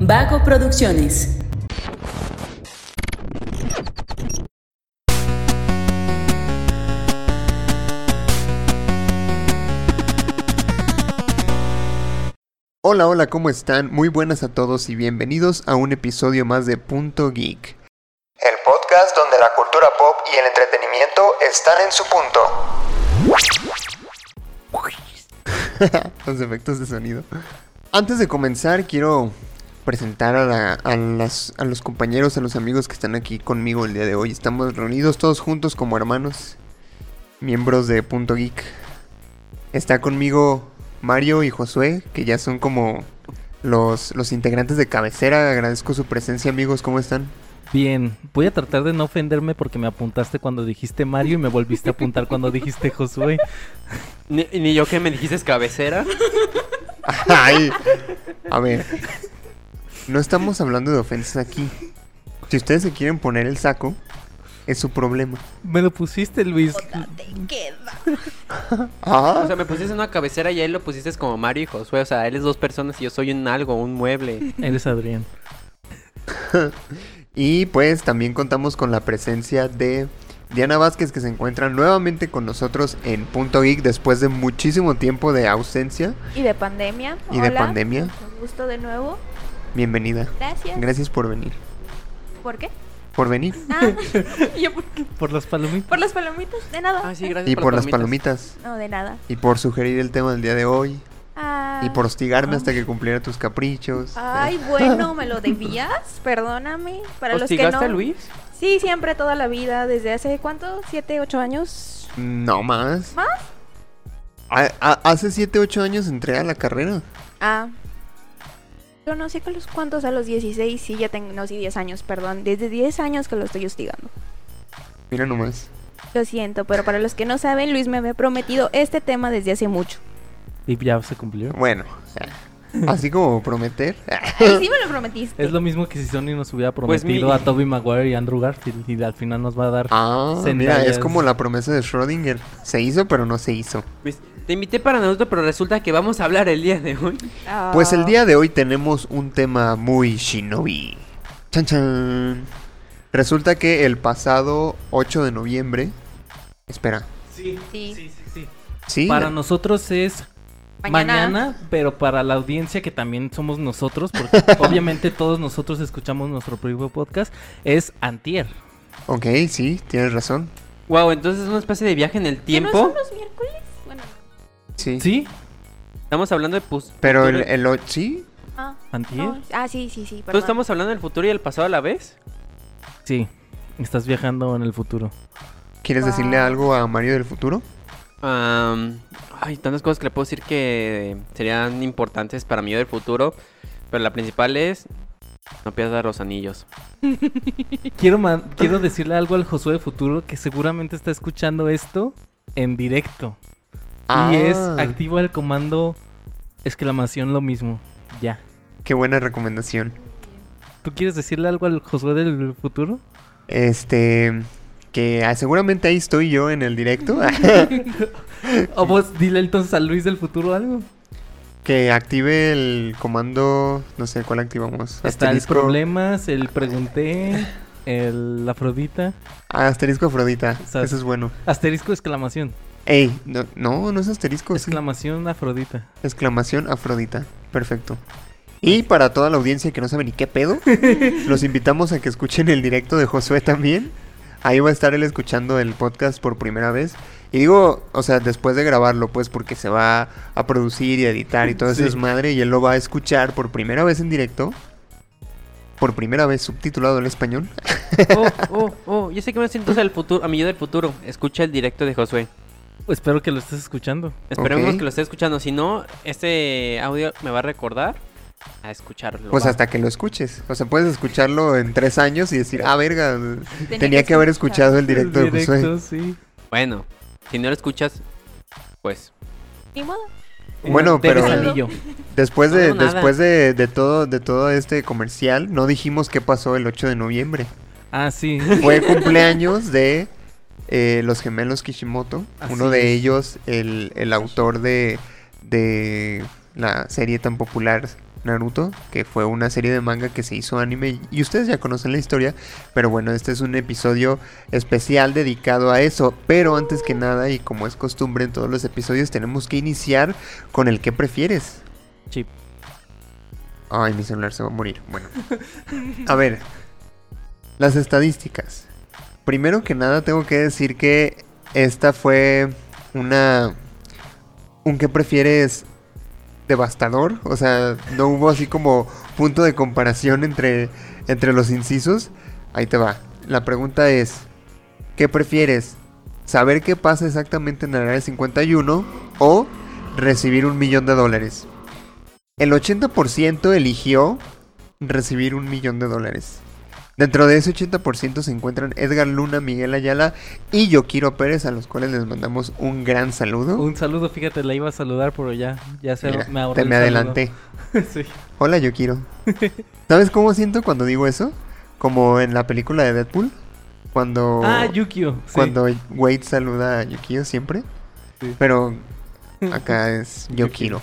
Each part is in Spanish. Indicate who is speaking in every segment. Speaker 1: Vago Producciones.
Speaker 2: Hola, hola, ¿cómo están? Muy buenas a todos y bienvenidos a un episodio más de Punto Geek.
Speaker 3: El podcast donde la cultura pop y el entretenimiento están en su punto.
Speaker 2: Los efectos de sonido. Antes de comenzar, quiero presentar a, la- a las- a los compañeros, a los amigos que están aquí conmigo el día de hoy. Estamos reunidos todos juntos como hermanos, miembros de Punto Geek. Está conmigo Mario y Josué, que ya son como los, los integrantes de cabecera. Agradezco su presencia, amigos. ¿Cómo están?
Speaker 4: Bien, voy a tratar de no ofenderme porque me apuntaste cuando dijiste Mario y me volviste a apuntar cuando dijiste Josué.
Speaker 5: Ni, ni yo que me dijiste es cabecera.
Speaker 2: Ay, a ver, no estamos hablando de ofensas aquí. Si ustedes se quieren poner el saco, es su problema.
Speaker 4: Me lo pusiste, Luis.
Speaker 2: Ah,
Speaker 5: O sea, me pusiste una cabecera y a él lo pusiste como Mario y Josué. O sea, él es dos personas y yo soy un algo, un mueble.
Speaker 4: Eres Adrián.
Speaker 2: Y pues también contamos con la presencia de Diana Vázquez que se encuentra nuevamente con nosotros en Punto Geek después de muchísimo tiempo de ausencia
Speaker 6: Y de pandemia.
Speaker 2: y de
Speaker 6: Hola,
Speaker 2: pandemia.
Speaker 6: Un gusto de nuevo.
Speaker 2: Bienvenida.
Speaker 6: Gracias.
Speaker 2: Gracias por venir.
Speaker 6: ¿Por qué?
Speaker 2: Por venir.
Speaker 6: Ah, yo por,
Speaker 4: Por las palomitas.
Speaker 6: por las palomitas. De nada.
Speaker 5: Ah, sí, gracias
Speaker 2: Y por las palomitas.
Speaker 6: No, de nada.
Speaker 2: Y por sugerir el tema del día de hoy.
Speaker 6: Ah,
Speaker 2: Y por hostigarme hasta que cumpliera tus caprichos.
Speaker 6: Ay, bueno, me lo debías. Perdóname. Para los que
Speaker 5: ¿Hostigaste
Speaker 6: no.
Speaker 5: a Luis?
Speaker 6: Sí, siempre, toda la vida. ¿Desde hace cuánto? ¿Siete, ocho años?
Speaker 2: No más.
Speaker 6: ¿Más?
Speaker 2: A- a- hace 7, 8 años entré a la carrera.
Speaker 6: Ah. Yo no sé que los cuantos a los 16, sí, ya tengo, no, sí, 10 años, perdón. Desde 10 años que lo estoy hostigando.
Speaker 2: Mira nomás.
Speaker 6: Lo siento, pero para los que no saben, Luis me había prometido este tema desde hace mucho.
Speaker 4: Y ya se cumplió.
Speaker 2: Bueno, así como prometer.
Speaker 6: Ay, sí me lo prometiste.
Speaker 4: Es lo mismo que si Sony nos hubiera
Speaker 5: Pues mi-
Speaker 4: prometido a Toby Maguire y Andrew Garfield y al final nos va a dar...
Speaker 2: Ah, mira,
Speaker 4: Zendaya
Speaker 2: es
Speaker 4: es-
Speaker 2: como la promesa de Schrödinger. Se hizo, pero no se hizo.
Speaker 5: Luis, Pues, Te invité para Naruto, pero resulta que vamos a hablar el día de hoy.
Speaker 6: Ah.
Speaker 2: Pues el día de hoy tenemos un tema muy shinobi. Chan chan. Resulta que el pasado 8 de noviembre. Espera.
Speaker 4: Sí,
Speaker 6: Ah, Sí.
Speaker 4: sí, sí.
Speaker 2: Sí.
Speaker 4: Para nosotros es
Speaker 6: Mañana.
Speaker 4: mañana. pero para la audiencia que también somos nosotros, porque obviamente todos nosotros escuchamos nuestro propio podcast, es Antier.
Speaker 2: Ok, sí, tienes razón.
Speaker 5: Wow, entonces es una especie de viaje en el
Speaker 6: ¿Que no
Speaker 5: tiempo.
Speaker 6: son los miércoles? Bueno,
Speaker 2: Sí.
Speaker 4: ¿Sí?
Speaker 5: Estamos hablando de pues.
Speaker 2: Pero el,
Speaker 5: futuro-
Speaker 2: el o- sí,
Speaker 6: ah,
Speaker 4: ¿Antier?
Speaker 6: no. Ah, sí, sí, sí.
Speaker 5: ¿Tú
Speaker 6: Perdón.
Speaker 5: estamos hablando del futuro y el pasado a la vez?
Speaker 4: Sí. Estás viajando en el futuro.
Speaker 2: ¿quieres
Speaker 6: Wow.
Speaker 2: decirle algo a Mario del futuro?
Speaker 5: Am, ay, tantas cosas que le puedo decir que serían importantes para mí del futuro. Pero la principal es. No pierdas los anillos.
Speaker 4: Quiero, man- quiero decirle algo al Josué de Futuro que seguramente está escuchando esto en directo.
Speaker 2: Ah.
Speaker 4: Y es activa el comando exclamación lo mismo. Ya.
Speaker 2: Qué buena recomendación.
Speaker 4: ¿Tú quieres decirle algo al Josué del futuro?
Speaker 2: Este. Que ah, seguramente ahí estoy yo en el directo.
Speaker 4: O vos dile entonces a Luis del futuro algo.
Speaker 2: que active el comando. No sé cuál activamos.
Speaker 4: Está el
Speaker 2: Asterisco-
Speaker 4: problemas, el pregunté, el afrodita,
Speaker 2: ah, asterisco Afrodita.
Speaker 4: Exacto.
Speaker 2: Eso es bueno.
Speaker 4: asterisco exclamación,
Speaker 2: Ey, no, no, no es asterisco. es
Speaker 4: exclamación afrodita.
Speaker 2: exclamación Afrodita. Perfecto. Y para toda la audiencia que no sabe ni qué pedo, los invitamos a que escuchen el directo de Josué también. Ahí va a estar él escuchando el podcast por primera vez. Y digo, o sea, después de grabarlo, pues, porque se va a producir y a editar y todo eso
Speaker 4: Sí.
Speaker 2: es madre. Y él lo va a escuchar por primera vez en directo. Por primera vez subtitulado al español.
Speaker 5: Oh, oh, oh, yo sé que me siento al futuro, a mi yo del futuro. Escucha el directo de Josué.
Speaker 4: Espero que lo estés escuchando.
Speaker 5: Esperemos
Speaker 2: Ok.
Speaker 5: que lo esté escuchando. Si no, este audio me va a recordar a escucharlo.
Speaker 2: Pues
Speaker 5: Va.
Speaker 2: hasta que lo escuches. O sea, puedes escucharlo en tres años y decir, ah, verga, tenía, que,
Speaker 6: que
Speaker 2: haber
Speaker 6: escuchar".
Speaker 2: escuchado el directo,
Speaker 4: El
Speaker 2: de Josué.
Speaker 4: directo, sí.
Speaker 5: Bueno, si no lo escuchas, pues.
Speaker 6: Ni modo.
Speaker 2: Bueno,
Speaker 4: Debes
Speaker 2: pero-
Speaker 4: anillo.
Speaker 2: Después de,
Speaker 5: No, nada.
Speaker 2: después de, de todo, de todo este comercial, no dijimos qué pasó el 8 de noviembre.
Speaker 4: Ah, sí.
Speaker 2: Fue cumpleaños de eh, los gemelos Kishimoto.
Speaker 4: Así
Speaker 2: uno de
Speaker 4: es.
Speaker 2: ellos, el, el autor de, de la serie tan popular Naruto, que fue una serie de manga que se hizo anime y ustedes ya conocen la historia, pero bueno, este es un episodio especial dedicado a eso, pero antes que nada y como es costumbre en todos los episodios tenemos que iniciar con el que prefieres.
Speaker 4: Chip.
Speaker 2: Ay, mi celular se va a morir. Bueno. A ver. Las estadísticas. Primero que nada tengo que decir que esta fue una... Un que prefieres devastador. O sea, no hubo así como punto de comparación entre, entre los incisos. Ahí te va. La pregunta es, ¿qué prefieres? ¿Saber qué pasa exactamente en el área 51 o recibir un millón de dólares? El 80% eligió recibir un millón de dólares. Dentro de ese 80% se encuentran Edgar Luna, Miguel Ayala y Yokiro Pérez, a los cuales les mandamos un gran saludo.
Speaker 4: Un saludo, fíjate, la iba a saludar, pero ya, ya se
Speaker 2: Mira,
Speaker 4: me ahorré
Speaker 2: te
Speaker 4: el
Speaker 2: me
Speaker 4: saludo.
Speaker 2: adelanté.
Speaker 4: sí.
Speaker 2: Hola, Yokiro. ¿Sabes cómo siento cuando digo eso? Como en la película de Deadpool, cuando,
Speaker 4: Ah, Yukio. sí.
Speaker 2: Oh. cuando Wade saluda a Yukio siempre.
Speaker 4: Sí.
Speaker 2: Pero acá es Yokiro.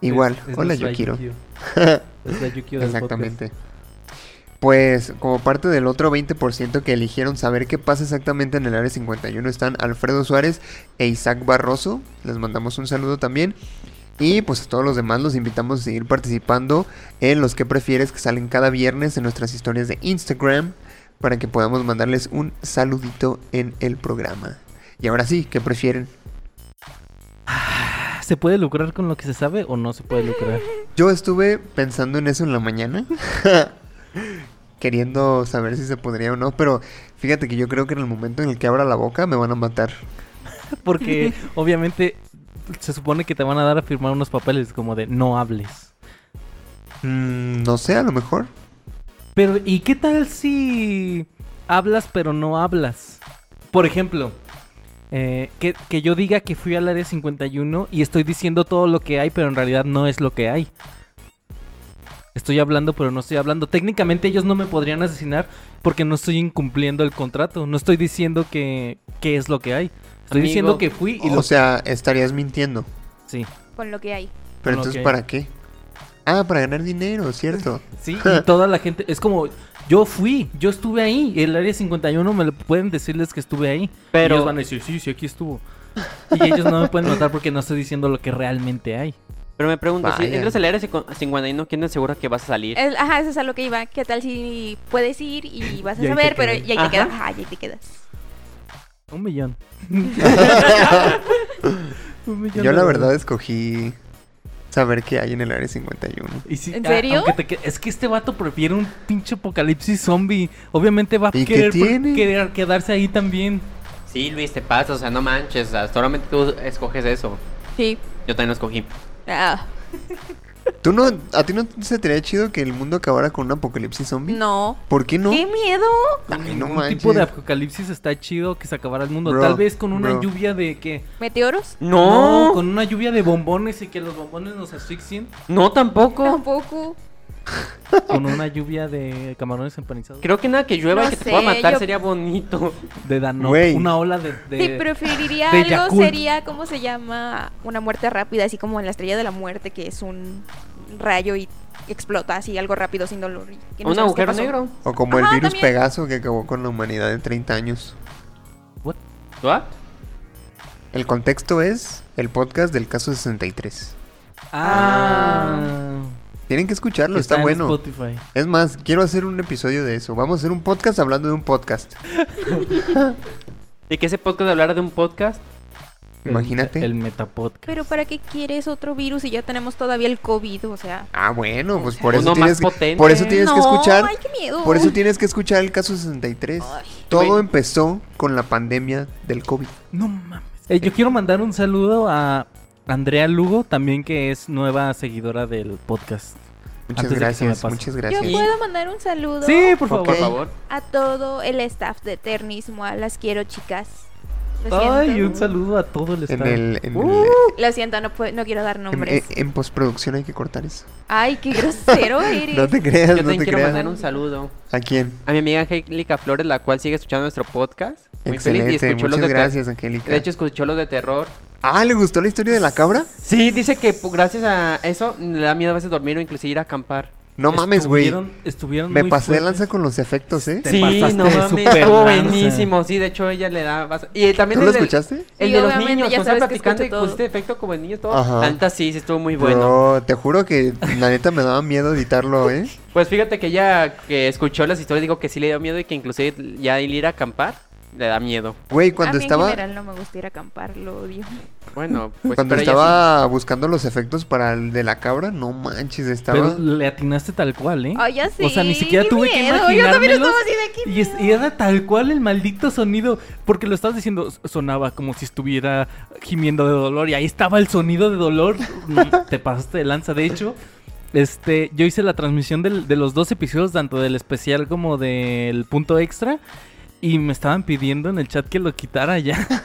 Speaker 2: Igual,
Speaker 4: Es- es
Speaker 2: hola
Speaker 4: nuestra
Speaker 2: Yokiro.
Speaker 4: Es la Yukio del podcast.
Speaker 2: Exactamente. Pues como parte del otro 20% que eligieron saber qué pasa exactamente en el área 51 están Alfredo Suárez e Isaac Barroso. Les mandamos un saludo también. Y pues a todos los demás los invitamos a seguir participando en los que prefieres que salen cada viernes en nuestras historias de Instagram para que podamos mandarles un saludito en el programa. Y ahora sí, ¿qué prefieren?
Speaker 4: Ah, ¿Se puede lucrar con lo que se sabe o no se puede lucrar?
Speaker 2: Yo estuve pensando en eso en la mañana, queriendo saber si se podría o no, pero fíjate que yo creo que en el momento en el que abra la boca me van a matar.
Speaker 4: Porque obviamente se supone que te van a dar a firmar unos papeles como de no hables.
Speaker 2: Mm, no sé, a lo mejor.
Speaker 4: Pero, ¿y qué tal si hablas pero no hablas? Por ejemplo, eh, que, que yo diga que fui al área 51 y estoy diciendo todo lo que hay, pero en realidad no es lo que hay. Estoy hablando, pero no estoy hablando. Técnicamente ellos no me podrían asesinar porque no estoy incumpliendo el contrato. No estoy diciendo que qué es lo que hay. Estoy
Speaker 5: Amigo,
Speaker 4: diciendo que fui y lo...
Speaker 2: O sea, estarías mintiendo.
Speaker 4: Sí,
Speaker 6: Con lo que hay.
Speaker 2: Pero
Speaker 4: Con lo
Speaker 2: entonces,
Speaker 4: que-
Speaker 2: ¿para qué? Ah, para ganar dinero, cierto.
Speaker 4: sí, y toda la gente... Es como, yo fui, yo estuve ahí. El área 51 me lo pueden decirles que estuve ahí. Pero...
Speaker 5: Pero,
Speaker 4: van a decir, sí, sí, aquí estuvo. Y ellos no me pueden notar porque no estoy diciendo lo que realmente hay.
Speaker 5: pero me pregunto, si
Speaker 2: Vaya.
Speaker 5: entras al área 51, ¿quién te asegura que vas a salir?
Speaker 6: El- ajá, eso es a lo que iba. ¿Qué tal si puedes ir y vas a
Speaker 4: Y ahí te
Speaker 6: saber, pero
Speaker 4: quedas.
Speaker 6: ya
Speaker 5: Ajá.
Speaker 6: te quedas? Ajá, ya te quedas.
Speaker 4: Un millón. Un millón
Speaker 2: Yo
Speaker 4: de
Speaker 2: la
Speaker 4: dólares.
Speaker 2: verdad escogí saber qué hay en el área 51.
Speaker 4: Y sí,
Speaker 6: ¿En
Speaker 4: ah,
Speaker 6: serio?
Speaker 4: aunque te que- es que este vato prefiere un pinche apocalipsis zombie. Obviamente va a
Speaker 2: ¿Y qué
Speaker 4: querer, por-
Speaker 2: tiene?
Speaker 4: querer quedarse ahí también.
Speaker 5: Sí, Luis, te pasas, o sea, no manches, o sea, solamente tú escoges eso.
Speaker 6: Sí.
Speaker 5: Yo también lo escogí.
Speaker 6: Ah,
Speaker 2: ¿Tú no, ¿A ti no se te haría chido que el mundo acabara con un apocalipsis zombie?
Speaker 6: no.
Speaker 2: ¿Por qué ¿Mm? no?
Speaker 6: ¡Qué miedo!
Speaker 2: Ay, no
Speaker 4: un
Speaker 2: manches.
Speaker 4: tipo de apocalipsis está chido que se acabara el mundo.
Speaker 2: Bro,
Speaker 4: Tal vez con una
Speaker 2: bro.
Speaker 4: lluvia de que.
Speaker 6: ¿Meteoros?
Speaker 5: No, no,
Speaker 4: con una lluvia de bombones y que los bombones nos asfixien.
Speaker 5: tampoco.
Speaker 6: Tampoco.
Speaker 4: Con una lluvia de camarones empanizados.
Speaker 5: Creo que nada que llueva
Speaker 6: No
Speaker 5: y que te
Speaker 6: sé,
Speaker 5: pueda matar
Speaker 6: yo-
Speaker 5: sería bonito.
Speaker 4: De Danone.
Speaker 2: Güey.
Speaker 4: Una ola de. de-
Speaker 6: Si preferiría
Speaker 4: Este, de
Speaker 6: algo,
Speaker 4: Yakult.
Speaker 6: sería, ¿cómo se llama? Una muerte rápida, así como en la estrella de la muerte, que es un rayo y explota así algo rápido sin dolor. y que no
Speaker 5: Un
Speaker 6: sabes qué
Speaker 5: agujero
Speaker 6: pasó.
Speaker 5: negro.
Speaker 2: O como
Speaker 6: Ajá,
Speaker 2: el virus
Speaker 6: también.
Speaker 2: Pegaso que acabó con la humanidad en 30 años.
Speaker 5: ¿What?
Speaker 2: El contexto es el podcast del caso 63.
Speaker 4: Ah.
Speaker 2: Tienen que escucharlo, está,
Speaker 4: en
Speaker 2: bueno.
Speaker 4: Spotify.
Speaker 2: Es más, quiero hacer un episodio de eso. Vamos a hacer un podcast hablando de un podcast.
Speaker 5: ¿Y que ese podcast hablara de un podcast?
Speaker 2: Imagínate.
Speaker 4: El, el Metapodcast.
Speaker 6: Pero ¿para qué quieres otro virus si ya tenemos todavía el COVID? O sea...
Speaker 2: Ah, bueno, pues por
Speaker 5: Uno
Speaker 2: eso
Speaker 5: más
Speaker 2: tienes, que-
Speaker 5: potente.
Speaker 2: por eso tienes
Speaker 6: no,
Speaker 2: que escuchar,
Speaker 6: ¡Ay, qué miedo!
Speaker 2: por eso tienes que escuchar el caso 63.
Speaker 6: Ay.
Speaker 2: Todo
Speaker 5: Güey.
Speaker 2: empezó con la pandemia del COVID.
Speaker 4: No mames. Eh, yo quiero mandar un saludo a Andrea Lugo, también que es nueva seguidora del podcast.
Speaker 2: Muchas
Speaker 4: Antes de que se me
Speaker 2: gracias,
Speaker 4: pase.
Speaker 2: muchas
Speaker 6: Yo
Speaker 2: gracias.
Speaker 6: puedo mandar un saludo
Speaker 4: Sí, por
Speaker 2: Ok.
Speaker 4: favor.
Speaker 5: Por favor.
Speaker 6: a todo el staff de Eternismo. a Las quiero, chicas. Lo
Speaker 4: Ay,
Speaker 6: siento.
Speaker 4: un saludo a todo el
Speaker 2: En
Speaker 4: estado.
Speaker 2: el, en, el-
Speaker 4: Uh,
Speaker 6: Lo siento, no, puedo- no quiero dar
Speaker 2: en-
Speaker 6: nombres.
Speaker 2: en- en postproducción hay que cortar eso.
Speaker 6: Ay, qué grosero eres.
Speaker 2: No te creas,
Speaker 5: Yo
Speaker 2: no
Speaker 5: también
Speaker 2: te
Speaker 5: quiero
Speaker 2: creas.
Speaker 5: mandar un saludo
Speaker 2: ¿A quién?
Speaker 5: a mi amiga Angélica Flores, la cual sigue escuchando nuestro podcast. Muy feliz y
Speaker 2: Excelente,
Speaker 5: escuchó los
Speaker 2: muchas
Speaker 5: de-
Speaker 2: gracias, Angélica.
Speaker 5: De hecho, escuchó los de terror
Speaker 2: Ah, ¿le gustó la historia de la cabra?
Speaker 5: Sí, dice que pues, gracias a eso le da miedo a veces dormir o inclusive ir a acampar.
Speaker 2: No mames, güey.
Speaker 4: Estuvieron- Estuvieron
Speaker 2: Me
Speaker 4: muy
Speaker 2: pasé de
Speaker 4: fuertes.
Speaker 2: lanza con los efectos, ¿eh?
Speaker 4: Te
Speaker 5: sí,
Speaker 4: pasaste
Speaker 5: no
Speaker 4: de
Speaker 5: mames,
Speaker 4: super
Speaker 5: estuvo
Speaker 4: lanza.
Speaker 5: buenísimo. Sí, de hecho ella le da... bas- Y también
Speaker 2: ¿Tú lo
Speaker 5: el del-
Speaker 2: escuchaste?
Speaker 5: El
Speaker 6: Sí,
Speaker 5: de los
Speaker 6: obviamente,
Speaker 5: niños,
Speaker 6: ya
Speaker 5: cuando están
Speaker 6: sabes que
Speaker 5: platicando y
Speaker 6: escucho
Speaker 5: con
Speaker 6: todo.
Speaker 5: este efecto como de niños, todo.
Speaker 2: Ajá.
Speaker 5: Tanta sí, sí estuvo muy bueno.
Speaker 2: Bro, te juro que la neta me daba miedo editarlo, ¿eh?
Speaker 5: Pues fíjate que ella que escuchó las historias dijo que sí le dio miedo y que inclusive ya el ir a acampar le da miedo.
Speaker 2: Güey,
Speaker 6: a
Speaker 2: cuando
Speaker 6: mí
Speaker 2: estaba...
Speaker 6: en general no me gusta ir a acampar, lo odio.
Speaker 5: Bueno, pues
Speaker 2: Cuando
Speaker 5: pero ella
Speaker 2: estaba buscando los efectos para el de la cabra, no manches, estaba...
Speaker 4: Pero le atinaste tal cual, ¿eh?
Speaker 6: Ay, ya sí.
Speaker 4: O sea, ni siquiera
Speaker 6: qué
Speaker 4: tuve que
Speaker 6: miedo, Yo también
Speaker 4: imaginármelos.
Speaker 6: estaba así de aquí.
Speaker 4: Y, es- y era tal cual el maldito sonido, porque lo estabas diciendo, s- sonaba como si estuviera gimiendo de dolor y ahí estaba el sonido de dolor. Mm, Te pasaste de lanza, de hecho. Este, yo hice la transmisión del- de los dos episodios, tanto del especial como del punto extra, y me estaban pidiendo en el chat que lo quitara ya.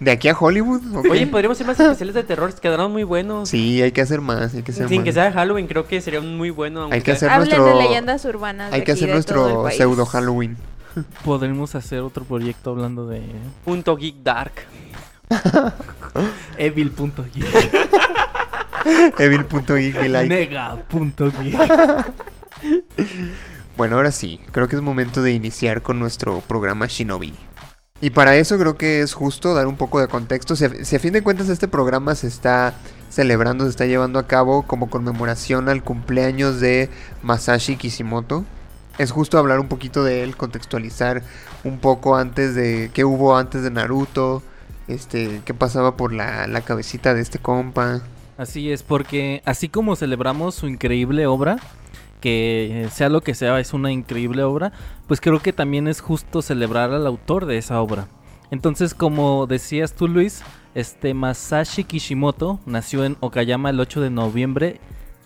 Speaker 2: ¿De aquí a Hollywood? ¿O qué?
Speaker 5: Oye, pues, podríamos hacer más especiales de terror, quedaron muy buenos.
Speaker 2: Sí, hay que hacer más, hay que hacer
Speaker 5: Sin
Speaker 2: más.
Speaker 5: que sea de Halloween, creo que sería un muy bueno. aunque
Speaker 2: Hay que
Speaker 5: sea-
Speaker 2: hacer
Speaker 6: Hablen
Speaker 2: nuestro...
Speaker 6: de leyendas urbanas. de
Speaker 2: Hay que
Speaker 6: aquí,
Speaker 2: hacer
Speaker 6: de todo el
Speaker 2: nuestro
Speaker 6: país.
Speaker 2: pseudo Halloween.
Speaker 4: Podremos hacer otro proyecto hablando de
Speaker 5: Punto Geek Dark.
Speaker 4: evil.geek,
Speaker 2: Evil.geek y like.
Speaker 4: nega.geek.
Speaker 2: Bueno, ahora sí, creo que es momento de iniciar con nuestro programa Shinobi. Y para eso creo que es justo dar un poco de contexto. Si a, si a fin de cuentas este programa se está celebrando, se está llevando a cabo como conmemoración al cumpleaños de Masashi Kishimoto. Es justo hablar un poquito de él, contextualizar un poco antes de qué hubo antes de Naruto, este, qué pasaba por la, la cabecita de este compa.
Speaker 4: Así es, porque así como celebramos su increíble obra, que eh, sea lo que sea, es una increíble obra, pues creo que también es justo celebrar al autor de esa obra. Entonces, como decías tú, Luis, este Masashi Kishimoto nació en Okayama el 8 de noviembre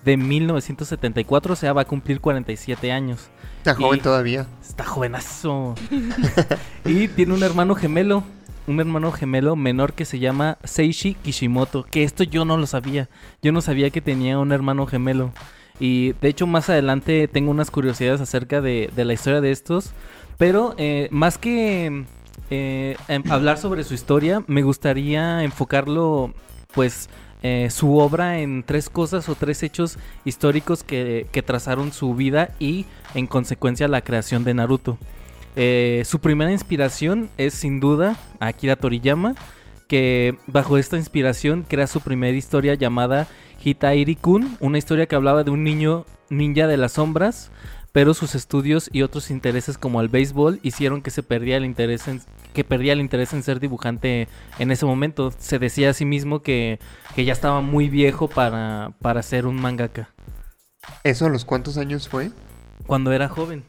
Speaker 4: de 1974, o sea, va a cumplir 47 años.
Speaker 2: Está joven
Speaker 4: Y-
Speaker 2: todavía.
Speaker 4: Está jovenazo. y tiene un hermano gemelo. Un hermano gemelo menor que se llama Seishi Kishimoto. Que esto yo no lo sabía. Yo no sabía que tenía un hermano gemelo. Y de hecho más adelante tengo unas curiosidades acerca de, de la historia de estos. Pero eh, más que eh, em, hablar sobre su historia, me gustaría enfocarlo pues eh, su obra en tres cosas o tres hechos históricos que, que trazaron su vida y en consecuencia la creación de Naruto. Eh, su primera inspiración es sin duda Akira Toriyama, que bajo esta inspiración crea su primera historia llamada Hitairi Kun, una historia que hablaba de un niño ninja de las sombras, pero sus estudios y otros intereses como el béisbol hicieron que se perdía el interés en, que perdía el interés en ser dibujante en ese momento. Se decía a sí mismo que, que ya estaba muy viejo para, para ser un mangaka
Speaker 2: ¿Eso a los cuántos años fue?
Speaker 4: cuando era joven.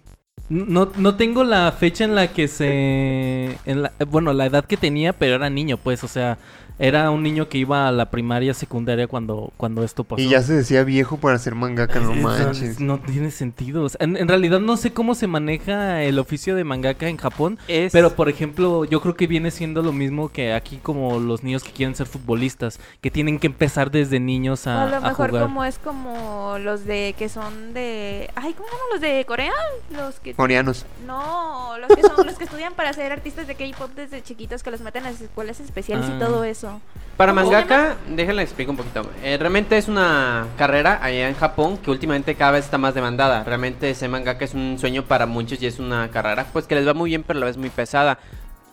Speaker 4: No, no tengo la fecha en la que se... en la- bueno, la edad que tenía, pero era niño, pues, o sea, era un niño que iba a la primaria, secundaria cuando, cuando esto pasó.
Speaker 2: Y ya se decía viejo para ser mangaka, no
Speaker 4: Es- es-
Speaker 2: manches.
Speaker 4: No tiene sentido. o sea, en, en realidad no sé cómo se maneja el oficio de mangaka en Japón,
Speaker 5: Es...
Speaker 4: pero por ejemplo, yo creo que viene siendo lo mismo que aquí como los niños que quieren ser futbolistas, que tienen que empezar desde niños
Speaker 6: O
Speaker 4: a,
Speaker 6: a lo
Speaker 4: a
Speaker 6: mejor
Speaker 4: jugar.
Speaker 6: como es como los de que son de... Ay, ¿cómo se llaman los de Corea? Los que...
Speaker 2: Coreanos.
Speaker 6: No, los que, son, los que estudian para ser artistas de K-pop desde chiquitos que los meten a las escuelas especiales
Speaker 4: Ah.
Speaker 6: y todo eso.
Speaker 5: Para
Speaker 6: ¿Cómo se
Speaker 5: mangaka, déjenla explico un poquito. Eh, realmente es una carrera allá en Japón que últimamente cada vez está más demandada. Realmente ese mangaka es un sueño para muchos y es una carrera pues que les va muy bien pero a la vez muy pesada.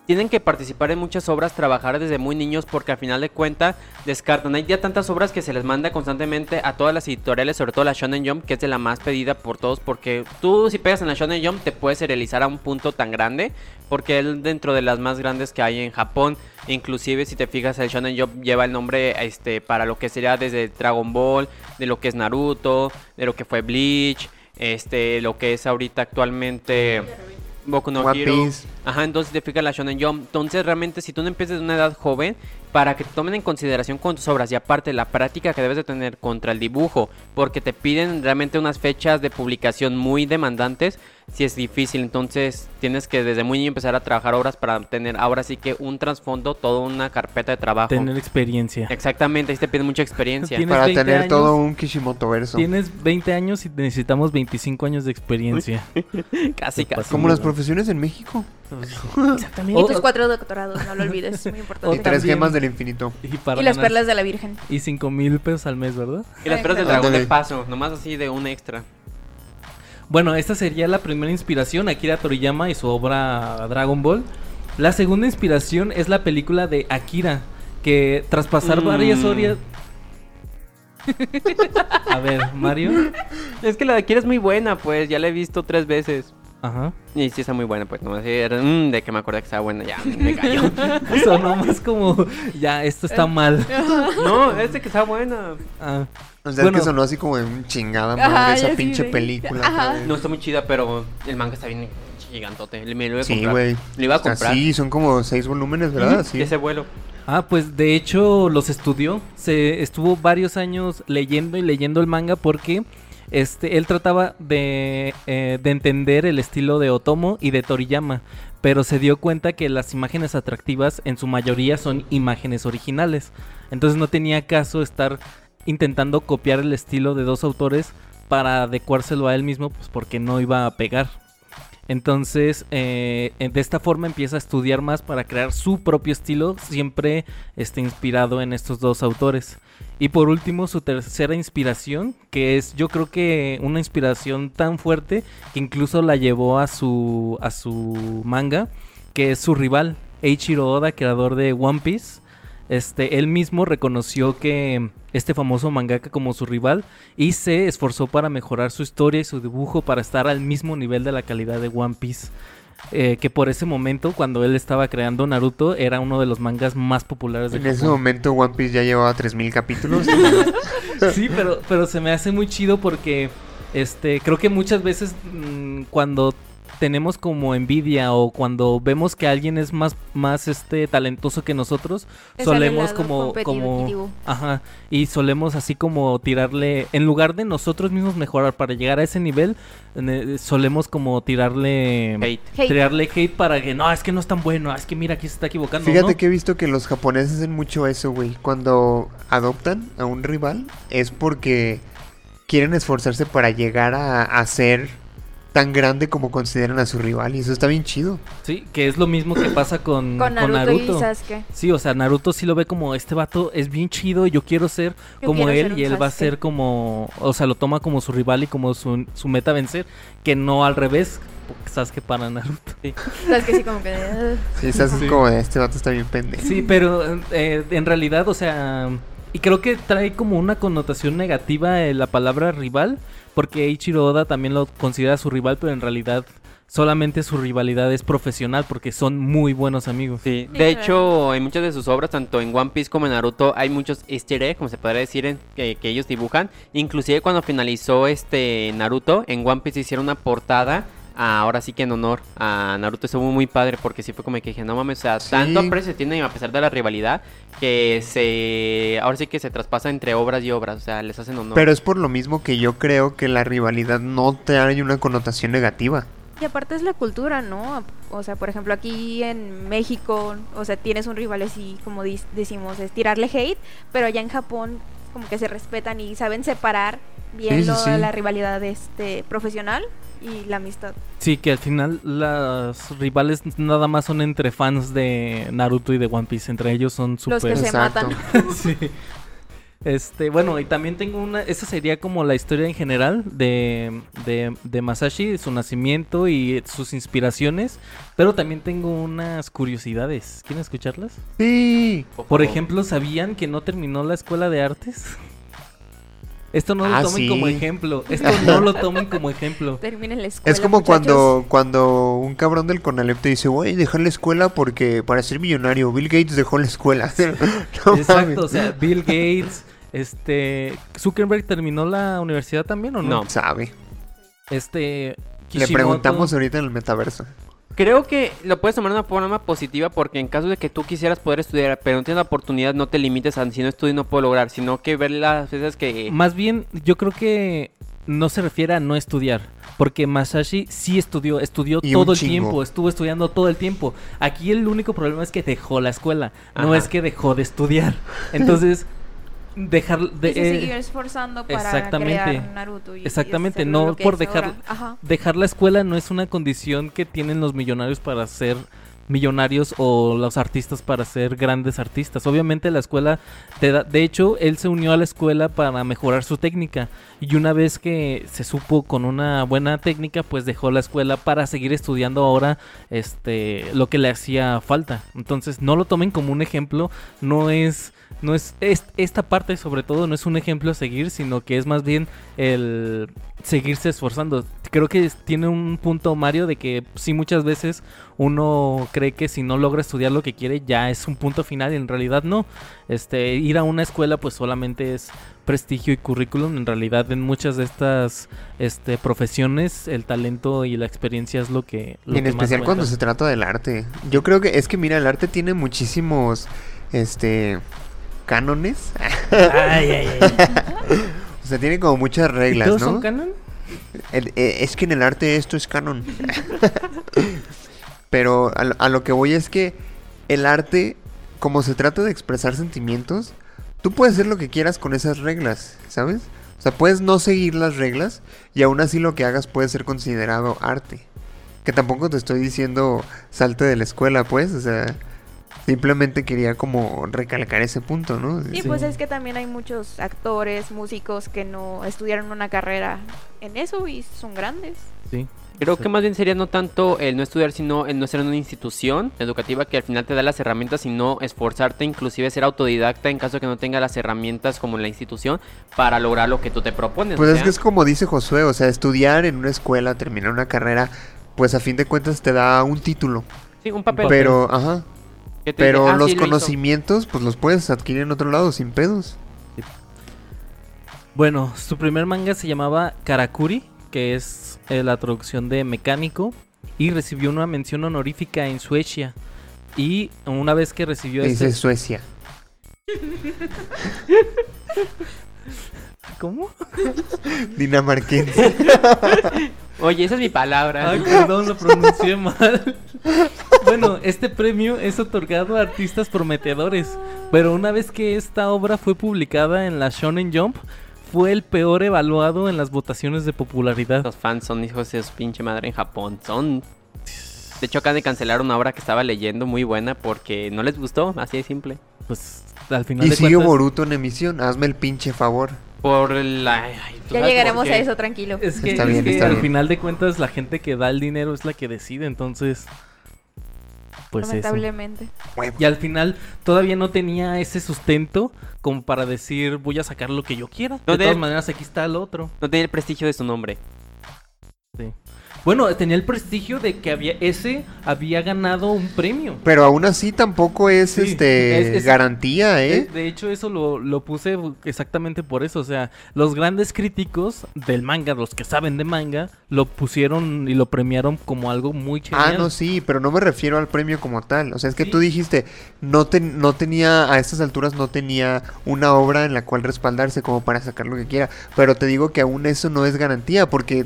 Speaker 5: Tienen que participar en muchas obras, trabajar desde muy niños porque al final de cuentas descartan. Hay ya tantas obras que se les manda constantemente a todas las editoriales, sobre todo la Shonen Jump, que es de la más pedida por todos porque tú si pegas en la Shonen Jump te puedes serializar a un punto tan grande porque él dentro de las más grandes que hay en Japón. Inclusive si te fijas el Shonen Jump lleva el nombre este para lo que sería desde Dragon Ball, de lo que es Naruto, de lo que fue Bleach, este lo que es ahorita actualmente Boku no
Speaker 2: One
Speaker 5: Hero.
Speaker 2: Piece.
Speaker 5: Ajá, entonces te fijas la Shonen Jump. Entonces realmente si tú no empiezas de una edad joven para que te tomen en consideración con tus obras y aparte la práctica que debes de tener contra el dibujo, porque te piden realmente unas fechas de publicación muy demandantes sí es difícil. Entonces tienes que desde muy niño empezar a trabajar obras para tener ahora sí que un trasfondo, toda una carpeta de trabajo.
Speaker 4: Tener experiencia.
Speaker 5: Exactamente, ahí te piden mucha experiencia.
Speaker 4: Tienes
Speaker 2: Para
Speaker 4: 20
Speaker 2: tener
Speaker 4: años.
Speaker 2: todo un Kishimoto verso.
Speaker 4: Tienes 20 años y necesitamos 25 años de experiencia.
Speaker 5: Casi, casi.
Speaker 2: Como las profesiones en México.
Speaker 4: Exactamente.
Speaker 6: Y tus cuatro doctorados, no lo olvides, es muy
Speaker 2: Y
Speaker 6: importante.
Speaker 4: O
Speaker 2: tres
Speaker 4: también-
Speaker 2: gemas del infinito.
Speaker 4: y, para
Speaker 6: Y las
Speaker 4: ganar-
Speaker 6: perlas de la Virgen.
Speaker 4: Y 5 mil pesos al mes, ¿verdad?
Speaker 5: Y las peras del
Speaker 2: Ándale.
Speaker 5: dragón de paso, nomás así de un extra.
Speaker 4: Bueno, esta sería la primera inspiración, Akira Toriyama y su obra Dragon Ball. La segunda inspiración es la película de Akira, que tras pasar
Speaker 5: Mm.
Speaker 4: varias horas... A ver, Mario.
Speaker 5: Es que la de Akira es muy buena, pues ya la he visto tres veces.
Speaker 4: Ajá.
Speaker 5: Y sí está muy buena, pues nomás así era, mm, de que me acordé que estaba buena, ya me cayó.
Speaker 4: Sonó más como, ya, esto está mal.
Speaker 5: no, es de que está buena.
Speaker 4: Ah,
Speaker 2: O sea,
Speaker 4: Bueno.
Speaker 2: es que sonó así como de un chingada
Speaker 6: Ajá,
Speaker 2: madre esa
Speaker 6: ya sí,
Speaker 2: pinche
Speaker 6: güey.
Speaker 2: película.
Speaker 6: Ajá.
Speaker 2: güey.
Speaker 5: No está muy chida, pero el manga está bien gigantote. Le- Me lo iba a
Speaker 2: Sí,
Speaker 5: comprar.
Speaker 2: güey.
Speaker 5: Le iba a
Speaker 2: O sea,
Speaker 5: comprar.
Speaker 2: Sí, son como seis volúmenes, ¿verdad?
Speaker 5: Y
Speaker 2: Sí.
Speaker 5: ese vuelo.
Speaker 4: Ah, pues de hecho los estudió. Se estuvo varios años leyendo y leyendo el manga porque este, él trataba de, eh, de entender el estilo de Otomo y de Toriyama. Pero se dio cuenta que las imágenes atractivas en su mayoría son imágenes originales. Entonces no tenía caso estar intentando copiar el estilo de dos autores para adecuárselo a él mismo, pues porque no iba a pegar. Entonces, eh, de esta forma empieza a estudiar más para crear su propio estilo, siempre este, inspirado en estos dos autores. Y por último, su tercera inspiración, que es yo creo que una inspiración tan fuerte que incluso la llevó a su, a su manga, que es su rival, Eiichiro Oda, creador de One Piece. Este, él mismo reconoció que este famoso mangaka como su rival y se esforzó para mejorar su historia y su dibujo para estar al mismo nivel de la calidad de One Piece. eh, que por ese momento, cuando él estaba creando Naruto, era uno de los mangas más populares de
Speaker 2: En ese
Speaker 4: Japón.
Speaker 2: momento One Piece ya llevaba 3.000 capítulos.
Speaker 4: Sí, pero, pero se me hace muy chido porque este, creo que muchas veces mm, cuando tenemos como envidia o cuando vemos que alguien es más, más este, talentoso que nosotros,
Speaker 6: Es
Speaker 4: solemos
Speaker 6: anhelado,
Speaker 4: como,
Speaker 6: competitivo.
Speaker 4: como... Ajá, y solemos así como tirarle, en lugar de nosotros mismos mejorar para llegar a ese nivel, ne- solemos como tirarle...
Speaker 5: Hate.
Speaker 6: Hate.
Speaker 4: Tirarle hate para que no, es que no es tan bueno, ah, es que mira, aquí se está equivocando.
Speaker 2: Fíjate
Speaker 4: ¿no?
Speaker 2: que he visto que los japoneses hacen mucho eso, güey. Cuando adoptan a un rival es porque quieren esforzarse para llegar a, a ser tan grande como consideran a su rival. Y eso está bien chido.
Speaker 4: Sí, que es lo mismo que pasa con,
Speaker 6: Con Naruto,
Speaker 4: Naruto.
Speaker 6: y Sasuke.
Speaker 4: Sí, o sea, Naruto sí lo ve como este vato es bien chido, yo quiero ser
Speaker 6: Yo
Speaker 4: como
Speaker 6: quiero
Speaker 4: él
Speaker 6: ser un
Speaker 4: y él va a
Speaker 6: Sasuke.
Speaker 4: ser como, o sea, lo toma como su rival y como su, su meta vencer, que no al revés, porque sabes que para Naruto.
Speaker 6: Sasuke sí como que... "Ugh".
Speaker 2: Sí, se hacen como de este vato está bien pendejo.
Speaker 4: Sí, pero eh, en realidad, o sea, y creo que trae como una connotación negativa eh, la palabra rival, porque Ichiro Oda también lo considera su rival, pero en realidad solamente su rivalidad es profesional porque son muy buenos amigos.
Speaker 5: Sí. De
Speaker 6: claro.
Speaker 5: hecho, en muchas de sus obras, tanto en One Piece como en Naruto, hay muchos easter eggs, como se podría decir, en- que, que ellos dibujan. Inclusive cuando finalizó este Naruto, en One Piece hicieron una portada. ah, Ahora sí que en honor a Naruto estuvo muy padre porque sí fue como que dije, no mames, o sea,
Speaker 2: Sí.
Speaker 5: tanto aprecio se tiene a pesar de la rivalidad que se ahora sí que se traspasa entre obras y obras, o sea, les hacen honor.
Speaker 2: Pero es por lo mismo que yo creo que la rivalidad no trae una connotación negativa.
Speaker 6: Y aparte es la cultura, ¿no? O sea, por ejemplo, aquí en México, o sea, tienes un rival así, como dis- decimos, es tirarle hate, pero allá en Japón como que se respetan y saben separar bien
Speaker 2: Sí, sí,
Speaker 6: lo-
Speaker 2: sí.
Speaker 6: la rivalidad este profesional y la amistad.
Speaker 4: Sí, que al final las rivales nada más son entre fans de Naruto y de One Piece, entre ellos son super...
Speaker 6: Los que se
Speaker 2: Exacto.
Speaker 6: matan.
Speaker 4: Sí. Este, bueno, y también tengo una. Esa sería como la historia en general de, de, de Masashi, su nacimiento y sus inspiraciones. Pero también tengo unas curiosidades. ¿Quieren escucharlas?
Speaker 2: Sí.
Speaker 4: Por ejemplo, ¿sabían que no terminó la escuela de artes? Esto no lo
Speaker 2: Ah,
Speaker 4: tomen
Speaker 2: sí.
Speaker 4: como ejemplo. Esto no lo tomen como ejemplo.
Speaker 6: Terminen la escuela.
Speaker 2: Es como
Speaker 6: muchachos.
Speaker 2: cuando, cuando un cabrón del Conalep te dice, güey, dejar la escuela porque para ser millonario, Bill Gates dejó la escuela. No mames.
Speaker 4: Exacto, o sea, Bill Gates, este. ¿Zuckerberg terminó la universidad también o no?
Speaker 5: No.
Speaker 2: Sabe. Le
Speaker 4: Este. Kishimoto-
Speaker 2: preguntamos ahorita en el metaverso.
Speaker 5: Creo que lo puedes tomar de una forma positiva porque en caso de que tú quisieras poder estudiar, pero no tienes la oportunidad, no te limites a si no estudio no puedo lograr, sino que ver las veces que...
Speaker 4: Más bien, yo creo que no se refiere a no estudiar. Porque Masashi sí estudió, estudió
Speaker 2: Y un
Speaker 4: todo el
Speaker 2: chingo.
Speaker 4: tiempo, estuvo estudiando todo el tiempo. Aquí el único problema es que dejó la escuela, no
Speaker 5: Ajá.
Speaker 4: es que dejó de estudiar. Entonces, dejar de,
Speaker 6: y se
Speaker 4: eh,
Speaker 6: siguió esforzando para
Speaker 4: exactamente.
Speaker 6: crear Naruto. y- y
Speaker 4: Exactamente,
Speaker 6: hacerlo
Speaker 4: no
Speaker 6: lo que
Speaker 4: por
Speaker 6: es
Speaker 4: dejar-
Speaker 6: ahora. Ajá.
Speaker 4: dejar la escuela no es una condición que tienen los millonarios para ser millonarios o los artistas para ser grandes artistas. Obviamente la escuela te da, de hecho, él se unió a la escuela para mejorar su técnica y una vez que se supo con una buena técnica, pues dejó la escuela para seguir estudiando ahora este lo que le hacía falta. Entonces, no lo tomen como un ejemplo, no es no es, es- esta parte sobre todo no es un ejemplo a seguir, sino que es más bien el seguirse esforzando. Creo que es- tiene un punto Mario de que sí muchas veces uno cree que si no logra estudiar lo que quiere ya es un punto final y en realidad no. Este ir a una escuela pues solamente es prestigio y currículum, en realidad en muchas de estas este profesiones el talento y la experiencia es lo que lo
Speaker 2: Y en
Speaker 4: que más
Speaker 2: especial cuando
Speaker 4: cuenta.
Speaker 2: se trata del arte. Yo creo que es que, mira, el arte tiene muchísimos, este, cánones. Ah,
Speaker 4: Ay, ay, ay.
Speaker 2: O sea, tiene como muchas
Speaker 4: ¿Y
Speaker 2: reglas,
Speaker 4: todos
Speaker 2: ¿no?
Speaker 4: son canon?
Speaker 2: El- eh, es que en el arte esto es canon. Pero a, lo- a lo que voy es que el arte, como se trata de expresar sentimientos, tú puedes hacer lo que quieras con esas reglas, ¿sabes? O sea, puedes no seguir las reglas y aún así lo que hagas puede ser considerado arte. Que tampoco te estoy diciendo salte de la escuela, pues, o sea, simplemente quería como recalcar ese punto, ¿no?
Speaker 4: Sí.
Speaker 6: Sí, pues es que también hay muchos actores, músicos que no estudiaron una carrera en eso y son grandes.
Speaker 4: Sí.
Speaker 5: Creo que más bien sería no tanto el no estudiar, sino el no ser en una institución educativa que al final te da las herramientas, sino esforzarte, inclusive ser autodidacta en caso de que no tenga las herramientas como en la institución para lograr lo que tú te propones.
Speaker 2: Pues
Speaker 5: o
Speaker 2: es
Speaker 5: sea,
Speaker 2: que es como dice Josué, o sea, estudiar en una escuela, terminar una carrera, pues a fin de cuentas te da un título.
Speaker 5: sí, un papel.
Speaker 2: Pero, ajá,
Speaker 5: que te
Speaker 2: pero
Speaker 5: dice, "Ah,
Speaker 2: los
Speaker 5: sí, lo hizo".
Speaker 2: conocimientos, pues los puedes adquirir en otro lado sin pedos.
Speaker 4: Bueno, su primer manga se llamaba Karakuri, que es eh, la traducción de mecánico, y recibió una mención honorífica en Suecia. Y una vez que recibió
Speaker 2: Dice
Speaker 4: este...
Speaker 2: Suecia.
Speaker 4: ¿Cómo?
Speaker 2: Dinamarquense.
Speaker 5: Oye, esa es mi palabra.
Speaker 4: Ay, Ah, perdón, lo pronuncié mal. Bueno, este premio es otorgado a artistas prometedores, pero una vez que esta obra fue publicada en la Shonen Jump, fue el peor evaluado en las votaciones de popularidad.
Speaker 5: Los fans son hijos de su pinche madre en Japón. Son. De hecho, acaban de cancelar una obra que estaba leyendo muy buena porque no les gustó, así de simple.
Speaker 4: Pues al final
Speaker 2: y
Speaker 4: de
Speaker 2: sigue
Speaker 4: cuentas-
Speaker 2: Boruto en emisión, hazme el pinche favor.
Speaker 5: Por la. ay, ¿tú
Speaker 6: Ya
Speaker 5: sabes
Speaker 6: llegaremos
Speaker 5: por
Speaker 6: a
Speaker 5: qué?
Speaker 6: eso, tranquilo.
Speaker 4: Es que,
Speaker 2: Está
Speaker 4: es
Speaker 2: bien,
Speaker 4: que
Speaker 2: está
Speaker 4: al
Speaker 2: bien.
Speaker 4: final de cuentas la gente que da el dinero es la que decide, entonces pues eso.
Speaker 6: lamentablemente.
Speaker 2: Huevo.
Speaker 4: Y al final todavía no tenía ese sustento como para decir voy a sacar lo que yo quiera.
Speaker 5: No,
Speaker 4: de,
Speaker 5: de-
Speaker 4: todas maneras aquí está el otro.
Speaker 5: No tenía el prestigio de su nombre.
Speaker 4: Bueno, tenía el prestigio de que había ese había ganado un premio.
Speaker 2: Pero aún así tampoco es
Speaker 4: Sí,
Speaker 2: este
Speaker 4: es- es-
Speaker 2: garantía, ¿eh?
Speaker 4: De, de hecho, eso lo, lo puse exactamente por eso. O sea, los grandes críticos del manga, los que saben de manga, lo pusieron y lo premiaron como algo muy
Speaker 2: Ah,
Speaker 4: genial.
Speaker 2: no, sí, pero no me refiero al premio como tal. O sea, es que
Speaker 4: Sí.
Speaker 2: tú dijiste, no, ten- no tenía, a estas alturas no tenía una obra en la cual respaldarse como para sacar lo que quiera. Pero te digo que aún eso no es garantía, porque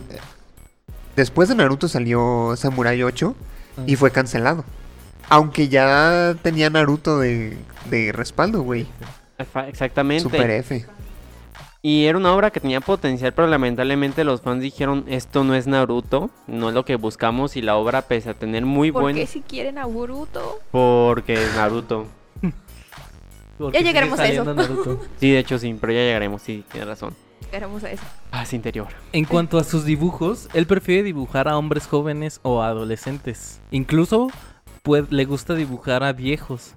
Speaker 2: después de Naruto salió Samurai 8 y fue cancelado. Aunque ya tenía Naruto de, de respaldo, güey.
Speaker 5: Efa- Exactamente.
Speaker 2: Super F.
Speaker 5: Y era una obra que tenía potencial, pero lamentablemente los fans dijeron, esto no es Naruto, no es lo que buscamos y la obra pese a tener muy
Speaker 6: ¿Por
Speaker 5: buen...
Speaker 6: qué si quieren a Boruto?
Speaker 5: Porque es Naruto.
Speaker 4: Porque
Speaker 6: Ya
Speaker 4: sigue
Speaker 6: llegaremos a eso.
Speaker 4: saliendo Naruto.
Speaker 5: Sí, de hecho sí, pero ya llegaremos, sí, tiene razón.
Speaker 6: Llegaremos a eso.
Speaker 5: Paz interior.
Speaker 4: En cuanto a sus dibujos, él prefiere dibujar a hombres jóvenes o adolescentes. Incluso pues, le gusta dibujar a viejos.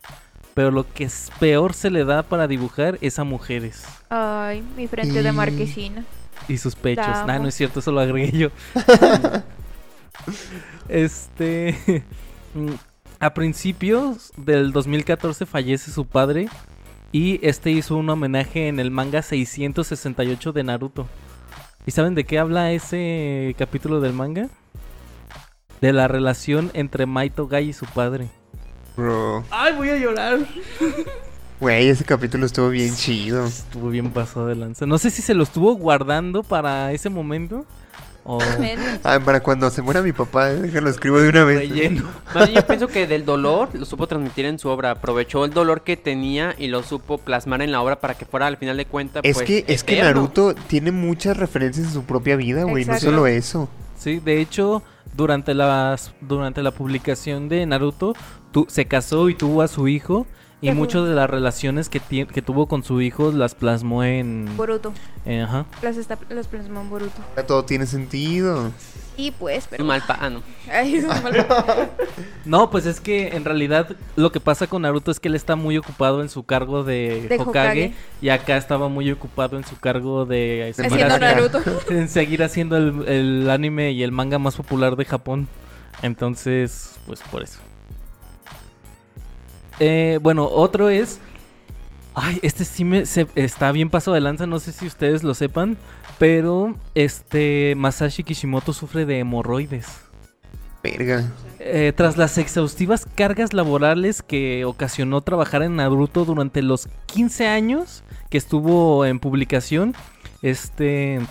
Speaker 4: Pero lo que es peor se le da para dibujar es a mujeres.
Speaker 6: Ay, mi frente
Speaker 2: Y-
Speaker 6: de marquesina.
Speaker 4: Y sus pechos.
Speaker 6: Te
Speaker 4: Nah,
Speaker 6: amo.
Speaker 4: no es cierto, eso lo agregué yo. este. mm, A principios del 2014 fallece su padre. Y este hizo un homenaje en el manga 668 de Naruto. ¿Y saben de qué habla ese capítulo del manga? De la relación entre Maito Gai y su padre.
Speaker 2: Bro.
Speaker 4: ¡Ay, voy a llorar!
Speaker 2: Güey, ese capítulo estuvo bien chido.
Speaker 4: Estuvo bien pasado de lanza. No sé si se lo estuvo guardando para ese momento. O...
Speaker 2: Ah, para cuando se muera mi papá, eh, déjalo escribo de una vez.
Speaker 4: Relleno.
Speaker 5: Más bien, yo pienso que del dolor lo supo transmitir en su obra. Aprovechó el dolor que tenía y lo supo plasmar en la obra para que fuera al final de cuentas.
Speaker 2: Es
Speaker 5: pues,
Speaker 2: que, es que
Speaker 5: eterno.
Speaker 2: Naruto tiene muchas referencias en su propia vida, güey. No
Speaker 6: Exacto.
Speaker 2: solo eso.
Speaker 4: Sí, de hecho, durante, las, durante la publicación de Naruto, tu- se casó y tuvo a su hijo. Y
Speaker 6: Ujú.
Speaker 4: muchas de las relaciones que, tie- que tuvo con su hijo las plasmó en...
Speaker 6: Boruto.
Speaker 4: en- ajá.
Speaker 6: Las, está, las plasmó en Boruto.
Speaker 2: Ya todo tiene sentido.
Speaker 6: Y pues, pero.
Speaker 5: Un mal pa- ah, no.
Speaker 6: Ay, es un mal-
Speaker 4: No, pues es que en realidad lo que pasa con Naruto es que él está muy ocupado en su cargo de,
Speaker 6: De
Speaker 4: Hokage,
Speaker 6: Hokage.
Speaker 4: y acá estaba muy ocupado en su cargo de seguir,
Speaker 6: Haciendo
Speaker 4: haciendo-
Speaker 6: Naruto.
Speaker 4: en seguir haciendo el, el anime y el manga más popular de Japón. Entonces, pues por eso. Eh, bueno, otro es... Ay, este sí me se- está bien paso de lanza, no sé si ustedes lo sepan, pero este Masashi Kishimoto sufre de hemorroides.
Speaker 2: Verga.
Speaker 4: Eh, tras las exhaustivas cargas laborales que ocasionó trabajar en Naruto durante los 15 años que estuvo en publicación, este...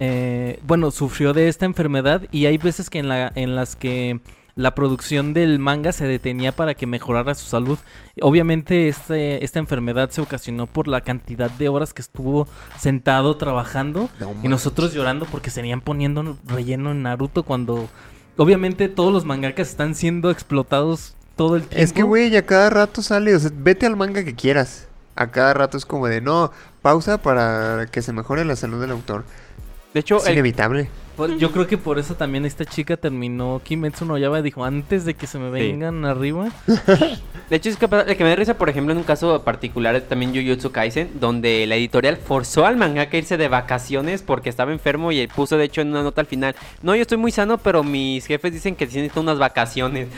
Speaker 4: eh, bueno, sufrió de esta enfermedad y hay veces que en, la- en las que la producción del manga se detenía para que mejorara su salud. Obviamente este- esta enfermedad se ocasionó por la cantidad de horas que estuvo sentado trabajando
Speaker 2: No
Speaker 4: y nosotros llorando porque seguían poniendo relleno en Naruto cuando obviamente todos los mangakas están siendo explotados todo el tiempo.
Speaker 2: Es que, güey, a cada rato sale, o sea, vete al manga que quieras. A cada rato es como de, no, pausa para que se mejore la salud del autor.
Speaker 5: De hecho,
Speaker 2: Es
Speaker 5: el-
Speaker 2: inevitable.
Speaker 4: Por- Yo creo que por eso también esta chica terminó Kimetsu no Yaiba dijo antes de que se me vengan arriba.
Speaker 5: de hecho es que el que me da risa, por ejemplo, en un caso particular es también Jujutsu Kaisen, donde la editorial forzó al mangaka a irse de vacaciones porque estaba enfermo y él puso, de hecho, en una nota al final, no, yo estoy muy sano, pero mis jefes dicen que sí necesito unas vacaciones.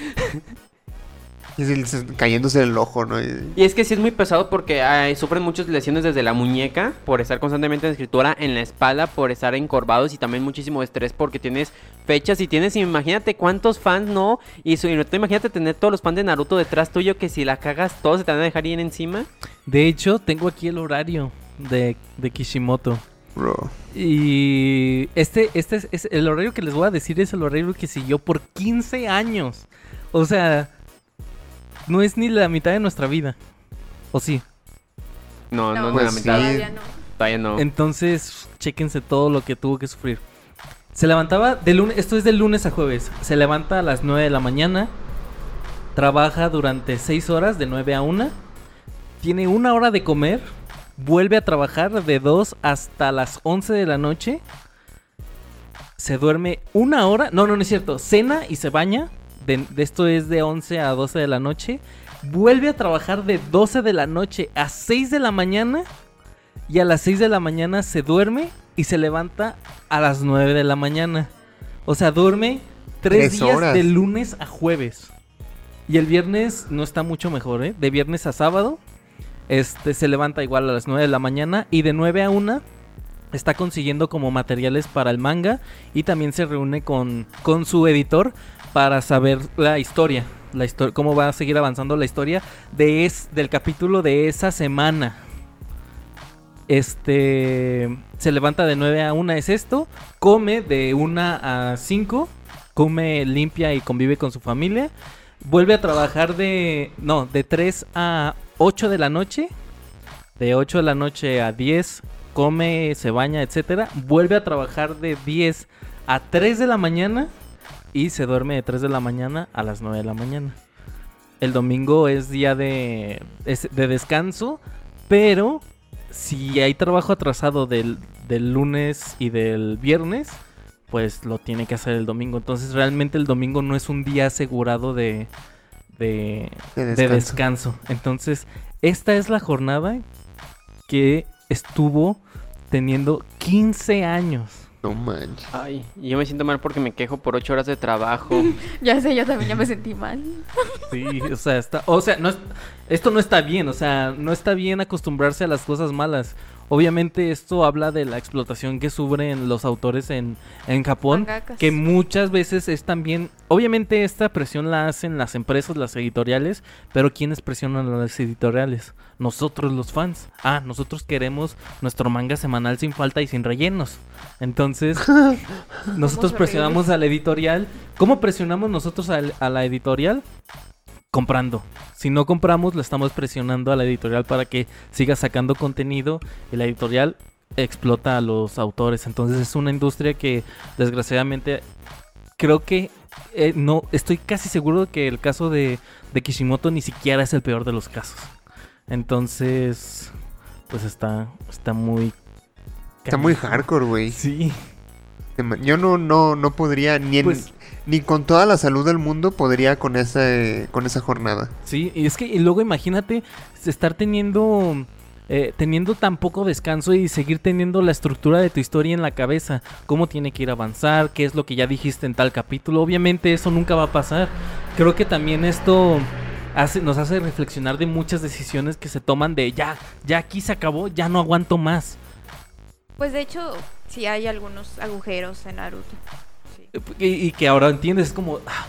Speaker 2: Y así, se- cayéndose el ojo, ¿no? Y-
Speaker 5: Y es que sí es muy pesado porque ay, sufren muchas lesiones desde la muñeca por estar constantemente en escritura, en la espalda, por estar encorvados y también muchísimo estrés porque tienes fechas y tienes, imagínate cuántos fans no, y su, y no te- imagínate tener todos los fans de Naruto detrás tuyo que si la cagas todos se te van a dejar bien encima.
Speaker 4: De hecho, tengo aquí el horario de, de Kishimoto.
Speaker 2: Bro.
Speaker 4: Y este, este es, es el horario que les voy a decir es el horario que siguió por 15 años. O sea, no es ni la mitad de nuestra vida. ¿O sí?
Speaker 5: No, no, no,
Speaker 6: No,
Speaker 2: pues
Speaker 5: la
Speaker 2: sí.
Speaker 5: mitad,
Speaker 6: Todavía no.
Speaker 5: todavía no.
Speaker 4: Entonces, chéquense todo lo que tuvo que sufrir. Se levantaba de lunes, esto es de lunes a jueves. Se levanta a las 9 de la mañana. Trabaja durante 6 horas, de 9 a 1. Tiene una hora de comer. Vuelve a trabajar de 2 hasta las 11 de la noche. Se duerme una hora. No, no, no es cierto. Cena y se baña. De, de esto es de 11 a 12 de la noche. Vuelve a trabajar de 12 de la noche a 6 de la mañana. Y a las 6 de la mañana se duerme y se levanta a las 9 de la mañana. O sea, duerme 3
Speaker 2: Tres
Speaker 4: días
Speaker 2: horas.
Speaker 4: de lunes a jueves. Y el viernes no está mucho mejor, ¿eh? De viernes a sábado. Este se levanta igual a las 9 de la mañana. Y de 9 a 1 está consiguiendo como materiales para el manga. Y también se reúne con, con su editor para saber la historia. La histo- cómo va a seguir avanzando la historia de es, del capítulo de esa semana. Este se levanta de 9 a 1 es esto, come de 1 a 5, come, limpia y convive con su familia, vuelve a trabajar de no, de 3 a 8 de la noche, de 8 de la noche a 10, come, se baña, etcétera, vuelve a trabajar de 10 a 3 de la mañana y se duerme de 3 de la mañana a las 9 de la mañana. El domingo es día de, es de descanso, pero si hay trabajo atrasado del, del lunes y del viernes, pues lo tiene que hacer el domingo. Entonces realmente el domingo no es un día asegurado de, de,
Speaker 2: De
Speaker 4: de
Speaker 2: descanso.
Speaker 4: descanso. Entonces, esta es la jornada que estuvo teniendo 15 años.
Speaker 2: No manches.
Speaker 5: Ay, y yo me siento mal porque me quejo por 8 horas de trabajo.
Speaker 6: Ya sé, yo también ya me sentí mal.
Speaker 4: Sí, o sea, está, o sea, no es, Esto no está bien, o sea, no está bien acostumbrarse a las cosas malas. Obviamente esto habla de la explotación que sufren los autores en, en Japón,
Speaker 6: Mangakas.
Speaker 4: que muchas veces es también, obviamente esta presión la hacen las empresas, las editoriales, pero ¿quiénes presionan a las editoriales? Nosotros los fans. Ah, nosotros queremos nuestro manga semanal sin falta y sin rellenos. Entonces, nosotros
Speaker 6: Somos
Speaker 4: presionamos
Speaker 6: horribles.
Speaker 4: a la editorial. ¿Cómo presionamos nosotros al- a la editorial? comprando. Si no compramos, le estamos presionando a la editorial para que siga sacando contenido y la editorial explota a los autores. Entonces es una industria que desgraciadamente creo que eh, no estoy casi seguro que el caso de, de Kishimoto ni siquiera es el peor de los casos. Entonces, pues está está muy
Speaker 2: Está muy
Speaker 4: canijo.
Speaker 2: hardcore, güey.
Speaker 4: Sí.
Speaker 2: Yo no, no, no podría, ni, en-
Speaker 4: Pues-
Speaker 2: ni con toda la salud del mundo podría con esa, eh, con esa jornada.
Speaker 4: Sí, y es que y luego imagínate estar teniendo eh, teniendo tan poco descanso y seguir teniendo la estructura de tu historia en la cabeza, cómo tiene que ir a avanzar, qué es lo que ya dijiste en tal capítulo. Obviamente eso nunca va a pasar. Creo que también esto hace- nos hace reflexionar de muchas decisiones que se toman de ya, ya aquí se acabó, ya no aguanto más.
Speaker 6: Pues de hecho, sí hay algunos agujeros en Naruto. Sí.
Speaker 4: Y, y que ahora entiendes, es como, "Ah,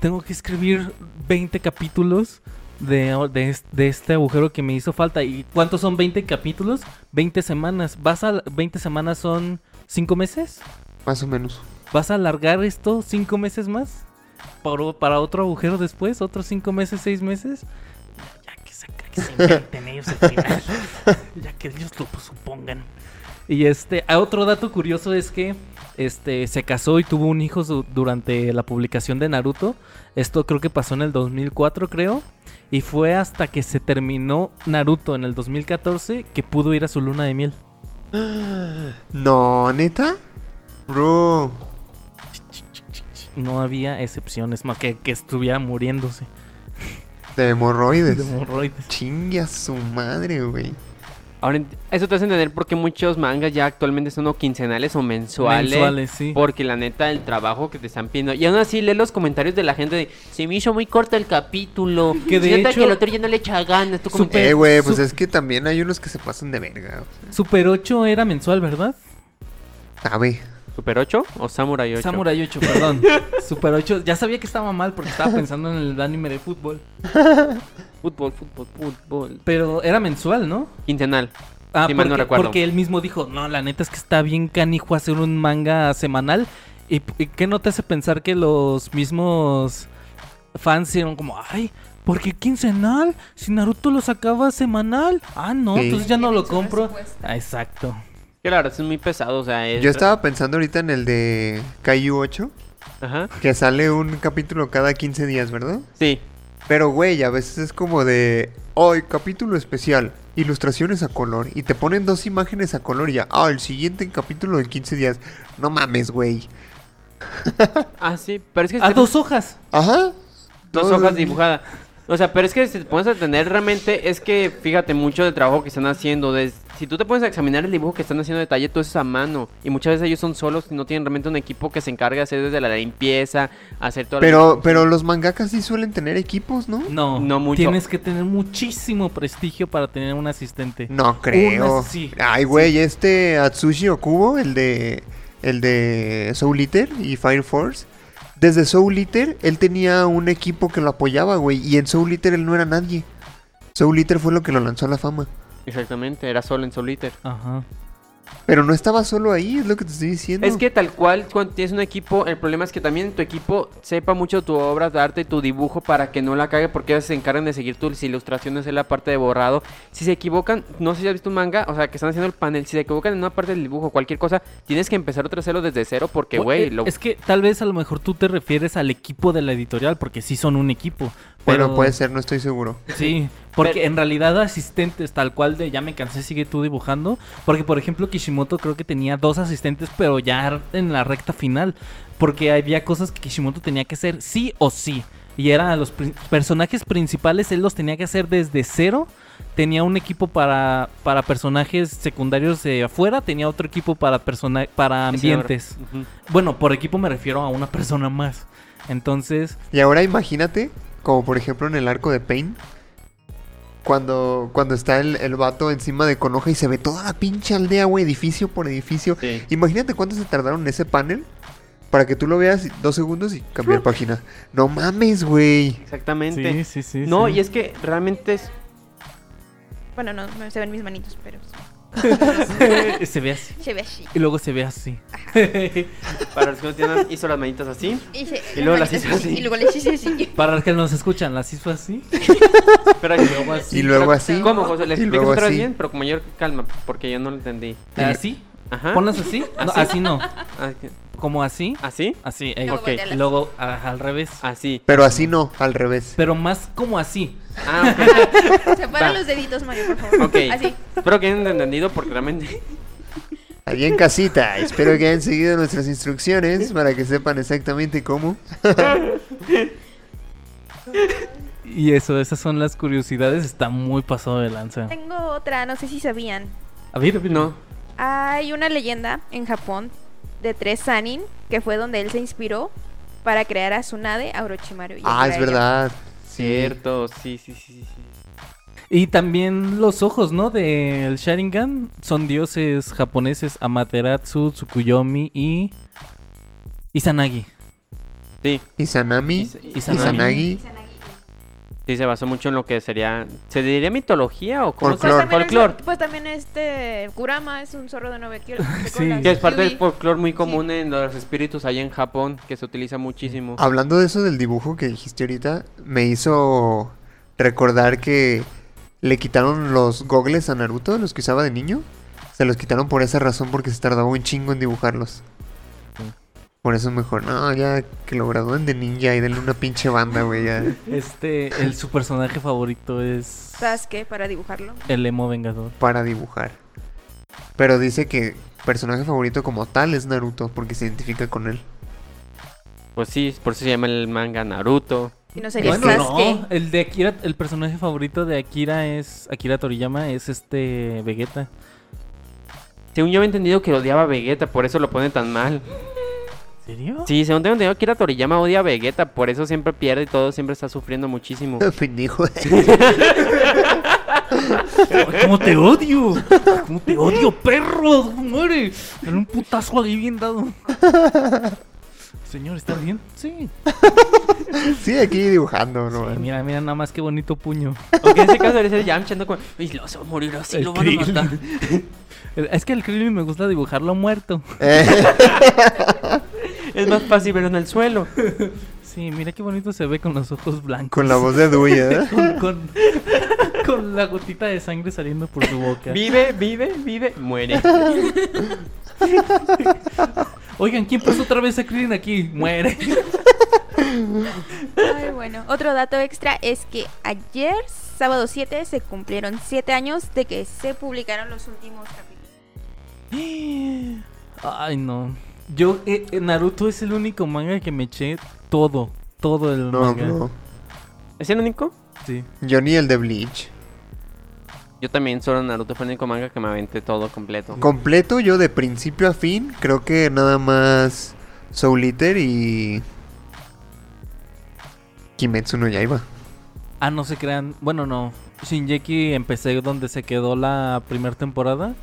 Speaker 4: tengo que escribir 20 capítulos de, de es- de este agujero que me hizo falta. ¿Y cuántos son 20 capítulos? 20 semanas. ¿Vas a 20 semanas son 5 meses?
Speaker 2: Más o menos.
Speaker 4: ¿Vas a alargar esto 5 meses más? ¿Para, para otro agujero después? ¿Otros 5 meses, 6 meses? Ya que se, que se inventen ellos al final. Ya que ellos lo supongan. Y este, a otro dato curioso es que este, se casó y tuvo un hijo su- durante la publicación de Naruto. Esto creo que pasó en el 2004, creo. Y fue hasta que se terminó Naruto en el 2014 que pudo ir a su luna de miel.
Speaker 2: No, neta. Bro.
Speaker 4: No había excepciones, más que que estuviera muriéndose
Speaker 2: De hemorroides.
Speaker 4: de hemorroides.
Speaker 2: Chingue a su madre, güey.
Speaker 5: Ahora, ent- eso te hace entender por qué muchos mangas ya actualmente son o quincenales o mensuales.
Speaker 4: Mensuales, sí.
Speaker 5: Porque la neta, el trabajo que te están pidiendo. Y aún así, lee los comentarios de la gente de: Se me hizo muy corto el capítulo.
Speaker 4: Que de
Speaker 5: Se nota
Speaker 4: hecho-
Speaker 5: que el otro ya no le echa ganas. Tú como-
Speaker 4: Supe- Pe-
Speaker 2: eh, güey, pues
Speaker 4: su-
Speaker 2: es que también hay unos que se pasan de verga.
Speaker 4: Super 8 era mensual, ¿verdad?
Speaker 2: Sabe.
Speaker 5: ¿Super 8 o Samurai 8?
Speaker 4: Samurai 8, perdón. Super 8, ya sabía que estaba mal porque estaba pensando en el anime de fútbol.
Speaker 5: Fútbol, fútbol, fútbol.
Speaker 4: Pero era mensual, ¿no?
Speaker 5: Quincenal.
Speaker 4: Ah,
Speaker 5: Si mal
Speaker 4: porque,
Speaker 5: no recuerdo.
Speaker 4: porque él mismo dijo, no, la neta es que está bien canijo hacer un manga semanal. ¿Y, y qué no te hace pensar que los mismos fans hicieron como, ay, ¿por qué quincenal? Si Naruto lo sacaba semanal. Ah, no,
Speaker 2: Sí.
Speaker 4: entonces ya no lo
Speaker 6: Tienen su
Speaker 4: compro.
Speaker 6: respuesta.
Speaker 4: Ah, exacto.
Speaker 5: Que la verdad es muy pesado. O sea, es-
Speaker 2: Yo estaba pensando ahorita en el de Caillou 8,
Speaker 5: Ajá.
Speaker 2: que sale un capítulo cada 15 días, ¿verdad?
Speaker 5: Sí.
Speaker 2: Pero, güey, a veces es como de. Hoy, capítulo especial. Ilustraciones a color. Y te ponen dos imágenes a color y ya. Ah, el siguiente capítulo en 15 días. No mames, güey.
Speaker 5: Ah, sí. Pero es que.
Speaker 4: A
Speaker 5: se-
Speaker 4: dos hojas.
Speaker 2: Ajá.
Speaker 5: dos
Speaker 2: Todo-
Speaker 5: hojas dibujadas. O sea, pero es que si te pones a tener realmente, es que fíjate mucho del trabajo que están haciendo. des- si tú te pones a examinar el dibujo que están haciendo de detalle, todo eso es a mano. Y muchas veces ellos son solos y no tienen realmente un equipo que se encargue de hacer desde la limpieza, hacer todo
Speaker 2: Pero, pero los mangakas sí suelen tener equipos, ¿no?
Speaker 4: No,
Speaker 5: No mucho.
Speaker 4: Tienes que tener muchísimo prestigio para tener un asistente.
Speaker 2: No creo.
Speaker 4: Unas sí,
Speaker 2: Ay, güey, este Atsushi Okubo, el de. El de Soul Eater y Fire Force. Desde Soul Eater, él tenía un equipo que lo apoyaba, güey. Y en Soul Eater él no era nadie. Soul Eater fue lo que lo lanzó a la fama.
Speaker 5: Exactamente, era solo en Soliter.
Speaker 4: Ajá.
Speaker 2: Pero no estaba solo ahí, es lo que te estoy diciendo.
Speaker 5: Es que tal cual, cuando tienes un equipo, el problema es que también tu equipo sepa mucho tu obra de arte y tu dibujo para que no la cague, porque ellos se encargan de seguir tus ilustraciones en la parte de borrado. Si se equivocan, no sé si has visto un manga, o sea, que están haciendo el panel, si se equivocan en una parte del dibujo, cualquier cosa, tienes que empezar otra cero desde cero, porque,
Speaker 4: O- eh,
Speaker 5: güey, lo...
Speaker 4: Es que tal vez a lo mejor tú te refieres al equipo de la editorial, porque sí son un equipo. Pero,
Speaker 2: Bueno, puede ser, no estoy seguro.
Speaker 4: Sí, porque
Speaker 5: Pero-
Speaker 4: en realidad asistentes tal cual de ya me cansé, sigue tú dibujando. Porque por ejemplo Kishimoto creo que tenía dos asistentes, pero ya en la recta final. Porque había cosas que Kishimoto tenía que hacer sí o sí. Y eran a los prin- personajes principales, él los tenía que hacer desde cero. Tenía un equipo para, para personajes secundarios de afuera, tenía otro equipo para, persona- para ambientes.
Speaker 5: Ujú.
Speaker 4: Bueno, por equipo me refiero a una persona más. Entonces,
Speaker 2: Y ahora imagínate, como por ejemplo en el arco de Pain, Cuando, cuando está el, el vato encima de Conoja y se ve toda la pinche aldea, güey, edificio por edificio.
Speaker 5: Sí.
Speaker 2: Imagínate cuánto se tardaron en ese panel para que tú lo veas y- dos segundos y cambiar página. No mames, güey.
Speaker 5: Exactamente.
Speaker 4: Sí, sí, sí.
Speaker 5: no,
Speaker 4: sí.
Speaker 5: y es que realmente es.
Speaker 6: Bueno, no, no se ven mis manitos, pero
Speaker 4: se ve así.
Speaker 6: se ve así.
Speaker 4: Y luego se ve así.
Speaker 5: Para los que no entiendan, hizo las manitas así.
Speaker 6: Y, se-
Speaker 5: Y luego las
Speaker 6: manitas
Speaker 5: hizo así.
Speaker 6: Y luego las hice así.
Speaker 4: Para los que nos escuchan, las hizo así.
Speaker 5: Pero y luego
Speaker 2: Y luego
Speaker 5: Pero-
Speaker 2: así.
Speaker 5: ¿Cómo, José?
Speaker 2: Y
Speaker 5: ¿Le explicas
Speaker 2: luego
Speaker 5: otra vez
Speaker 2: así.
Speaker 5: bien? Pero con mayor calma, porque yo no lo entendí.
Speaker 4: Así.
Speaker 5: Ajá.
Speaker 4: Ponlas así. No, así no.
Speaker 5: Ah, ¿qué?
Speaker 4: Como así.
Speaker 5: ¿Así?
Speaker 4: Así. ey.
Speaker 6: Luego voltealas.
Speaker 4: Luego ajá, al revés.
Speaker 5: Así.
Speaker 2: Pero así no, al revés.
Speaker 4: Pero más como así.
Speaker 5: Ah, ok.
Speaker 6: Separa
Speaker 5: Va.
Speaker 6: los deditos, Mario, por favor.
Speaker 5: Ok.
Speaker 6: Así.
Speaker 5: Espero que hayan entendido, porque realmente.
Speaker 2: Allí en casita, espero que hayan seguido nuestras instrucciones para que sepan exactamente cómo.
Speaker 4: Y eso, esas son las curiosidades. Está muy pasado de lanza.
Speaker 6: Tengo otra, no sé si sabían.
Speaker 4: A ver,
Speaker 5: No.
Speaker 6: Hay una leyenda en Japón de tres Sanin, que fue donde él se inspiró para crear a Tsunade, a Orochimaru. y a
Speaker 2: Ah, es
Speaker 6: Jiraiya.
Speaker 2: verdad. Sí.
Speaker 5: Cierto, sí, sí, sí. sí, sí.
Speaker 4: Y también los ojos, ¿no? Del Sharingan son dioses japoneses Amaterasu, Tsukuyomi y Izanagi.
Speaker 5: Sí,
Speaker 2: Izanami,
Speaker 5: Isa-
Speaker 4: Izanami.
Speaker 2: Izanagi.
Speaker 5: sí, se basó mucho en lo que sería. ¿Se diría mitología o cómo se-
Speaker 2: Folclor.
Speaker 6: también es-
Speaker 5: Folclor.
Speaker 6: pues también este Kurama es un zorro de nueve kilos.
Speaker 4: Sí.
Speaker 5: Que es parte del
Speaker 6: por
Speaker 5: folclore muy común en los espíritus allá en Japón, que se utiliza muchísimo.
Speaker 2: Hablando de eso del dibujo que dijiste ahorita, me hizo recordar que le quitaron los gogles a Naruto, los que usaba de niño. Se los quitaron por esa razón, porque se tardaba un chingo en dibujarlos. Por eso es mejor, no, ya que lo gradúen de ninja y denle una pinche banda, güey. ya.
Speaker 4: Este, el, su personaje favorito es
Speaker 6: Sasuke para dibujarlo.
Speaker 4: el emo vengador.
Speaker 2: para dibujar. Pero dice que personaje favorito como tal es Naruto porque se identifica con él.
Speaker 5: Pues sí, por eso se llama el manga Naruto.
Speaker 6: Y no sería
Speaker 2: Bueno,
Speaker 6: Sasuke.
Speaker 4: el de Akira, el personaje favorito de Akira es Akira Toriyama, es este Vegeta.
Speaker 5: Según yo había entendido que odiaba a Vegeta, por eso lo pone tan mal.
Speaker 4: ¿En serio?
Speaker 5: Sí, según tengo entendido, Kira Toriyama odia a Vegeta, por eso siempre pierde y todo, siempre está sufriendo muchísimo.
Speaker 4: Oh.
Speaker 2: Pendejo.
Speaker 4: ¿Cómo te odio? ¿Cómo te odio, perro? Muere. Dale un putazo ahí bien dado. Señor, ¿está bien? Sí.
Speaker 2: sí, aquí dibujando, no.
Speaker 4: Sí, mira, mira nada más qué bonito puño.
Speaker 5: Aunque en ese caso eres el Yamcha, ando como, y lo se va a morir así,
Speaker 4: El
Speaker 5: lo van a
Speaker 4: Krillin.
Speaker 5: matar.
Speaker 4: El- Es que el Krillin me gusta dibujarlo muerto.
Speaker 2: Eh,
Speaker 5: Es más fácil verlo en el suelo.
Speaker 4: Sí, mira qué bonito se ve con los ojos blancos.
Speaker 2: con la voz de Dewey, ¿eh?
Speaker 4: Con, con- con la gotita de sangre saliendo por su boca.
Speaker 5: Vive, vive, vive, muere.
Speaker 4: Oigan, ¿quién puso otra vez a Krillin aquí? Muere.
Speaker 6: Ay, bueno. Otro dato extra es que ayer, sábado 7, se cumplieron 7 años de que se publicaron los últimos capítulos.
Speaker 4: Ay, no. Yo, eh, eh, Naruto es el único manga que me eché todo. Todo el
Speaker 2: No,
Speaker 4: manga.
Speaker 2: no.
Speaker 5: ¿Es el único?
Speaker 4: Sí.
Speaker 2: Yo ni el de Bleach.
Speaker 5: Yo también, solo Naruto fue el único manga que me aventé todo completo.
Speaker 2: Completo yo de principio a fin, creo que nada más Soul Eater y Kimetsu no Yaiba.
Speaker 4: Ah, no se crean. Bueno, no. Shinjeki empecé donde se quedó la primera temporada.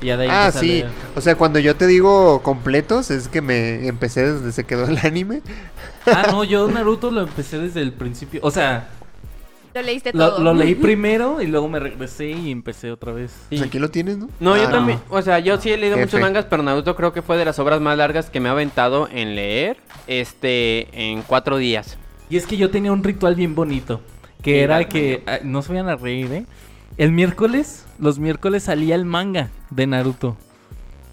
Speaker 4: Y ya de ahí
Speaker 2: Ah,
Speaker 4: empecé a
Speaker 2: sí.
Speaker 4: leer.
Speaker 2: O sea, cuando yo te digo completos es que me empecé desde se quedó el anime.
Speaker 4: Ah, no, yo Naruto lo empecé desde el principio. O sea,
Speaker 6: Lo leíste
Speaker 4: lo,
Speaker 6: todo.
Speaker 4: lo leí primero y luego me regresé y empecé otra vez.
Speaker 2: Pues aquí lo tienes, ¿no?
Speaker 5: No, yo
Speaker 2: Ah,
Speaker 5: también, o sea, yo sí he leído muchos
Speaker 2: Jefe.
Speaker 5: mangas, pero Naruto creo que fue de las obras más largas que me ha aventado en leer, este, en cuatro días.
Speaker 4: Y es que yo tenía un ritual bien bonito. Que
Speaker 5: Sí,
Speaker 4: era
Speaker 5: Batman.
Speaker 4: que. ah, no se vayan a reír, ¿eh? El miércoles, los miércoles salía el manga de Naruto.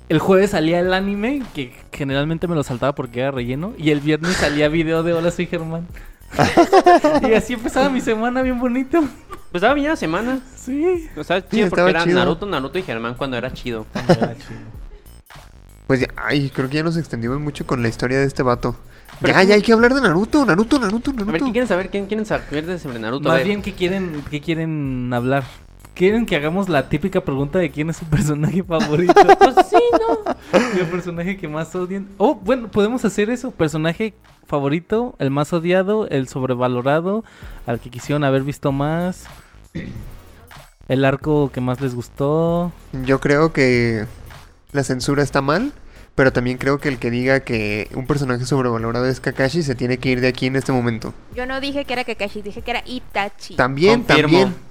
Speaker 4: El jueves salía el anime, que generalmente me lo saltaba porque era relleno. Y el viernes salía video de Hola, soy Germán. y así empezaba mi semana bien bonito.
Speaker 5: Pues estaba bien la semana.
Speaker 4: Sí.
Speaker 5: O sea, chido
Speaker 2: estaba
Speaker 5: porque era
Speaker 2: chido.
Speaker 5: Naruto, Naruto y Germán cuando era Ah, chido.
Speaker 2: Pues ya, ay, creo que ya nos extendimos mucho con la historia de este vato. ya, ya hay que hablar de Naruto, Naruto, Naruto,
Speaker 5: A ver,
Speaker 2: Naruto.
Speaker 5: ¿quién quieren saber? ¿Quién quieren saber de sobre Naruto? A
Speaker 4: Más
Speaker 5: ver.
Speaker 4: bien, ¿qué quieren, ¿qué quieren hablar? ¿Quieren que hagamos la típica pregunta de quién es su personaje favorito?
Speaker 5: Pues sí, ¿no?
Speaker 4: ¿Y el personaje que más odian? Oh, bueno, podemos hacer eso. Personaje favorito, el más odiado, el sobrevalorado, al que quisieron haber visto más. el arco que más les gustó.
Speaker 2: Yo creo que la censura está mal, pero también creo que el que diga que un personaje sobrevalorado es Kakashi se tiene que ir de aquí en este momento.
Speaker 6: Yo no dije que era Kakashi, dije que era Itachi.
Speaker 2: También,
Speaker 5: Confirmo.
Speaker 2: también.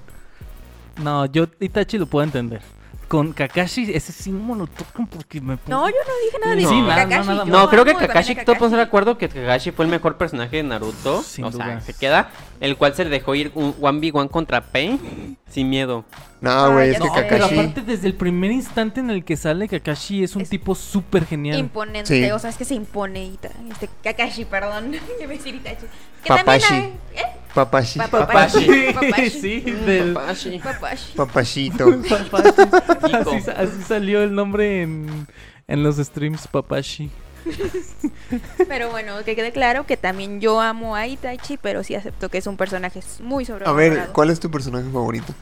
Speaker 4: No, yo Itachi lo puedo entender. Con Kakashi, ese sí no me lo tocan porque me...
Speaker 6: No, yo no dije nada de
Speaker 5: No,
Speaker 6: eso,
Speaker 5: nada,
Speaker 6: Kakashi.
Speaker 4: no, nada.
Speaker 6: yo
Speaker 5: No, creo que
Speaker 6: amo también a
Speaker 5: Kakashi, todos podemos estar de acuerdo que Kakashi fue el mejor personaje de Naruto.
Speaker 4: Sin
Speaker 5: o sea,
Speaker 4: duda.
Speaker 5: se queda. El cual se le dejó ir un 1v1 contra Pain sin miedo.
Speaker 2: No, güey,
Speaker 6: Ah,
Speaker 2: es
Speaker 6: ya
Speaker 2: que
Speaker 6: sé.
Speaker 4: Pero
Speaker 2: Kakashi.
Speaker 4: aparte, desde el primer instante en el que sale Kakashi es un
Speaker 6: Es-
Speaker 4: tipo súper genial.
Speaker 6: Imponente,
Speaker 2: Sí.
Speaker 6: o sea, es que se impone Ita- este, Kakashi, perdón. Iba a decir Itachi. Que
Speaker 2: Papashi.
Speaker 6: también hay- ¿eh?
Speaker 2: Papashi.
Speaker 6: Papashi.
Speaker 5: Papashi.
Speaker 6: Papashi.
Speaker 4: sí,
Speaker 5: Mm,
Speaker 4: del-
Speaker 5: Papashi.
Speaker 6: Papashi.
Speaker 2: Papashito.
Speaker 4: Papashi.
Speaker 5: Chico.
Speaker 4: así, sa- así salió el nombre en, en los streams, Papashi.
Speaker 6: Pero bueno, que quede claro que también yo amo a Itachi, pero sí acepto que es un personaje muy
Speaker 2: A
Speaker 6: sobrevalorado.
Speaker 2: ver, ¿cuál es tu personaje favorito?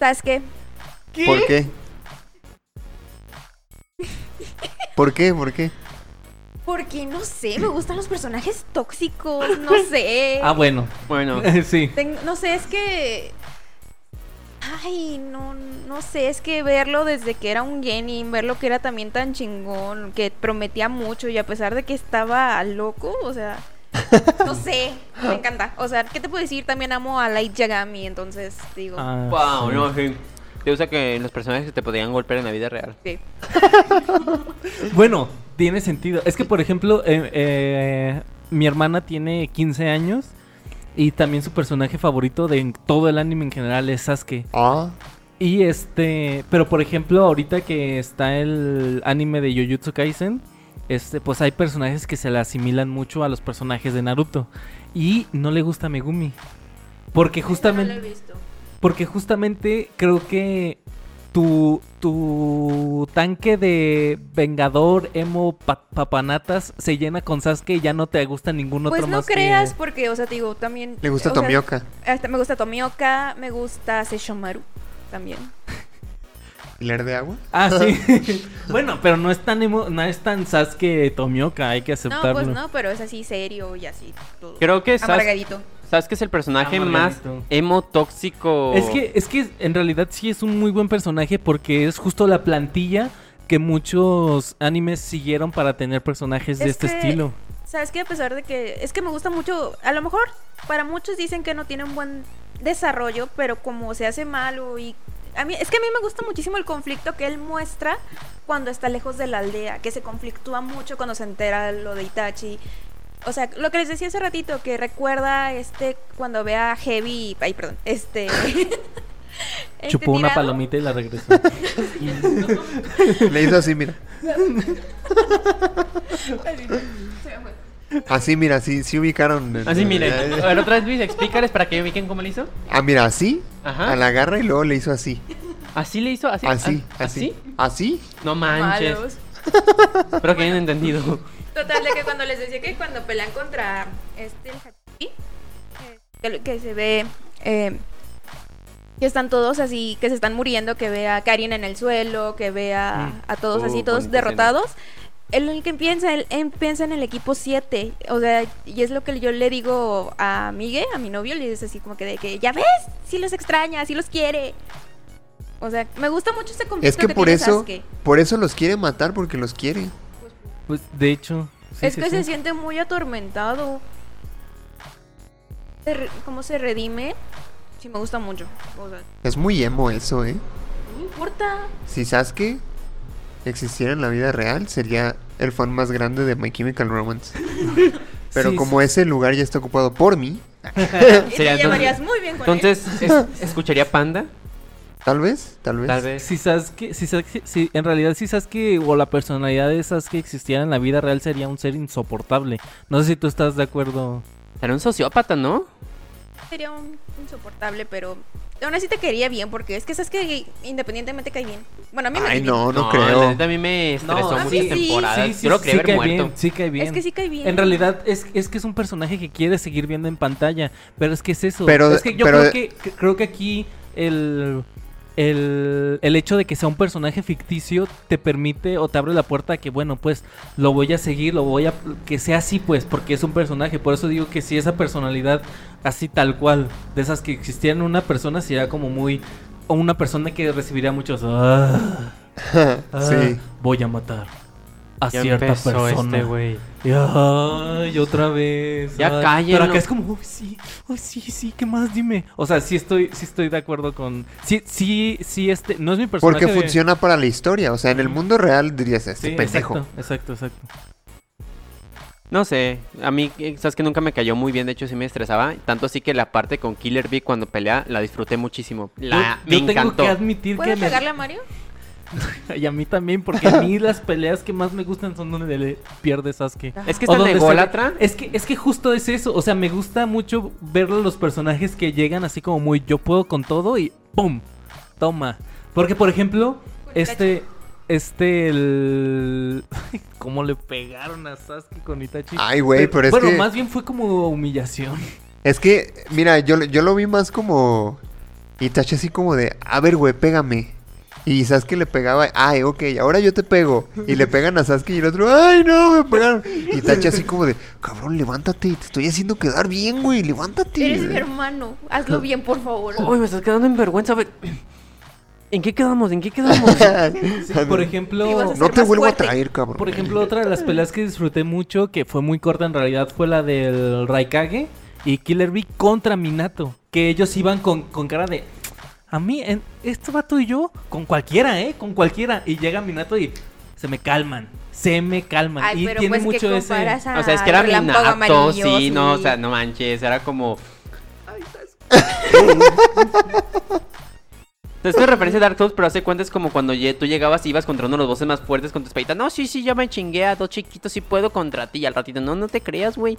Speaker 6: Sasuke,
Speaker 2: ¿Por qué? ¿Por qué? ¿Por qué?
Speaker 6: porque no sé, me gustan los personajes tóxicos, no sé.
Speaker 4: Ah, bueno.
Speaker 5: Bueno,
Speaker 4: sí.
Speaker 6: Ten- no sé, es que. Ay, no, no sé, es que verlo desde que era un genin, verlo que era también tan chingón, que prometía mucho y a pesar de que estaba loco, o sea, no sé, me encanta. O sea, ¿qué te puedo decir? También amo a Light Yagami, entonces digo,
Speaker 4: Ah,
Speaker 5: wow,
Speaker 4: sí.
Speaker 5: no, sí. Te gusta que los personajes te podrían golpear en la vida real.
Speaker 6: sí.
Speaker 4: Bueno, tiene sentido. Es que, por ejemplo, eh, eh, mi hermana tiene 15 años y también su personaje favorito de en todo el anime en general es Sasuke.
Speaker 2: Ah,
Speaker 4: Y este, pero por ejemplo, ahorita que está el anime de Jujutsu Kaisen, este, pues hay personajes que se le asimilan mucho a los personajes de Naruto y no le gusta Megumi. Porque justamente porque justamente creo que tu, tu tanque de Vengador, Emo, pa- Papanatas se llena con Sasuke y ya no te gusta ningún otro
Speaker 6: Pues no
Speaker 4: más. que-
Speaker 6: creas, porque, o sea, te digo, también.
Speaker 2: le gusta
Speaker 6: o sea,
Speaker 2: Tomioka.
Speaker 6: hasta me gusta Tomioka, me gusta Seishomaru también.
Speaker 2: ¿Pilar de agua?
Speaker 4: Ah, sí. bueno, pero no es tan emo- no es tan Sasuke Tomioka, hay que aceptarlo.
Speaker 6: No, pues no, pero es así serio y así. Todo.
Speaker 5: Creo que Sas-
Speaker 6: Amargadito.
Speaker 5: Sabes que es el personaje más
Speaker 4: Amargadito.
Speaker 5: emo tóxico.
Speaker 4: Es que, es que en realidad sí es un muy buen personaje porque es justo la plantilla que muchos animes siguieron para tener personajes de
Speaker 6: Es
Speaker 4: este
Speaker 6: que-
Speaker 4: estilo.
Speaker 6: Sabes que a pesar de que es que me gusta mucho, a lo mejor para muchos dicen que no tiene un buen desarrollo, pero como se hace malo y a mí es que a mí me gusta muchísimo el conflicto que él muestra cuando está lejos de la aldea, que se conflictúa mucho cuando se entera lo de Itachi. O sea, lo que les decía hace ratito, que recuerda este cuando ve a Heavy, ay, perdón, este, este
Speaker 4: Chupó una
Speaker 6: tirado.
Speaker 4: palomita y la regresó.
Speaker 2: Le hizo así, mira. Así, mira, así, sí ubicaron. el-
Speaker 5: Así, Ah, miren.
Speaker 2: el-
Speaker 5: A ver, otra vez, Luis, explícales para que ubiquen cómo le hizo.
Speaker 2: Ah, mira, así.
Speaker 5: Ajá.
Speaker 2: A la garra y luego le hizo así.
Speaker 5: Así le hizo, así.
Speaker 2: Así,
Speaker 5: ah,
Speaker 2: así. Así.
Speaker 5: No manches.
Speaker 6: Malos.
Speaker 5: Espero que hayan entendido.
Speaker 6: Total, de que cuando les decía que cuando pelean contra este el Hachi, eh, que, lo- que se ve eh, que están todos así, que se están muriendo, que ve a Karin en el suelo, que ve a,
Speaker 2: Mm,
Speaker 6: a todos
Speaker 2: oh,
Speaker 5: Uh,
Speaker 6: así,
Speaker 5: bonita
Speaker 6: todos
Speaker 5: escena.
Speaker 6: derrotados. Él en el que piensa, él, él piensa en el equipo 7. O sea, y es lo que yo le digo a Migue, a mi novio, le dice así como que de que, ya ves, sí los extraña, sí los quiere. O sea, me gusta mucho ese conflicto
Speaker 2: Es que por
Speaker 6: tiene
Speaker 2: eso,
Speaker 6: Sasuke.
Speaker 2: por eso los quiere matar, porque los quiere.
Speaker 4: pues de hecho. sí,
Speaker 6: es
Speaker 4: sí,
Speaker 6: que
Speaker 4: sí.
Speaker 6: se siente muy atormentado. Se re- ¿Cómo se redime? Sí, me gusta mucho. O sea,
Speaker 2: Es muy emo eso, ¿eh?
Speaker 6: no me importa.
Speaker 2: Si Sasuke existiera en la vida real, sería el fan más grande de My Chemical Romance. Pero
Speaker 4: Sí,
Speaker 2: como ese lugar ya está ocupado por mí,
Speaker 6: Y
Speaker 5: Sería
Speaker 6: te
Speaker 5: entonces-
Speaker 6: llevarías muy bien con él.
Speaker 5: Entonces, es- ¿escucharía Panda?
Speaker 2: tal vez, tal vez.
Speaker 5: Tal vez.
Speaker 4: Si Sasuke, si Sasuke- si- en realidad si Sasuke o la personalidad de Sasuke existiera en la vida real sería un ser insoportable. No sé si tú estás de acuerdo.
Speaker 5: Era un sociópata, ¿no?
Speaker 6: Sería un- insoportable, pero aún así te quería bien porque es que sabes que independientemente cae bien. Bueno, a mí me cae
Speaker 2: Ay,
Speaker 6: bien.
Speaker 2: no, no,
Speaker 5: la
Speaker 2: creo.
Speaker 5: neta a mí me estresó
Speaker 6: a mí
Speaker 5: muchas
Speaker 6: sí.
Speaker 5: temporadas.
Speaker 4: Sí, sí,
Speaker 5: Yo lo
Speaker 4: sí,
Speaker 5: creía
Speaker 4: sí
Speaker 5: haber
Speaker 4: cae
Speaker 5: muerto.
Speaker 4: bien, sí cae bien.
Speaker 6: Es que sí cae bien.
Speaker 4: En realidad es, es que es un personaje que quiere seguir viendo en pantalla, pero es que es eso.
Speaker 2: Pero-
Speaker 4: es que yo
Speaker 2: pero-
Speaker 4: creo que que- creo que aquí el el, el hecho de que sea un personaje ficticio te permite o te abre la puerta a que, bueno, pues lo voy a seguir, lo voy a... que sea así, pues, porque es un personaje. Por eso digo que si esa personalidad así tal cual, de esas que existían en una persona, sería como muy... o una persona que recibiría muchos... "Ah, ah,
Speaker 2: sí.
Speaker 4: Voy a matar a
Speaker 5: Ya
Speaker 4: cierta
Speaker 5: empezó
Speaker 4: persona.
Speaker 5: este güey.
Speaker 4: Y, ay, otra vez.
Speaker 5: Ya
Speaker 4: ay.
Speaker 5: cállenlo.
Speaker 4: Pero acá es como, uy, sí, uy, sí, sí, ¿qué más? Dime. O sea, sí estoy, sí estoy de acuerdo con. Sí, sí, sí, este. No es mi personaje.
Speaker 2: Porque
Speaker 4: de-
Speaker 2: funciona para la historia. O sea, en el mundo real dirías este
Speaker 4: Sí,
Speaker 2: pendejo.
Speaker 4: exacto, exacto, exacto.
Speaker 5: No sé, a mí eh, sabes que nunca me cayó muy bien, de hecho sí me estresaba, tanto así que la parte con Killer Bee cuando pelea la disfruté muchísimo. La,
Speaker 4: yo, yo
Speaker 5: me
Speaker 4: tengo
Speaker 5: encantó.
Speaker 4: que admitir
Speaker 6: ¿Puedo
Speaker 4: que. me-
Speaker 6: pegarle a Mario?
Speaker 4: y a mí también, porque a mí las peleas que más me gustan son donde le pierde Sasuke.
Speaker 5: Es que
Speaker 4: O
Speaker 5: está
Speaker 4: donde se
Speaker 5: nególatra.
Speaker 4: ve- Es que, es que justo es eso. O sea, me gusta mucho ver a los personajes que llegan así como muy yo puedo con todo y ¡pum! Toma. Porque, por ejemplo, este. Este, el. ¿Cómo le pegaron a Sasuke con Itachi?
Speaker 2: Ay, güey, pero es
Speaker 4: bueno,
Speaker 2: que-
Speaker 4: más bien fue como humillación.
Speaker 2: Es que, mira, yo, yo lo vi más como. Y Itachi así como de, a ver, güey, pégame. Y Sasuke le pegaba, ay, ok, ahora yo te pego. Y le pegan a Sasuke y el otro, ay, no, me pegaron. Y Itachi así como de, cabrón, levántate, te estoy haciendo quedar bien, güey,
Speaker 6: Eres mi
Speaker 2: levántate.
Speaker 6: hermano. Hazlo bien, por favor.
Speaker 5: Uy, me estás quedando en vergüenza. a ver. ¿En qué quedamos? ¿En qué quedamos?
Speaker 4: Sí, por ejemplo.
Speaker 6: Sí, vas a
Speaker 2: no
Speaker 6: ser
Speaker 2: te
Speaker 6: más
Speaker 2: vuelvo
Speaker 6: fuerte.
Speaker 2: a traer, cabrón.
Speaker 4: Por ejemplo, otra de las peleas que disfruté mucho, que fue muy corta en realidad, fue la del Raikage y Killer Bee contra Minato. Que ellos iban con, con cara de. A mí, en, este vato y yo, con cualquiera, ¿eh? Con cualquiera. Y llega Minato y se me calman. Se me calman.
Speaker 6: Ay,
Speaker 4: y
Speaker 6: pero
Speaker 4: tiene
Speaker 6: pues
Speaker 4: mucho
Speaker 6: que
Speaker 4: ese.
Speaker 6: comparas a
Speaker 5: o sea, es que era
Speaker 6: Relámpago
Speaker 5: Minato, sí,
Speaker 6: Amarillo,
Speaker 5: no, o
Speaker 6: sí.
Speaker 5: sea, no manches, era como... Entonces, me referencia a Dark Souls, pero hace cuenta es como cuando lle- tú llegabas y ibas contra uno de los bosses más fuertes con tu espadita. No, sí, sí, ya me chingué a dos chiquitos y puedo contra ti. Y al ratito, no, no te creas, güey.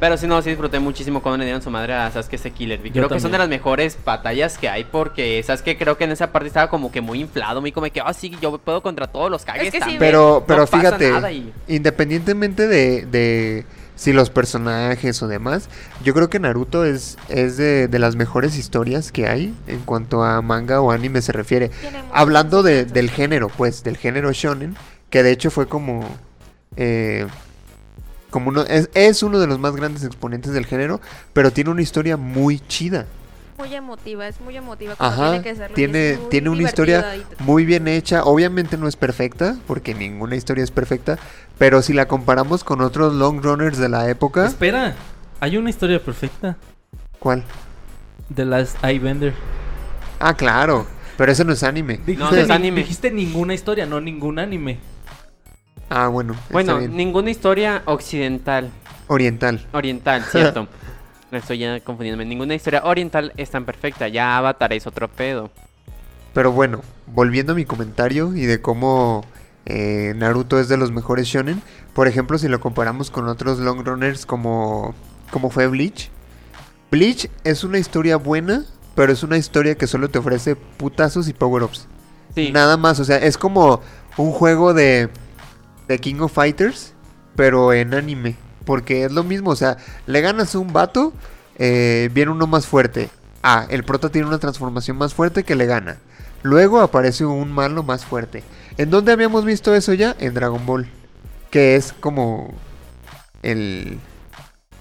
Speaker 5: Pero sí, no, sí disfruté muchísimo cuando le dieron su madre a Sasuke ese Killer. Bee.
Speaker 4: Yo
Speaker 5: Creo que son
Speaker 4: también.
Speaker 5: de las mejores batallas que hay porque Sasuke creo que en esa parte estaba como que muy inflado, muy como que, ah, sí, yo puedo contra todos los cagues
Speaker 6: Es que sí,
Speaker 5: también".
Speaker 2: Pero, pero
Speaker 5: No pasa
Speaker 2: fíjate,
Speaker 5: nada y-
Speaker 2: independientemente de, de si los personajes o demás, yo creo que Naruto es, es de, de las mejores historias que hay en cuanto a manga o anime se refiere.
Speaker 6: Tiene mucho
Speaker 2: Hablando de-
Speaker 6: sentido.
Speaker 2: del género, pues, del género shonen, que de hecho fue como... eh, como uno, es, es uno de los más grandes exponentes del género, pero tiene una historia muy chida.
Speaker 6: Muy emotiva, es muy emotiva. como
Speaker 2: Ajá,
Speaker 6: tiene que serlo y
Speaker 2: tiene,
Speaker 6: es muy
Speaker 2: tiene una historia
Speaker 6: divertida y-
Speaker 2: muy bien hecha. Obviamente no es perfecta, porque ninguna historia es perfecta. Pero si la comparamos con otros long runners de la época,
Speaker 4: Espera, hay una historia perfecta
Speaker 2: ¿cuál?
Speaker 4: de las Eyebender.
Speaker 2: Ah, claro, pero eso no es anime.
Speaker 4: Dijiste,
Speaker 5: es
Speaker 4: ni-
Speaker 5: anime.
Speaker 4: dijiste ninguna historia, no ningún anime.
Speaker 2: Ah, bueno, está
Speaker 5: Bueno,
Speaker 2: bien.
Speaker 5: ninguna historia occidental,
Speaker 2: oriental.
Speaker 5: oriental, cierto. No estoy ya confundiéndome. Ninguna historia oriental es tan perfecta. Ya Avatar es otro pedo.
Speaker 2: Pero bueno, volviendo a mi comentario y de cómo eh, Naruto es de los mejores shonen, por ejemplo, si lo comparamos con otros long runners como, como fue Bleach, Bleach es una historia buena, pero es una historia que solo te ofrece putazos y power-ups.
Speaker 5: Sí.
Speaker 2: Nada más, o sea, es como un juego de, de King of Fighters, pero en anime. Porque es lo mismo, o sea, le ganas a un vato, eh, viene uno más fuerte. Ah, el prota tiene una transformación más fuerte que le gana. Luego aparece un malo más fuerte. ¿En dónde habíamos visto eso ya? En Dragon Ball. Que es como el,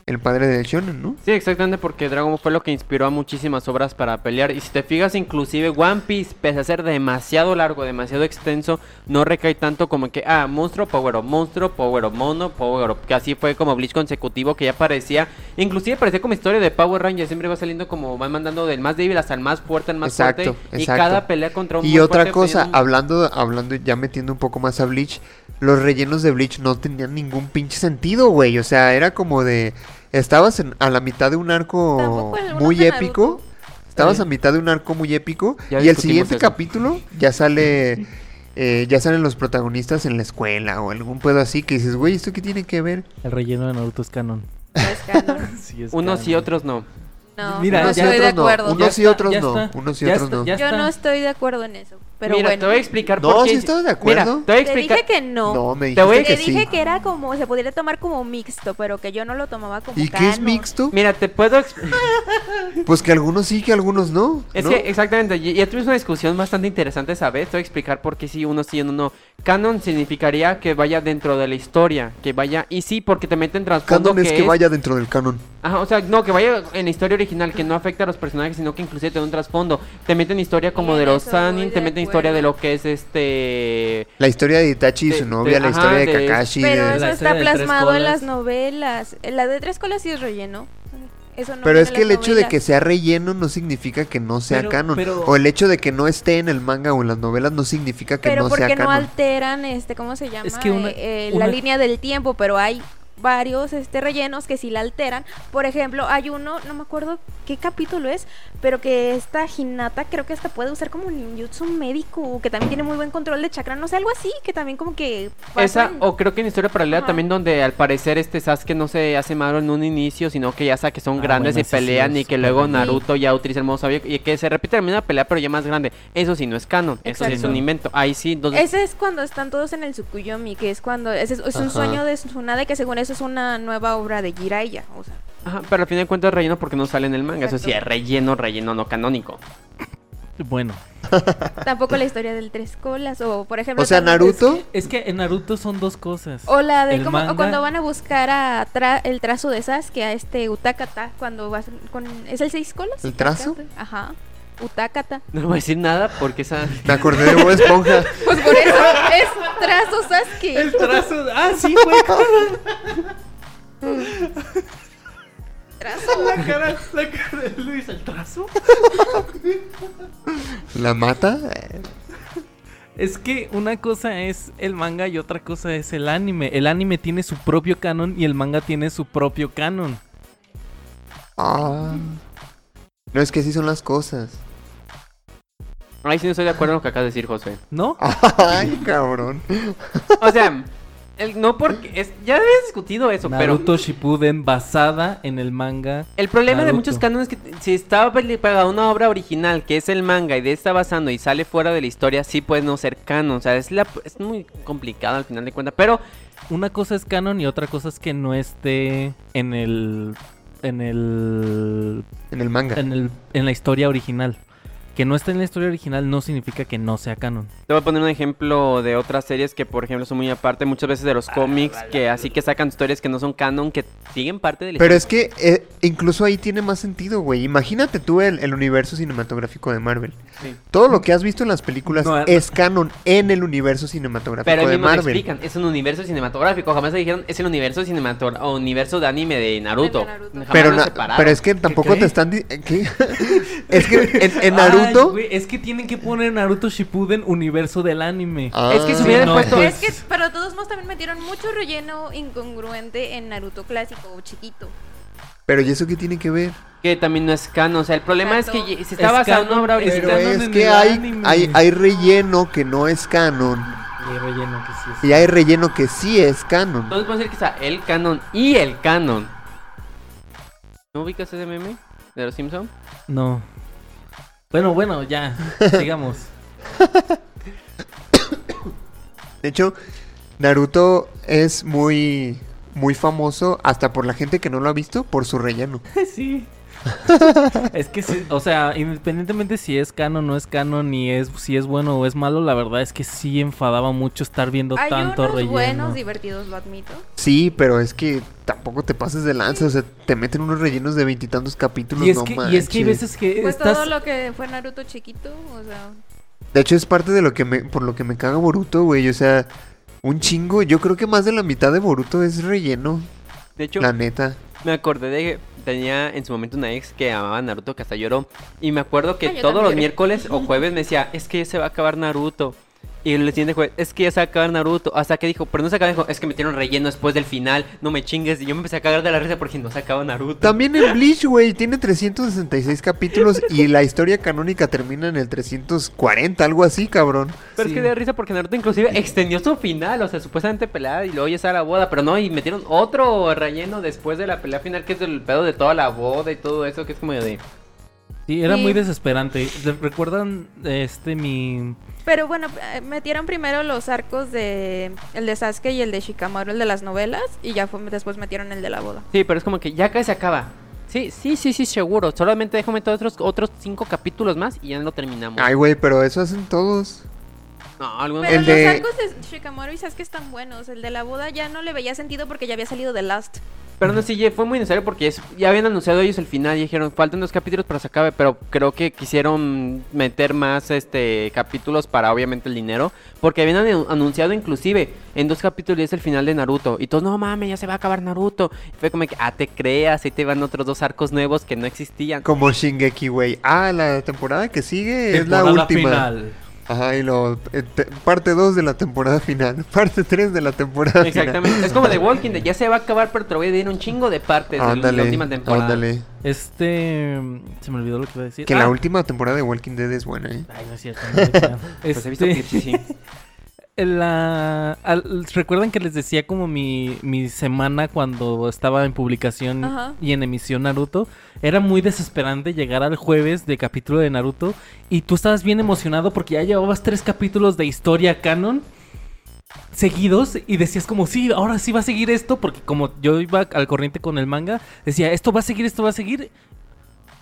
Speaker 2: el padre del shonen, ¿no?
Speaker 5: Sí, exactamente, porque Dragon Ball fue lo que inspiró a muchísimas obras para pelear. Y si te fijas, inclusive One Piece, pese a ser demasiado largo, demasiado extenso, no recae tanto como que, ah, monstruo, power up, monstruo, power up, mono, power up. Que así fue como Bleach consecutivo, que ya parecía, inclusive parecía como historia de Power Rangers. Siempre va saliendo como, van mandando del más débil hasta el más fuerte, el más
Speaker 2: Exacto,
Speaker 5: fuerte.
Speaker 2: exacto.
Speaker 5: Y cada pelea contra un
Speaker 2: Y
Speaker 5: muy
Speaker 2: otra
Speaker 5: fuerte
Speaker 2: cosa,
Speaker 5: tenía un-
Speaker 2: hablando, hablando, ya metiendo un poco más a Bleach, los rellenos de Bleach no tenían ningún pinche sentido, güey. O sea, era como de. Estabas en- a la mitad de un arco
Speaker 6: Tampoco el
Speaker 2: muy
Speaker 6: Naruto.
Speaker 2: épico. Estabas
Speaker 5: Sí.
Speaker 2: a mitad de un arco muy épico.
Speaker 5: Ya
Speaker 2: y el
Speaker 5: discutimos
Speaker 2: siguiente
Speaker 5: eso.
Speaker 2: capítulo ya sale. eh, ya salen los protagonistas en la escuela o algún pedo así que dices, güey, ¿esto qué tiene que ver?
Speaker 4: El relleno de Naruto es canon.
Speaker 6: No es canon.
Speaker 4: Sí, es
Speaker 5: Unos y
Speaker 4: canon.
Speaker 5: otros no.
Speaker 6: No,
Speaker 4: Mira,
Speaker 6: no
Speaker 4: ya
Speaker 6: estoy de
Speaker 2: otros no,
Speaker 6: acuerdo.
Speaker 2: unos
Speaker 4: Ya
Speaker 2: y
Speaker 4: está,
Speaker 2: otros
Speaker 4: ya
Speaker 2: no,
Speaker 4: está,
Speaker 2: unos y
Speaker 4: ya
Speaker 2: otros
Speaker 4: está,
Speaker 2: no.
Speaker 4: ya
Speaker 6: Yo
Speaker 4: está.
Speaker 6: no estoy de acuerdo en eso. Pero
Speaker 5: Mira,
Speaker 6: bueno.
Speaker 5: te voy a explicar
Speaker 2: No,
Speaker 5: por qué.
Speaker 2: sí estoy de acuerdo.
Speaker 5: Mira, te voy a
Speaker 6: Te
Speaker 5: explicar.
Speaker 6: dije que no.
Speaker 2: No, me
Speaker 5: Te voy a
Speaker 2: dijiste
Speaker 6: Te
Speaker 2: que
Speaker 6: dije
Speaker 2: sí.
Speaker 6: que era como, se podría tomar como mixto, pero que yo no lo tomaba como
Speaker 2: ¿Y qué es
Speaker 6: canon.
Speaker 2: mixto?
Speaker 5: Mira, te puedo exp-
Speaker 2: Pues que algunos sí, que algunos no.
Speaker 5: Es
Speaker 2: ¿no?
Speaker 5: que, exactamente, y- ya tuvimos una discusión bastante interesante esa vez. Te voy a explicar por qué sí, uno sí y uno no. Canon significaría que vaya dentro de la historia, que vaya. Y sí, porque te meten trasfondo.
Speaker 2: Canon es que vaya dentro del canon.
Speaker 5: Ajá, o sea, no, que vaya en la historia original, que no afecta a los personajes, sino que inclusive te da un trasfondo. Te meten historia como
Speaker 6: En
Speaker 5: de los
Speaker 6: eso estoy
Speaker 5: Sanin,
Speaker 6: de
Speaker 5: te meten historia de
Speaker 6: acuerdo.
Speaker 5: lo que es este.
Speaker 2: La historia de Itachi y
Speaker 5: De-
Speaker 2: su
Speaker 5: de-
Speaker 2: novia, la
Speaker 5: ajá,
Speaker 2: historia de,
Speaker 5: de-
Speaker 2: Kakashi.
Speaker 6: Pero
Speaker 2: de-
Speaker 6: eso
Speaker 4: La historia
Speaker 6: está
Speaker 4: de Tres
Speaker 6: plasmado en
Speaker 4: Colas.
Speaker 6: las novelas. La de tres colas sí es relleno. Eso no
Speaker 2: Pero
Speaker 6: viene
Speaker 2: es
Speaker 6: en
Speaker 2: que el
Speaker 6: las
Speaker 2: hecho de que
Speaker 6: novelas.
Speaker 2: sea relleno no significa que no sea
Speaker 4: Pero-
Speaker 2: canon.
Speaker 4: pero-
Speaker 2: O el hecho de que no esté en el manga o en las novelas no significa que
Speaker 6: Pero
Speaker 2: no sea
Speaker 6: porque no
Speaker 2: canon.
Speaker 6: alteran, este, ¿cómo se llama?
Speaker 4: Es que una-
Speaker 6: Eh, eh,
Speaker 4: una-
Speaker 6: La línea del tiempo, pero hay varios este rellenos que sí la alteran. Por ejemplo, hay uno, no me acuerdo qué capítulo es, pero que esta Hinata creo que hasta puede usar como un ninjutsu médico, que también tiene muy buen control de chakra, no sé, algo así, que también como que...
Speaker 5: Esa,
Speaker 6: pasan-
Speaker 5: o creo que en historia paralela
Speaker 6: Pues Ajá.
Speaker 5: también donde al parecer este Sasuke no se hace malo en un inicio, sino que ya sabe que son
Speaker 4: Ah,
Speaker 5: grandes
Speaker 4: bueno,
Speaker 5: y
Speaker 4: eso sí
Speaker 5: pelean
Speaker 4: es
Speaker 5: y que
Speaker 4: súper
Speaker 5: luego
Speaker 4: bueno.
Speaker 5: Naruto ya utiliza el modo sabio y que se repite la misma pelea pero ya más grande. Eso sí no es canon, eso sí es
Speaker 6: Exacto.
Speaker 5: un invento. Ahí sí, entonces
Speaker 6: Ese es cuando están todos en el Tsukuyomi, que es cuando ese es, es
Speaker 2: Ajá.
Speaker 6: un sueño de Tsunade que según eso es una nueva obra de Jiraiya, o sea.
Speaker 5: ajá, pero al fin de cuentas es relleno porque no sale en el manga, eso sí es
Speaker 6: Exacto.
Speaker 5: relleno, relleno no canónico.
Speaker 4: Bueno,
Speaker 6: Tampoco la historia del tres colas o por ejemplo
Speaker 2: O sea,
Speaker 6: también es-
Speaker 2: Naruto.
Speaker 4: es que en Naruto son dos cosas.
Speaker 6: o la de
Speaker 4: El
Speaker 6: como- o
Speaker 4: manga-
Speaker 6: cuando van a buscar a tra- el trazo de Sasuke a este Utakata cuando vas con es el seis colas?
Speaker 2: ¿El trazo?
Speaker 6: Ajá. Utakata.
Speaker 5: No voy a decir nada porque esa
Speaker 2: Me acordé de Bob Esponja.
Speaker 6: Pues por eso es trazo Sasuke.
Speaker 4: El trazo. Ah, sí, güey.
Speaker 6: Trazo.
Speaker 4: La cara, la cara de Luis, el trazo.
Speaker 2: ¿La mata? Eh,
Speaker 4: Es que una cosa es el manga y otra cosa es el anime. El anime tiene su propio canon y el manga tiene su propio canon.
Speaker 2: ah. No, es que así son las cosas.
Speaker 5: ahí sí no estoy de acuerdo en lo que acabas de decir, José.
Speaker 4: ¿No?
Speaker 2: Ah, Ay, cabrón.
Speaker 5: O sea, el- no porque es, ya habías discutido eso, pero
Speaker 4: Naruto Shippuden basada en el manga.
Speaker 5: El problema de
Speaker 4: Naruto.
Speaker 5: muchos cánones es que si está pe- pegado a una obra original, que es el manga, y de esta basando y sale fuera de la historia, sí puede no ser canon. O sea, es, la- es muy complicado al final de cuentas. Pero
Speaker 4: Una cosa es canon y otra cosa es que no esté en el en el
Speaker 2: En el manga.
Speaker 4: en el en la historia original. Que no esté en la historia original no significa que no sea canon.
Speaker 5: te voy a poner un ejemplo de otras series que, por ejemplo, son muy aparte muchas veces de los cómics, que así que sacan historias que no son canon, que siguen parte de la
Speaker 2: Pero
Speaker 5: historia.
Speaker 2: es que eh, incluso ahí tiene más sentido, güey. Imagínate tú el, el universo cinematográfico de Marvel.
Speaker 5: Sí.
Speaker 2: Todo lo que has visto en las películas
Speaker 4: No,
Speaker 2: es canon en el universo cinematográfico
Speaker 5: Pero
Speaker 2: de
Speaker 5: ellos mismos lo
Speaker 2: Marvel.
Speaker 5: explican, es un universo cinematográfico. Jamás se dijeron, es el universo cinematográfico o universo de anime de Naruto.
Speaker 6: De Naruto.
Speaker 5: Jamás
Speaker 2: Pero,
Speaker 5: lo
Speaker 2: na-
Speaker 5: separaron.
Speaker 2: pero es que tampoco te
Speaker 4: cree?
Speaker 2: están... di- eh, ¿Qué? es que en, en Naruto...
Speaker 4: Ay, güey, es que tienen que poner Naruto Shippuden universo del anime.
Speaker 2: Ah,
Speaker 5: Es que si
Speaker 4: Sí,
Speaker 5: hubieran
Speaker 4: no.
Speaker 5: puesto.
Speaker 6: Es que, pero de todos nos también metieron mucho relleno incongruente en Naruto clásico o chiquito.
Speaker 2: Pero ¿y eso qué tiene que ver?
Speaker 5: Que también no es canon. O sea, el problema es que
Speaker 6: Exacto.
Speaker 5: ye- se está basando en
Speaker 4: canon,
Speaker 5: una obra
Speaker 4: pero
Speaker 5: original.
Speaker 2: Pero
Speaker 4: canon
Speaker 2: es
Speaker 4: en
Speaker 2: que
Speaker 4: el
Speaker 2: hay,
Speaker 4: anime.
Speaker 2: hay, hay relleno que no es canon
Speaker 4: Y relleno que sí es.
Speaker 2: y hay relleno que sí es canon.
Speaker 5: Entonces podemos decir que está el canon y el canon. ¿No ubicas ese meme de los Simpsons?
Speaker 4: No. Bueno, bueno, ya. Sigamos.
Speaker 2: De hecho, Naruto es muy, muy famoso hasta por la gente que no lo ha visto por su relleno.
Speaker 4: sí. es que sí, o sea, independientemente si es canon o no es canon, ni es si es bueno o es malo, la verdad es que sí enfadaba mucho estar viendo
Speaker 6: Hay
Speaker 4: tanto
Speaker 6: unos
Speaker 4: relleno.
Speaker 6: buenos, divertidos, lo admito.
Speaker 2: Sí, pero es que tampoco te pases de lanza. O sea, te meten unos rellenos de veintitantos capítulos.
Speaker 4: y, es
Speaker 2: no
Speaker 4: que, y es que hay
Speaker 2: manches.
Speaker 4: veces que
Speaker 6: Pues
Speaker 4: estás
Speaker 6: todo lo que fue Naruto chiquito, o sea,
Speaker 2: De hecho, es parte de lo que me, por lo que me caga Boruto, güey. O sea, un chingo. Yo creo que más de la mitad de Boruto es relleno.
Speaker 5: De hecho,
Speaker 2: La neta.
Speaker 5: me acordé de que tenía en su momento una ex que amaba a Naruto que hasta lloró. Y me acuerdo que
Speaker 6: Ah, yo
Speaker 5: todos
Speaker 6: también
Speaker 5: los
Speaker 6: lloré.
Speaker 5: miércoles o jueves me decía, es que ya se va a acabar Naruto. Y el siguiente jueves, es que ya se va a acabar Naruto. Hasta que dijo, pero no se acaba, dijo, es que metieron relleno después del final, no me chingues. Y yo me empecé a cagar de la risa porque no se acaba Naruto.
Speaker 2: También en Bleach, güey, tiene 366 capítulos y la historia canónica termina en el 340, algo así, cabrón.
Speaker 5: Pero
Speaker 4: Sí.
Speaker 5: es que da risa porque Naruto inclusive extendió su final, o sea, supuestamente pelea y luego ya está la boda, pero no, y metieron otro relleno después de la pelea final que es el pedo de toda la boda y todo eso, que es como de...
Speaker 4: Sí, era
Speaker 6: Sí.
Speaker 4: muy desesperante. ¿Re- ¿Recuerdan este mi
Speaker 6: Pero bueno, eh, metieron primero los arcos de el de Sasuke y el de Shikamaru, el de las novelas, y ya fue, después metieron el de la boda.
Speaker 5: Sí, pero es como que ya casi se acaba. Sí, sí, sí, sí, seguro. Solamente déjame todos otros, otros cinco capítulos más y ya lo terminamos.
Speaker 2: Ay, güey, pero eso hacen todos.
Speaker 5: No, algunos...
Speaker 6: Pero
Speaker 2: El
Speaker 6: los
Speaker 2: de-
Speaker 6: arcos de Shikamaru y Sasuke están buenos. El de la boda ya no le veía sentido porque ya había salido de Last.
Speaker 5: Pero no, sí, ya fue muy necesario porque es- ya habían anunciado ellos el final y dijeron, faltan dos capítulos para que se acabe, pero creo que quisieron meter más este capítulos para obviamente el dinero, porque habían anu- anunciado inclusive en dos capítulos es el final de Naruto y todos, no mames, ya se va a acabar Naruto. Y fue como que, ah, te creas, ahí te van otros dos arcos nuevos que no existían.
Speaker 2: Como Shingeki, güey. Ah, la temporada que sigue es la
Speaker 4: temporada
Speaker 2: última.
Speaker 4: final?
Speaker 2: Ajá, y lo, eh, te- parte 2 de la temporada final. Parte 3 de la temporada
Speaker 5: Exactamente, es como The Walking Dead, ya se va a acabar, pero te lo voy a dar un chingo de partes
Speaker 2: final.
Speaker 5: de la
Speaker 2: Ándale,
Speaker 5: última temporada.
Speaker 2: ándale.
Speaker 4: Este se me olvidó lo que iba a decir.
Speaker 2: Que
Speaker 4: Ah,
Speaker 2: la última temporada de Walking Dead es buena, ¿eh?
Speaker 4: Ay, no es cierto. no me crean.
Speaker 5: Pues he visto
Speaker 4: Este,
Speaker 5: clips, sí.
Speaker 4: la- al- recuerdan que les decía como mi, mi semana cuando estaba en publicación
Speaker 6: Ajá.
Speaker 4: y en emisión Naruto. Era muy desesperante llegar al jueves de capítulo de Naruto y tú estabas bien emocionado porque ya llevabas tres capítulos de historia canon seguidos y decías como, sí, ahora sí va a seguir esto, porque como yo iba al corriente con el manga, decía, esto va a seguir, esto va a seguir,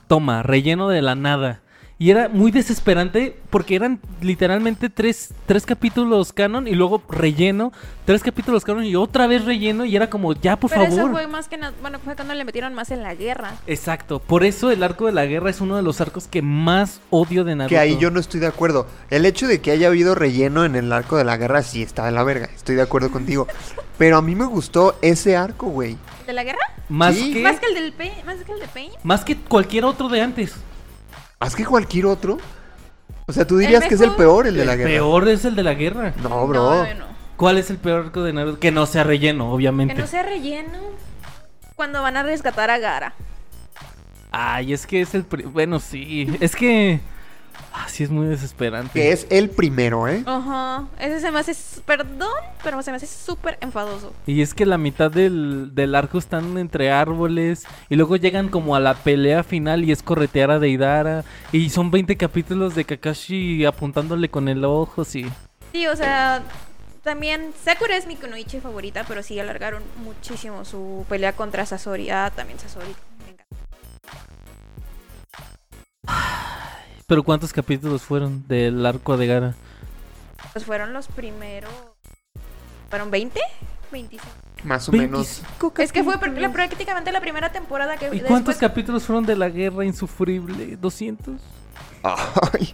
Speaker 4: toma, relleno de la nada. Y era muy desesperante porque eran literalmente tres, tres capítulos canon y luego relleno, tres capítulos canon y otra vez relleno y era como, ya, por
Speaker 6: Pero
Speaker 4: favor.
Speaker 6: eso fue más que nada, bueno, fue cuando le metieron más en la guerra.
Speaker 4: Exacto, por eso el arco de la guerra es uno de los arcos que más odio de Naruto.
Speaker 2: Que ahí yo no estoy de acuerdo. El hecho de que haya habido relleno en el arco de la guerra sí está de la verga. Estoy de acuerdo contigo. Pero a mí me gustó ese arco, güey.
Speaker 6: ¿De la guerra?
Speaker 4: Más,
Speaker 2: Sí.
Speaker 4: que,
Speaker 6: Más que el del Pain, más que el de Pain.
Speaker 4: más que cualquier otro de antes.
Speaker 2: Más que cualquier otro. O sea, tú
Speaker 6: El
Speaker 2: dirías que es el
Speaker 6: mejor-
Speaker 2: peor el de la
Speaker 4: el
Speaker 2: guerra.
Speaker 4: peor es el de la guerra.
Speaker 2: No, bro.
Speaker 6: no, no.
Speaker 4: ¿Cuál es el peor arco de Naruto? Que no sea relleno,
Speaker 6: Que
Speaker 4: obviamente.
Speaker 6: no sea relleno. Cuando van a rescatar a Gara.
Speaker 4: Ay, es que es el... pri- Bueno, sí. Es que... Así es muy desesperante.
Speaker 2: Que es el primero, ¿eh?
Speaker 6: Ajá. Ese se me hace. s- Perdón, pero se me hace súper enfadoso.
Speaker 4: Y es que la mitad del, del arco están entre árboles y luego llegan como a la pelea final y es corretear a Deidara y son 20 capítulos de Kakashi apuntándole con el ojo, sí.
Speaker 6: Sí, o sea. También Sakura es mi Kunoichi favorita, pero sí alargaron muchísimo su pelea contra Sasori. Ah, también Sasori. me encanta.
Speaker 4: Pero ¿cuántos capítulos fueron del arco de Gara?
Speaker 6: Pues fueron los primeros. ¿Fueron 20? 25.
Speaker 2: Más o menos.
Speaker 4: 25
Speaker 6: Es que fue pr-
Speaker 4: capítulos.
Speaker 6: la- prácticamente la primera temporada que.
Speaker 4: ¿Y
Speaker 6: después-
Speaker 4: cuántos capítulos fueron de la guerra insufrible? ¿200?
Speaker 2: Ay.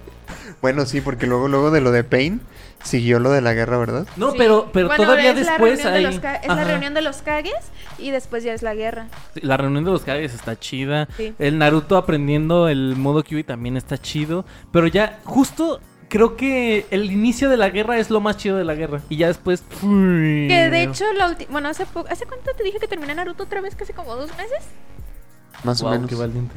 Speaker 2: Bueno, sí, porque luego, luego de lo de Pain, siguió lo de la guerra, ¿verdad?
Speaker 4: No,
Speaker 6: Sí.
Speaker 4: pero, pero
Speaker 6: Bueno,
Speaker 4: todavía
Speaker 6: es la
Speaker 4: después
Speaker 6: reunión de
Speaker 4: hay...
Speaker 6: los ca- es la
Speaker 4: Ajá.
Speaker 6: reunión de los Kages y después ya es la guerra.
Speaker 4: La reunión de los Kages está chida.
Speaker 6: Sí.
Speaker 4: El Naruto aprendiendo el modo Kyubi también está chido. Pero ya, justo creo que el inicio de la guerra es lo más chido de la guerra. Y ya después.
Speaker 6: Que de hecho, la ulti- bueno, hace, po- ¿hace cuánto te dije que terminé Naruto otra vez? Casi como dos meses.
Speaker 2: Más o
Speaker 4: Guau,
Speaker 2: menos.
Speaker 4: qué valiente.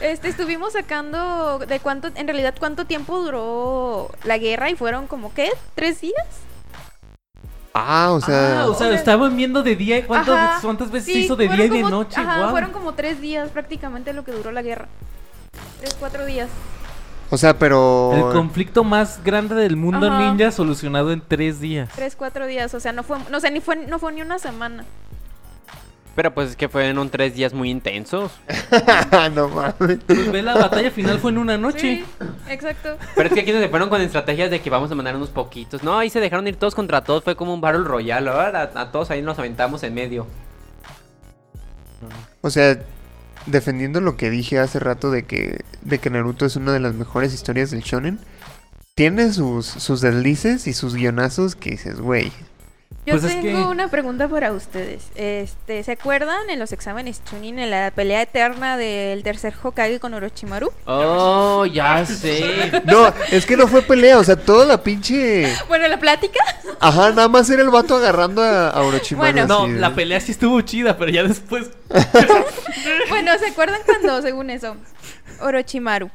Speaker 6: Este, estuvimos sacando de cuánto, en realidad, cuánto tiempo duró la guerra y fueron como, ¿qué? ¿Tres días?
Speaker 2: Ah, o sea.
Speaker 4: Ah, o sea, lo estaban viendo de día. ¿Cuántas,
Speaker 6: Ajá.
Speaker 4: cuántas veces
Speaker 6: Sí,
Speaker 4: se hizo de
Speaker 6: fueron
Speaker 4: día y de
Speaker 6: como-
Speaker 4: noche?
Speaker 6: Ajá,
Speaker 4: Guau.
Speaker 6: fueron como tres días prácticamente lo que duró la guerra. Tres, cuatro días.
Speaker 2: o sea, pero.
Speaker 4: El conflicto más grande del mundo
Speaker 6: Ajá.
Speaker 4: ninja solucionado en tres días.
Speaker 6: Tres, cuatro días. O sea, no fue, no, o sea, ni fue, no fue ni una semana.
Speaker 5: Pero pues es que fueron tres días muy intensos.
Speaker 2: Ah, no mames.
Speaker 4: Pues ve, la batalla final fue en una noche.
Speaker 6: Sí, exacto.
Speaker 5: Pero es que aquí no se fueron con estrategias de que vamos a mandar unos poquitos. No, ahí se dejaron ir todos contra todos. Fue como un Battle Royale. Ahora a, a todos ahí nos aventamos en medio.
Speaker 2: O sea, defendiendo lo que dije hace rato de que, de que Naruto es una de las mejores historias del shonen, tiene sus, sus deslices y sus guionazos que dices, güey.
Speaker 6: Yo
Speaker 4: Pues es
Speaker 6: tengo
Speaker 4: que-
Speaker 6: una pregunta para ustedes. Este, ¿se acuerdan en los exámenes Chunin en la pelea eterna del tercer Hokage con Orochimaru?
Speaker 5: Oh, ya sé.
Speaker 2: No, es que no fue pelea, o sea, toda la pinche.
Speaker 6: Bueno, la plática.
Speaker 2: Ajá, nada más era el vato agarrando a, a Orochimaru.
Speaker 6: Bueno,
Speaker 4: No,
Speaker 2: así,
Speaker 4: la
Speaker 2: ¿no?
Speaker 4: pelea sí estuvo chida, pero ya después.
Speaker 6: Bueno, ¿se acuerdan cuando, según eso, Orochimaru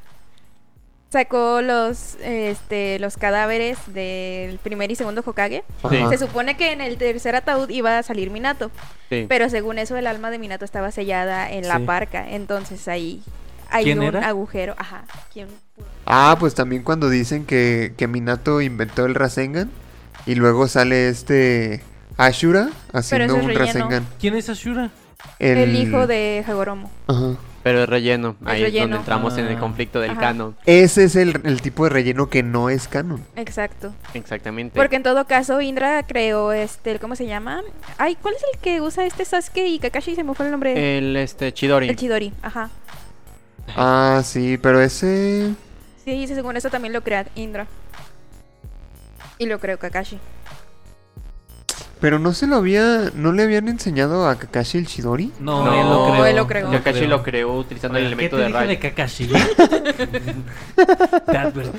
Speaker 6: sacó los este los cadáveres del primer y segundo Hokage?
Speaker 4: Ah.
Speaker 2: Ajá.
Speaker 6: Se supone que en el tercer ataúd iba a salir Minato,
Speaker 5: Sí.
Speaker 6: pero según eso el alma de Minato estaba sellada en la
Speaker 4: Sí.
Speaker 6: parca, entonces ahí hay
Speaker 4: ¿Quién
Speaker 6: un
Speaker 4: era?
Speaker 6: agujero. Ajá. ¿Quién pudo?
Speaker 2: Ah, pues también cuando dicen que, que Minato inventó el Rasengan y luego sale este Ashura haciendo
Speaker 6: eso es
Speaker 2: un
Speaker 6: relleno.
Speaker 2: Rasengan.
Speaker 4: ¿Quién es Ashura?
Speaker 6: El... hijo de Hagoromo.
Speaker 2: Ajá.
Speaker 5: Pero es relleno. Ahí es
Speaker 6: relleno.
Speaker 5: donde entramos en el
Speaker 4: Ah.
Speaker 5: conflicto del
Speaker 6: Ajá.
Speaker 5: canon.
Speaker 2: Ese es el, el tipo de relleno que no es canon.
Speaker 6: Exacto.
Speaker 5: Exactamente.
Speaker 6: Porque en todo caso Indra creó este, el- ¿cómo se llama? Ay, ¿cuál es el que usa este Sasuke y Kakashi? Se me fue el
Speaker 4: Eh,
Speaker 6: nombre.
Speaker 5: El este Chidori.
Speaker 6: El Chidori, ajá.
Speaker 2: Ah, sí, pero ese...
Speaker 6: Sí, y según eso también lo crea Indra. Y lo creó Kakashi.
Speaker 2: Pero no se lo había... ¿No le habían enseñado a Kakashi el Chidori?
Speaker 4: No,
Speaker 5: No,
Speaker 4: él lo creó.
Speaker 6: él lo creó.
Speaker 5: Kakashi
Speaker 4: creó.
Speaker 5: lo creó utilizando el
Speaker 4: Oye,
Speaker 5: elemento
Speaker 4: ¿Qué te
Speaker 5: de
Speaker 4: dije de
Speaker 5: rayo.
Speaker 4: Kakashi? te advertí.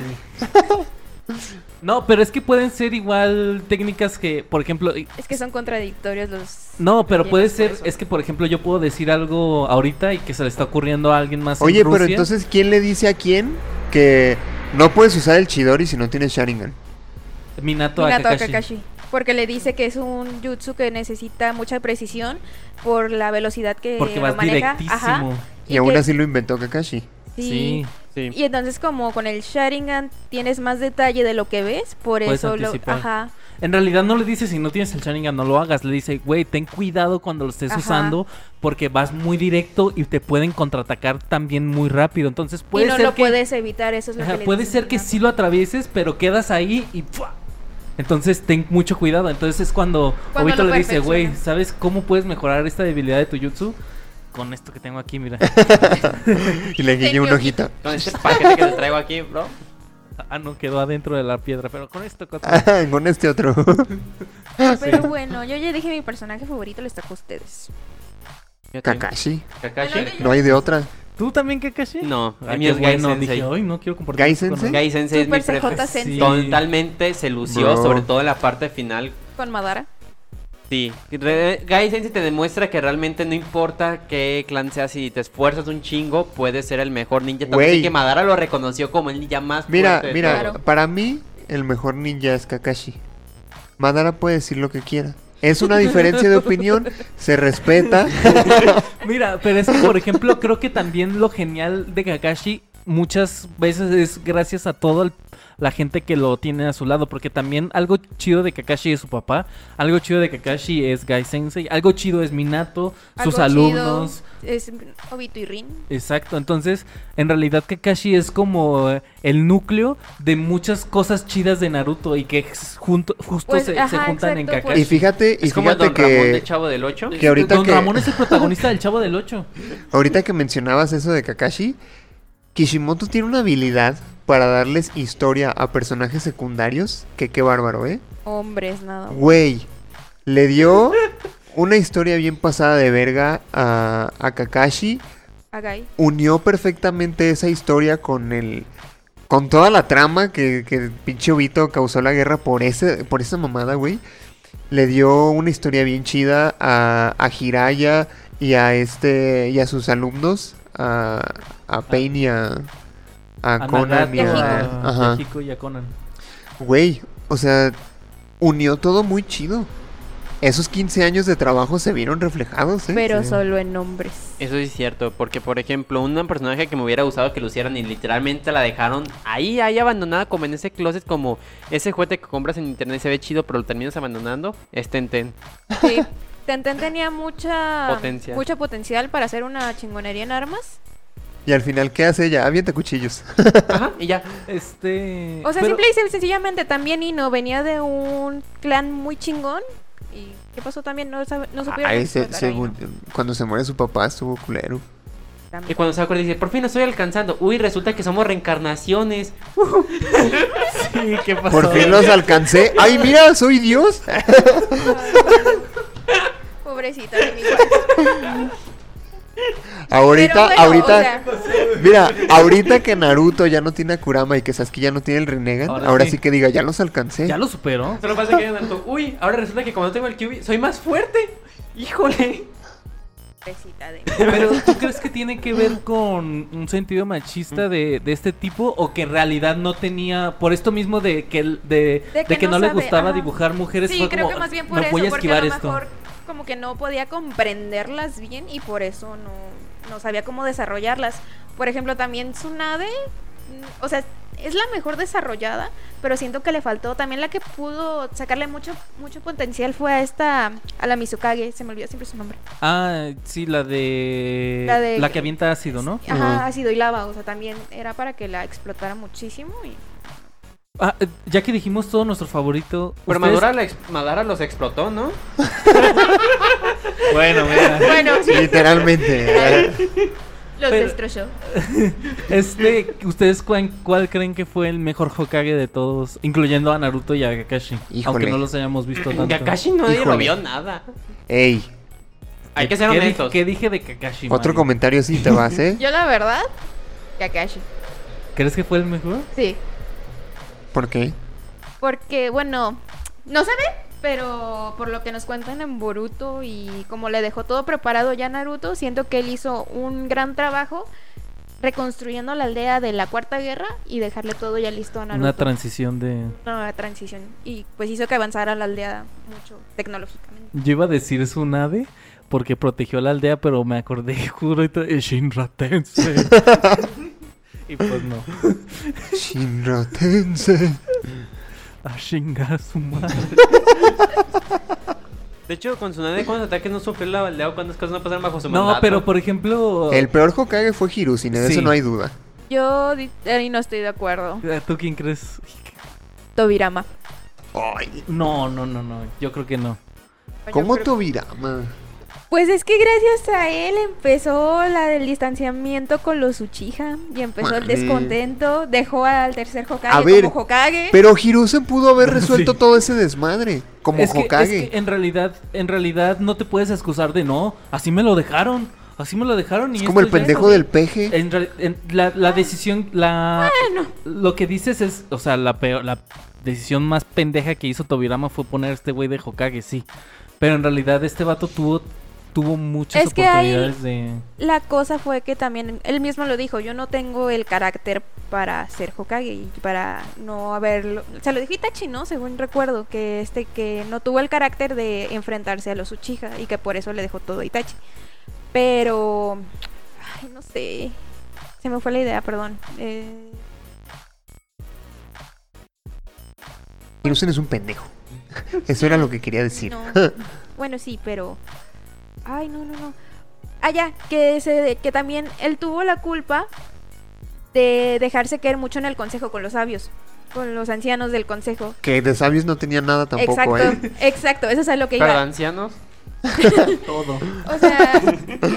Speaker 4: No, pero es que pueden ser igual técnicas que, por ejemplo, y-
Speaker 6: Es que son contradictorios los.
Speaker 4: no, pero
Speaker 6: rellenos
Speaker 4: puede
Speaker 6: por
Speaker 4: ser,
Speaker 6: eso.
Speaker 4: es que por ejemplo yo puedo decir algo ahorita y que se le está ocurriendo a alguien más. en
Speaker 2: Oye, pero
Speaker 4: Rusia.
Speaker 2: entonces, ¿quién le dice a quién que no puedes usar el Chidori si no tienes Sharingan?
Speaker 4: Minato, a
Speaker 6: Minato a
Speaker 4: Kakashi.
Speaker 6: Kakashi. Porque le dice que es un jutsu que necesita mucha precisión por la velocidad que
Speaker 4: Porque
Speaker 6: lo
Speaker 4: vas
Speaker 6: Eh, maneja.
Speaker 4: directísimo.
Speaker 6: Ajá.
Speaker 2: Y, aún
Speaker 6: que-
Speaker 2: así lo inventó Kakashi.
Speaker 6: sí.
Speaker 4: Sí.
Speaker 5: Sí.
Speaker 6: Y entonces como con el Sharingan tienes más detalle de lo que ves, por
Speaker 4: Puedes
Speaker 6: eso lo...
Speaker 4: anticipar.
Speaker 6: Ajá.
Speaker 4: En realidad no le dice si no tienes el Sharingan no lo hagas, le dice, güey, ten cuidado cuando lo estés
Speaker 6: Ajá.
Speaker 4: usando porque vas muy directo y te pueden contraatacar también muy rápido. Entonces puede
Speaker 6: y no
Speaker 4: ser
Speaker 6: lo
Speaker 4: que
Speaker 6: puedes evitar, eso es lo
Speaker 4: Ajá,
Speaker 6: que le
Speaker 4: puede
Speaker 6: dicen
Speaker 4: ser que
Speaker 6: Minato.
Speaker 4: sí lo atravieses, pero quedas ahí y ¡fua! Entonces ten mucho cuidado. Entonces es cuando,
Speaker 6: Cuando
Speaker 4: Obito
Speaker 6: lo
Speaker 4: le dice, güey,
Speaker 6: perfecciona.
Speaker 4: ¿sabes cómo puedes mejorar esta debilidad de tu jutsu? Con esto que tengo aquí, mira.
Speaker 2: Y le guiñó una hojita.
Speaker 5: Con este paquete que te traigo aquí, bro.
Speaker 4: ah, no, quedó adentro de la piedra, pero con esto, con-
Speaker 2: Ah, Con este otro.
Speaker 6: Pero bueno, yo ya dije mi personaje favorito, les toca a ustedes.
Speaker 5: Fíjate.
Speaker 2: Kakashi.
Speaker 5: Kakashi.
Speaker 2: No hay de otra.
Speaker 4: ¿Tú también, Kakashi?
Speaker 5: No,
Speaker 4: Ah,
Speaker 5: el
Speaker 4: qué
Speaker 5: mío es Gai
Speaker 4: bueno,
Speaker 5: Sensei.
Speaker 4: dije, hoy no quiero compartir.
Speaker 2: ¿Gai
Speaker 4: esto con
Speaker 2: Sensei?
Speaker 4: nadie".
Speaker 5: Gai Sensei es mi
Speaker 6: Super CJ
Speaker 5: prefe.
Speaker 6: Sensei
Speaker 4: Sí.
Speaker 5: Totalmente se lució,
Speaker 2: Bro.
Speaker 5: sobre todo en la parte final.
Speaker 6: con Madara.
Speaker 5: Sí, Re- Gai Sensei te demuestra que realmente no importa qué clan seas, si te esfuerzas un chingo, puedes ser el mejor ninja. Tanto
Speaker 2: Güey.
Speaker 5: así que Madara lo reconoció como el ninja más
Speaker 2: Mira,
Speaker 5: fuerte de
Speaker 2: mira,
Speaker 5: todos.
Speaker 6: Claro.
Speaker 2: para mí el mejor ninja es Kakashi. Madara puede decir lo que quiera. Es una diferencia de opinión, se respeta.
Speaker 4: Mira, pero es que, por ejemplo, creo que también lo genial de Kakashi muchas veces es gracias a toda la gente que lo tiene a su lado, porque también algo chido de Kakashi es su papá, algo chido de Kakashi es Gai Sensei, algo chido es Minato,
Speaker 6: Algo
Speaker 4: sus
Speaker 6: chido,
Speaker 4: alumnos.
Speaker 6: Es Obito y Rin.
Speaker 4: Exacto, entonces en realidad Kakashi es como eh, el núcleo de muchas cosas chidas de Naruto y que ex- junto, justo
Speaker 6: Pues,
Speaker 4: se, se
Speaker 6: ajá,
Speaker 4: juntan en
Speaker 6: exacto, pues.
Speaker 4: Kakashi.
Speaker 2: Y fíjate, y
Speaker 5: Es como el
Speaker 2: fíjate
Speaker 5: Don Ramón de
Speaker 2: que
Speaker 5: Chavo del 8.
Speaker 2: que ahorita
Speaker 4: Don
Speaker 2: que-
Speaker 4: Ramón es el protagonista del Chavo del 8.
Speaker 2: ahorita que mencionabas eso de Kakashi, Kishimoto tiene una habilidad para darles historia a personajes secundarios, que qué bárbaro, ¿eh?
Speaker 5: Ah,
Speaker 6: Hombres, nada.
Speaker 2: Güey, le dio una historia bien pasada de verga a, a Kakashi.
Speaker 6: Agai.
Speaker 2: unió perfectamente esa historia con el con toda la trama que, que el pinche Obito causó la guerra por ese por esa mamada, güey. Le dio una historia bien chida a, a Jiraya y a este y a sus alumnos, a, a Pain y a, Ah. a
Speaker 4: A
Speaker 2: Conan
Speaker 4: Nagato,
Speaker 2: y a,
Speaker 4: a
Speaker 2: ajá.
Speaker 4: Yahiko y a Conan.
Speaker 2: Güey, o sea, unió todo muy chido. Esos 15 años de trabajo se vieron reflejados, ¿eh?
Speaker 6: Pero
Speaker 2: Sí.
Speaker 6: solo en hombres.
Speaker 5: Eso sí es cierto, porque por ejemplo, un personaje que me hubiera gustado que lucieran y literalmente la dejaron ahí, ahí abandonada, como en ese closet, como ese juguete que compras en internet se ve chido, pero lo terminas abandonando, este, es Tenten.
Speaker 6: Sí. Tenten tenía mucha
Speaker 5: Potencia.
Speaker 6: mucho potencial para hacer una chingonería en armas.
Speaker 2: Y al final qué hace ella? Avienta cuchillos.
Speaker 5: Ajá, y ya.
Speaker 4: Este...
Speaker 6: O sea,
Speaker 4: pero-
Speaker 6: simple y sen- sencillamente también Ino venía de un clan muy chingón. ¿Y qué pasó también? No, sabe- no supieron.
Speaker 2: Ay, Ah, se-
Speaker 6: explotar a
Speaker 2: según-
Speaker 6: Ino
Speaker 2: cuando se muere su papá estuvo culero.
Speaker 5: Y
Speaker 6: también.
Speaker 5: cuando se acuerda dice, por fin lo estoy alcanzando. Uy, resulta que somos reencarnaciones.
Speaker 4: Sí, ¿qué pasó?
Speaker 2: Por fin los alcancé. Ay, mira, soy Dios.
Speaker 6: Pobrecita de mi guay.
Speaker 2: Ahorita,
Speaker 6: Pero bueno,
Speaker 2: ahorita,
Speaker 6: o sea,
Speaker 2: mira, ahorita que Naruto ya no tiene a Kurama y que Sasuke ya no tiene el Rinnegan, ahora,
Speaker 4: Ahora
Speaker 2: sí.
Speaker 4: sí.
Speaker 2: que diga, ya los alcancé.
Speaker 4: Ya lo superó.
Speaker 5: Solo pasa que hay un alto, Uy, ahora resulta que cuando tengo el QB soy más fuerte. Híjole.
Speaker 6: pobrecita de mí.
Speaker 4: Pero ¿tú crees que tiene que ver con un sentido machista de, de este tipo o que en realidad no tenía por esto mismo de que el- de, de
Speaker 6: De que
Speaker 4: que,
Speaker 6: no
Speaker 4: no, le
Speaker 6: sabe,
Speaker 4: gustaba
Speaker 6: ajá.
Speaker 4: dibujar mujeres?
Speaker 6: Sí,
Speaker 4: fue
Speaker 6: creo
Speaker 4: como,
Speaker 6: que más bien
Speaker 4: "Ah,
Speaker 6: por
Speaker 4: no
Speaker 6: eso,
Speaker 4: voy a
Speaker 6: porque a
Speaker 4: esquivar
Speaker 6: lo
Speaker 4: esto.
Speaker 6: mejor como que no podía comprenderlas bien y por eso no, no sabía cómo desarrollarlas. Por ejemplo, también Tsunade, mm, o sea, es la mejor desarrollada, pero siento que le faltó. También la que pudo sacarle mucho, mucho potencial fue a esta, a la Mizukage, se me olvida siempre su nombre.
Speaker 4: Ah, sí, la de...
Speaker 6: La de-
Speaker 4: que avienta ácido, ¿no?
Speaker 6: Ajá, ácido y lava, o sea, también era para que la explotara muchísimo y
Speaker 4: Ah, eh, ya que dijimos todo nuestro favorito... ¿ustedes-
Speaker 5: Pero Madara, la ex- Madara los explotó, ¿no?
Speaker 4: Bueno, mira.
Speaker 6: bueno, sí,
Speaker 2: Literalmente.
Speaker 4: Pero-
Speaker 6: los destrozó.
Speaker 4: Este, ¿ustedes cuán- cuál creen que fue el mejor Hokage de todos? Incluyendo a Naruto y a Kakashi.
Speaker 2: Híjole.
Speaker 4: Aunque no los hayamos visto tanto.
Speaker 5: Kakashi no nadie lo
Speaker 2: Híjole.
Speaker 5: vio nada.
Speaker 2: Ey,
Speaker 5: Hay que ser
Speaker 4: ¿Qué di-
Speaker 5: honestos.
Speaker 4: ¿Qué dije de Kakashi,
Speaker 2: otro
Speaker 4: Mario?
Speaker 2: comentario sí te vas, ¿eh?
Speaker 6: Yo la verdad, Kakashi,
Speaker 4: ¿Crees que fue el mejor?
Speaker 6: sí.
Speaker 2: ¿Por qué?
Speaker 6: Porque, bueno, no se ve, pero por lo que nos cuentan en Boruto y como le dejó todo preparado ya Naruto, siento que él hizo un gran trabajo reconstruyendo la aldea de la Cuarta Guerra y dejarle todo ya listo a Naruto.
Speaker 4: Una transición de...
Speaker 6: Una nueva transición. Y pues hizo que avanzara la aldea mucho tecnológicamente.
Speaker 4: Yo iba a decir Tsunade porque protegió la aldea, pero me acordé, juro, ahorita, "Eh, Shinra Tensei". y pues no.
Speaker 2: Shinrotense.
Speaker 4: A chingar a su madre.
Speaker 5: De hecho, con Tsunade, ¿cuántos ataques no sufrió la aldea o cuántas cosas no pasaron bajo su
Speaker 4: No,
Speaker 5: mandato?
Speaker 4: pero por ejemplo...
Speaker 2: El peor Hokage fue Hirusine, de
Speaker 4: Sí.
Speaker 2: eso no hay duda.
Speaker 6: Yo di- ahí no estoy de acuerdo.
Speaker 4: ¿Tú quién crees?
Speaker 6: Tobirama.
Speaker 2: Ay,
Speaker 4: No, no, no, no. Yo creo que no.
Speaker 2: ¿cómo
Speaker 6: Yo creo-
Speaker 2: Tobirama?
Speaker 6: Pues es que gracias a él empezó la del distanciamiento con los Uchiha y empezó el
Speaker 2: Vale.
Speaker 6: descontento, dejó al tercer Hokage
Speaker 2: A ver,
Speaker 6: como Hokage.
Speaker 2: Pero Hirusen pudo haber resuelto
Speaker 4: Sí.
Speaker 2: todo ese desmadre. Como
Speaker 4: es que,
Speaker 2: Hokage.
Speaker 4: es que en realidad, en realidad no te puedes excusar de no. Así me lo dejaron. Así me lo dejaron. Y
Speaker 2: Es como el
Speaker 4: esto ya".
Speaker 2: pendejo del peje.
Speaker 4: En reali- en la, la decisión, la lo que dices es, o sea, la peor, la decisión más pendeja que hizo Tobirama fue poner a este güey de Hokage, sí. Pero en realidad este vato tuvo tuvo muchas
Speaker 6: Es que hay-
Speaker 4: oportunidades de
Speaker 6: La cosa fue que también él mismo lo dijo, yo no tengo el carácter para ser Hokage y para no haberlo, se lo dijo Itachi, ¿no? Según recuerdo que este que no tuvo el carácter de enfrentarse a los Uchiha y que por eso le dejó todo a Itachi. Pero ay, no sé. Se me fue la idea, perdón. Eh,
Speaker 2: Hirusen es un pendejo. Eso era lo que quería decir.
Speaker 6: No. bueno, sí, pero. Ay, no, no, no. Ah, ya, que, se, que también él tuvo la culpa de dejarse caer mucho en el consejo con los sabios, con los ancianos del consejo.
Speaker 2: que de sabios no tenía nada tampoco,
Speaker 6: exacto,
Speaker 2: ¿eh?
Speaker 6: exacto, eso es a lo que
Speaker 5: Pero
Speaker 6: iba.
Speaker 5: ancianos.
Speaker 4: todo.
Speaker 6: O sea,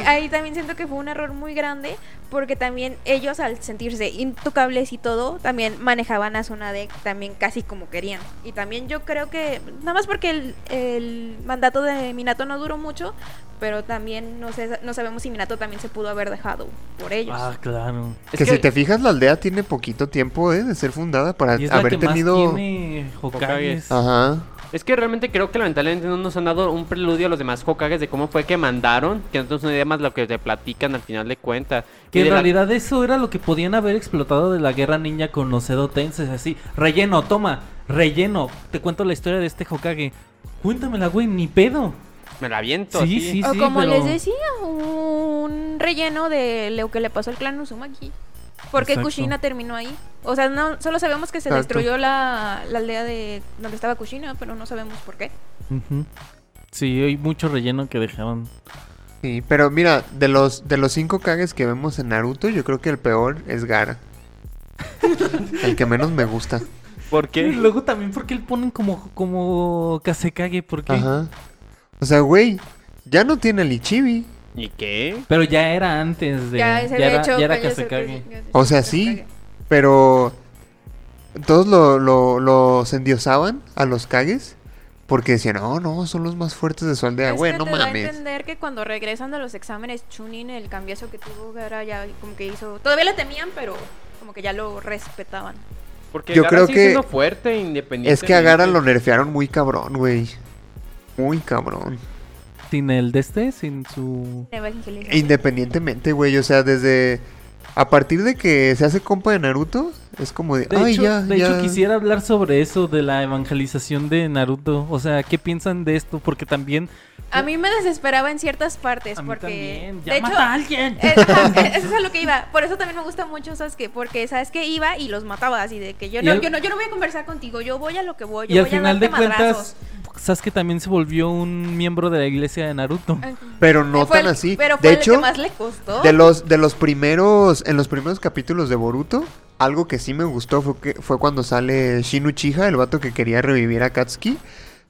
Speaker 6: ahí también siento que fue un error muy grande, porque también ellos al sentirse intocables y todo, también manejaban a Tsunade también casi como querían. Y también yo creo que, nada más porque el, el mandato de Minato no duró mucho, pero también no, sé, no sabemos si Minato también se pudo haber dejado por ellos.
Speaker 4: Ah, claro.
Speaker 5: Es
Speaker 2: que, si te fijas, la aldea tiene poquito tiempo ¿eh? de ser fundada para
Speaker 4: Y es la
Speaker 2: haber
Speaker 4: que
Speaker 2: tenido...
Speaker 4: más tiene Hokages.
Speaker 5: Hokages.
Speaker 2: Ajá.
Speaker 5: Es que realmente creo que lamentablemente no nos han dado un preludio a los demás Hokages de cómo fue que mandaron, que no tenemos una idea más de lo que te platican al final de cuentas. Y
Speaker 4: Que en
Speaker 5: de la-
Speaker 4: realidad eso era lo que podían haber explotado de la guerra ninja con los edotenses, así. Relleno, toma, relleno. Te cuento la historia de este Hokage. Cuéntamela, güey, ni pedo.
Speaker 5: Me la aviento.
Speaker 4: Sí,
Speaker 5: así.
Speaker 4: sí.
Speaker 6: o como
Speaker 4: pero-
Speaker 6: les decía, un relleno de lo que le pasó al clan Uzumaki. Porque
Speaker 4: Exacto.
Speaker 6: Kushina terminó ahí. O sea, no, solo sabemos que se
Speaker 2: Exacto.
Speaker 6: destruyó la, la aldea de donde estaba Kushina, pero no sabemos por qué.
Speaker 4: Ujú. Sí, hay mucho relleno que dejaban.
Speaker 2: Sí, pero mira, de los, de los cinco Kages que vemos en Naruto, yo creo que el peor es Gara. el que menos me gusta.
Speaker 5: ¿Por
Speaker 4: Y
Speaker 5: qué?
Speaker 4: luego también porque él ponen como como Kasekage porque
Speaker 2: Ajá. O sea, güey, ya no tiene el Ichibi.
Speaker 5: ¿Y qué?
Speaker 4: pero ya era antes de
Speaker 6: ya se había
Speaker 4: era,
Speaker 6: hecho
Speaker 4: ya era
Speaker 6: con Yosuke-
Speaker 4: Kasekage.
Speaker 6: Yosuke
Speaker 2: O sea, sí, pero todos lo, lo- los endiosaban a los Kages porque decían, no, no, son los más fuertes de su aldea,
Speaker 6: Es
Speaker 2: güey,
Speaker 6: que
Speaker 2: no
Speaker 6: te da a
Speaker 2: mames.
Speaker 6: entender que cuando regresan de los exámenes Chunin, el cambiazo que tuvo Gara ya como que hizo... Todavía le temían, pero como que ya lo respetaban.
Speaker 5: Porque
Speaker 2: Yo
Speaker 5: Gaara
Speaker 2: creo
Speaker 5: sigue
Speaker 2: que-
Speaker 5: siendo fuerte, independiente.
Speaker 2: Es que a Gara lo nerfearon muy cabrón, güey. Muy cabrón.
Speaker 4: Sin el de este, sin su
Speaker 6: Evangelista.
Speaker 2: Independientemente, güey, o sea, desde A partir de que se hace compa de Naruto, es como de,
Speaker 4: De,
Speaker 2: ay,
Speaker 4: hecho,
Speaker 2: ya,
Speaker 4: de
Speaker 2: ya.
Speaker 4: hecho, quisiera hablar sobre eso, de la evangelización de Naruto. O sea, ¿qué piensan de esto? Porque también...
Speaker 6: A mí me desesperaba en ciertas partes
Speaker 4: a mí
Speaker 6: porque
Speaker 4: también. ¡Ya
Speaker 6: de hecho
Speaker 4: mata a alguien!
Speaker 6: eh, ajá, eh, eso es a lo que iba. Por eso también me gusta mucho, ¿sabes qué? Porque sabes que iba y los mataba así de que yo
Speaker 4: Y
Speaker 6: no,
Speaker 4: al-
Speaker 6: yo no, yo no voy a conversar contigo, yo voy a lo que voy, yo
Speaker 4: y al
Speaker 6: voy a
Speaker 4: final
Speaker 6: darte
Speaker 4: de cuentas,
Speaker 6: madrazos.
Speaker 4: Sasuke también se volvió un miembro de la iglesia de Naruto.
Speaker 2: Pero no
Speaker 6: Eh, fue
Speaker 2: tan
Speaker 6: el-
Speaker 2: así.
Speaker 6: Pero fue
Speaker 2: de
Speaker 6: el que
Speaker 2: hecho,
Speaker 6: más le costó.
Speaker 2: de los, de los primeros, en los primeros capítulos de Boruto, algo que sí me gustó fue, que, fue cuando sale Shin Uchiha, el vato que quería revivir a Katsuki.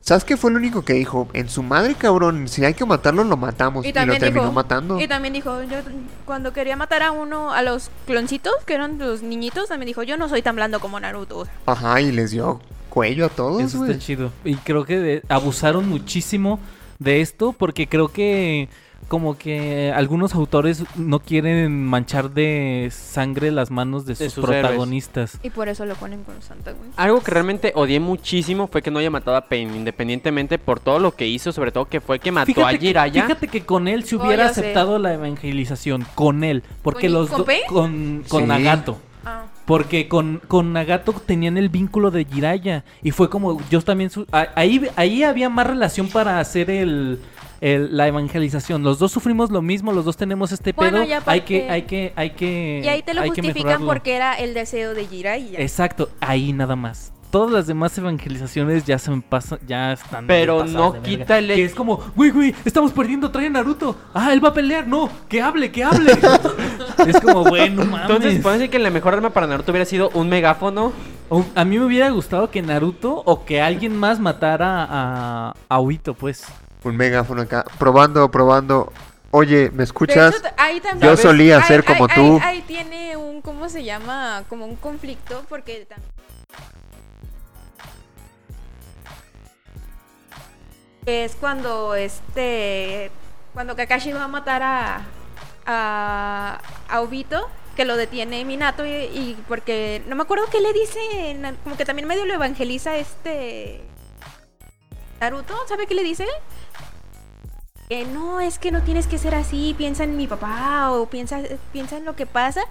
Speaker 2: Sasuke fue el único que dijo, en su madre cabrón, si hay que matarlo, lo matamos. Y, lo terminó matando.
Speaker 6: Y también dijo, yo cuando quería matar a uno, a los cloncitos, que eran los niñitos, también dijo, yo no soy tan blando como Naruto. o sea,
Speaker 2: Ajá, y les dio cuello a todos,
Speaker 4: Eso
Speaker 2: güey.
Speaker 4: está chido. Y creo que de- abusaron muchísimo de esto porque creo que como que algunos autores no quieren manchar de sangre las manos de sus,
Speaker 5: De sus héroes.
Speaker 4: protagonistas.
Speaker 6: Y por eso lo ponen con los antagonistas.
Speaker 5: Algo que realmente odié muchísimo fue que no haya matado a Pain, independientemente por todo lo que hizo, sobre todo que fue que mató a
Speaker 4: que,
Speaker 5: Jiraya.
Speaker 4: fíjate que con él se
Speaker 6: Oh,
Speaker 4: hubiera
Speaker 6: ya sé.
Speaker 4: aceptado la evangelización, con él, porque
Speaker 6: ¿Con-
Speaker 4: los
Speaker 6: con
Speaker 4: do-
Speaker 6: Pain?
Speaker 4: con, con
Speaker 2: Sí.
Speaker 4: Nagato.
Speaker 6: Ah.
Speaker 4: Porque con, con Nagato tenían el vínculo de Jiraya. Y fue como yo también. su- a- ahí, ahí había más relación para hacer el, el- la evangelización. Los dos sufrimos lo mismo, los dos tenemos este
Speaker 6: Bueno,
Speaker 4: pedo.
Speaker 6: y aparte-
Speaker 4: hay que, hay que, hay que.
Speaker 6: Y ahí te lo
Speaker 4: hay que
Speaker 6: justifican
Speaker 4: mejorarlo.
Speaker 6: porque era el deseo de Jiraiya
Speaker 4: Exacto, ahí nada más. Todas las demás evangelizaciones ya se me pasan, ya están.
Speaker 5: Pero
Speaker 4: pasadas
Speaker 5: no
Speaker 4: de verga.
Speaker 5: quita el
Speaker 4: Que es como, güey, güey, estamos perdiendo, trae a Naruto. Ah, él va a pelear, no, que hable, que hable. es como, bueno, mames.
Speaker 5: Entonces, puede ser que la mejor arma para Naruto hubiera sido un megáfono.
Speaker 4: O- A mí me hubiera gustado que Naruto o que alguien más matara a, a Obito, pues.
Speaker 2: Un megáfono acá, probando, probando. Oye, ¿me
Speaker 6: De
Speaker 2: escuchas?
Speaker 6: hecho, t- ahí también-
Speaker 2: Yo solía
Speaker 6: ahí-
Speaker 2: ser
Speaker 6: ahí-
Speaker 2: como
Speaker 6: ahí-
Speaker 2: tú.
Speaker 6: Ahí, tiene un, ¿cómo se llama? Como un conflicto, porque tam- Es cuando este. Cuando Kakashi va a matar a. a. a Obito, que lo detiene Minato, y, y porque. No me acuerdo qué le dice. na- Como que también medio lo evangeliza este. Naruto, ¿sabe qué le dice? que no, es que no tienes que ser así, piensa en mi papá o piensa, piensa en lo que pasa.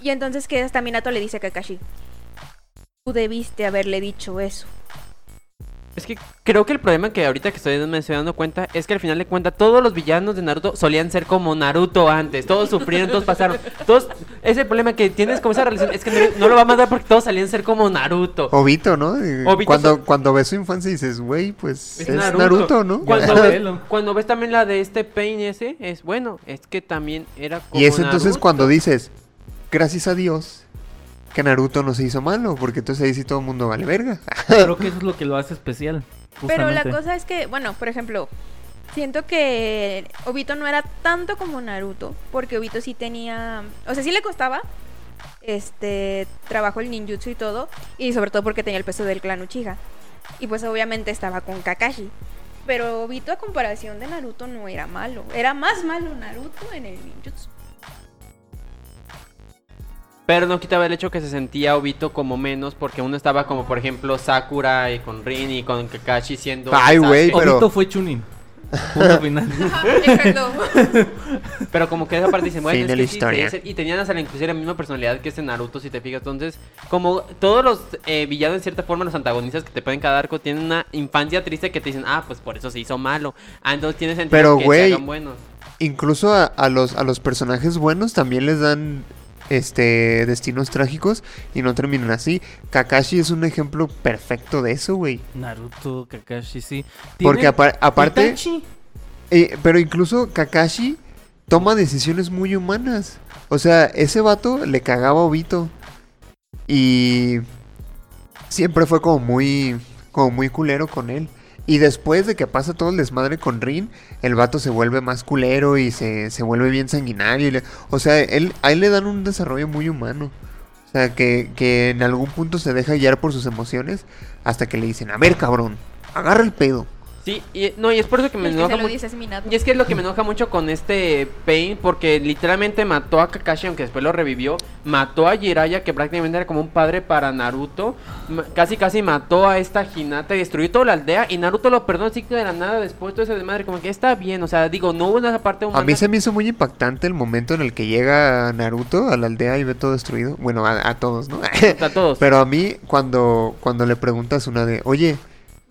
Speaker 6: Y entonces que hasta Minato le dice a Kakashi, tú debiste haberle dicho eso.
Speaker 5: Es que creo que el problema que ahorita que estoy, me estoy dando cuenta es que al final de cuentas todos los villanos de Naruto solían ser como Naruto antes. Todos sufrieron, todos pasaron. Todos, ese problema que tienes como esa relación es que no, no lo va a mandar porque todos salían a ser como Naruto.
Speaker 2: Obito, ¿no? Eh,
Speaker 5: Obito
Speaker 2: cuando,
Speaker 5: so-
Speaker 2: cuando ves su infancia y dices, güey, pues es,
Speaker 5: Es
Speaker 2: Naruto.
Speaker 5: Naruto.
Speaker 2: ¿no?
Speaker 5: Cuando,
Speaker 4: Ya.
Speaker 5: ves, cuando ves también la de este Pain ese, es bueno, es que también era como
Speaker 2: y es entonces
Speaker 5: Naruto.
Speaker 2: cuando dices, gracias a Dios que Naruto no se hizo malo, porque entonces ahí sí todo el mundo vale verga.
Speaker 4: Creo que eso es lo que lo hace especial.
Speaker 6: Pero la
Speaker 4: justamente.
Speaker 6: cosa es que, bueno, por ejemplo, siento que Obito no era tanto como Naruto, porque Obito sí tenía, o sea, sí le costaba este trabajo el ninjutsu y todo, y sobre todo porque tenía el peso del clan Uchiha. Y pues obviamente estaba con Kakashi. Pero Obito a comparación de Naruto no era malo, era más malo Naruto en el ninjutsu.
Speaker 5: Pero no quitaba el hecho que se sentía Obito como menos porque uno estaba como por ejemplo Sakura y con Rin y con Kakashi siendo...
Speaker 2: Ay, güey, pues.
Speaker 5: Sasuke.
Speaker 2: pero-
Speaker 4: Obito fue Chunin. Punto final.
Speaker 6: Ah,
Speaker 5: Pero como que esa parte dicen, bueno,
Speaker 2: Fin
Speaker 5: es
Speaker 2: de
Speaker 5: que
Speaker 2: la
Speaker 5: sí,
Speaker 2: historia.
Speaker 5: quería ser- y tenían hasta la, inclusive la misma personalidad que este Naruto, si te fijas. Entonces, como todos los eh, villanos, en cierta forma, los antagonistas que te ponen cada arco, tienen una infancia triste que te dicen, ah, pues por eso se hizo malo. Ah, entonces tiene sentido
Speaker 2: Pero,
Speaker 5: que
Speaker 2: güey,
Speaker 5: se hagan buenos.
Speaker 2: Incluso a, a los, a los personajes buenos también les dan este destinos trágicos y no terminan así. Kakashi es un ejemplo perfecto de eso, güey.
Speaker 4: Naruto, Kakashi, sí.
Speaker 2: Porque
Speaker 4: Tienen-
Speaker 2: apar- aparte...
Speaker 4: Itachi.
Speaker 2: Eh, pero incluso Kakashi toma decisiones muy humanas. O sea, ese vato le cagaba a Obito. Y siempre fue como muy, como muy culero con él. Y después de que pasa todo el desmadre con Rin, el vato se vuelve más culero y se, se vuelve bien sanguinario. y le- o sea, él, a él le dan un desarrollo muy humano. O sea, que, que en algún punto se deja guiar por sus emociones hasta que le dicen, a ver cabrón, agarra el pedo.
Speaker 5: Sí, Sí, y, no, y es por eso que me
Speaker 6: El que
Speaker 5: enoja
Speaker 6: se lo
Speaker 5: mucho.
Speaker 6: dice es Minato.
Speaker 5: Y es que es lo que me enoja mucho con este Pain, porque literalmente mató a Kakashi, aunque después lo revivió. Mató a Jiraiya, que prácticamente era como un padre para Naruto. ma- Casi, casi mató a esta Hinata y destruyó toda la aldea. Y Naruto lo perdonó así de la nada después. Todo ese desmadre, como que está bien. O sea, digo, no hubo esa parte humana.
Speaker 2: A mí se me hizo muy impactante el momento en el que llega Naruto a la aldea y ve todo destruido. Bueno, a, a todos, ¿no?
Speaker 5: A todos.
Speaker 2: Pero a mí, cuando, cuando le preguntas una de, oye,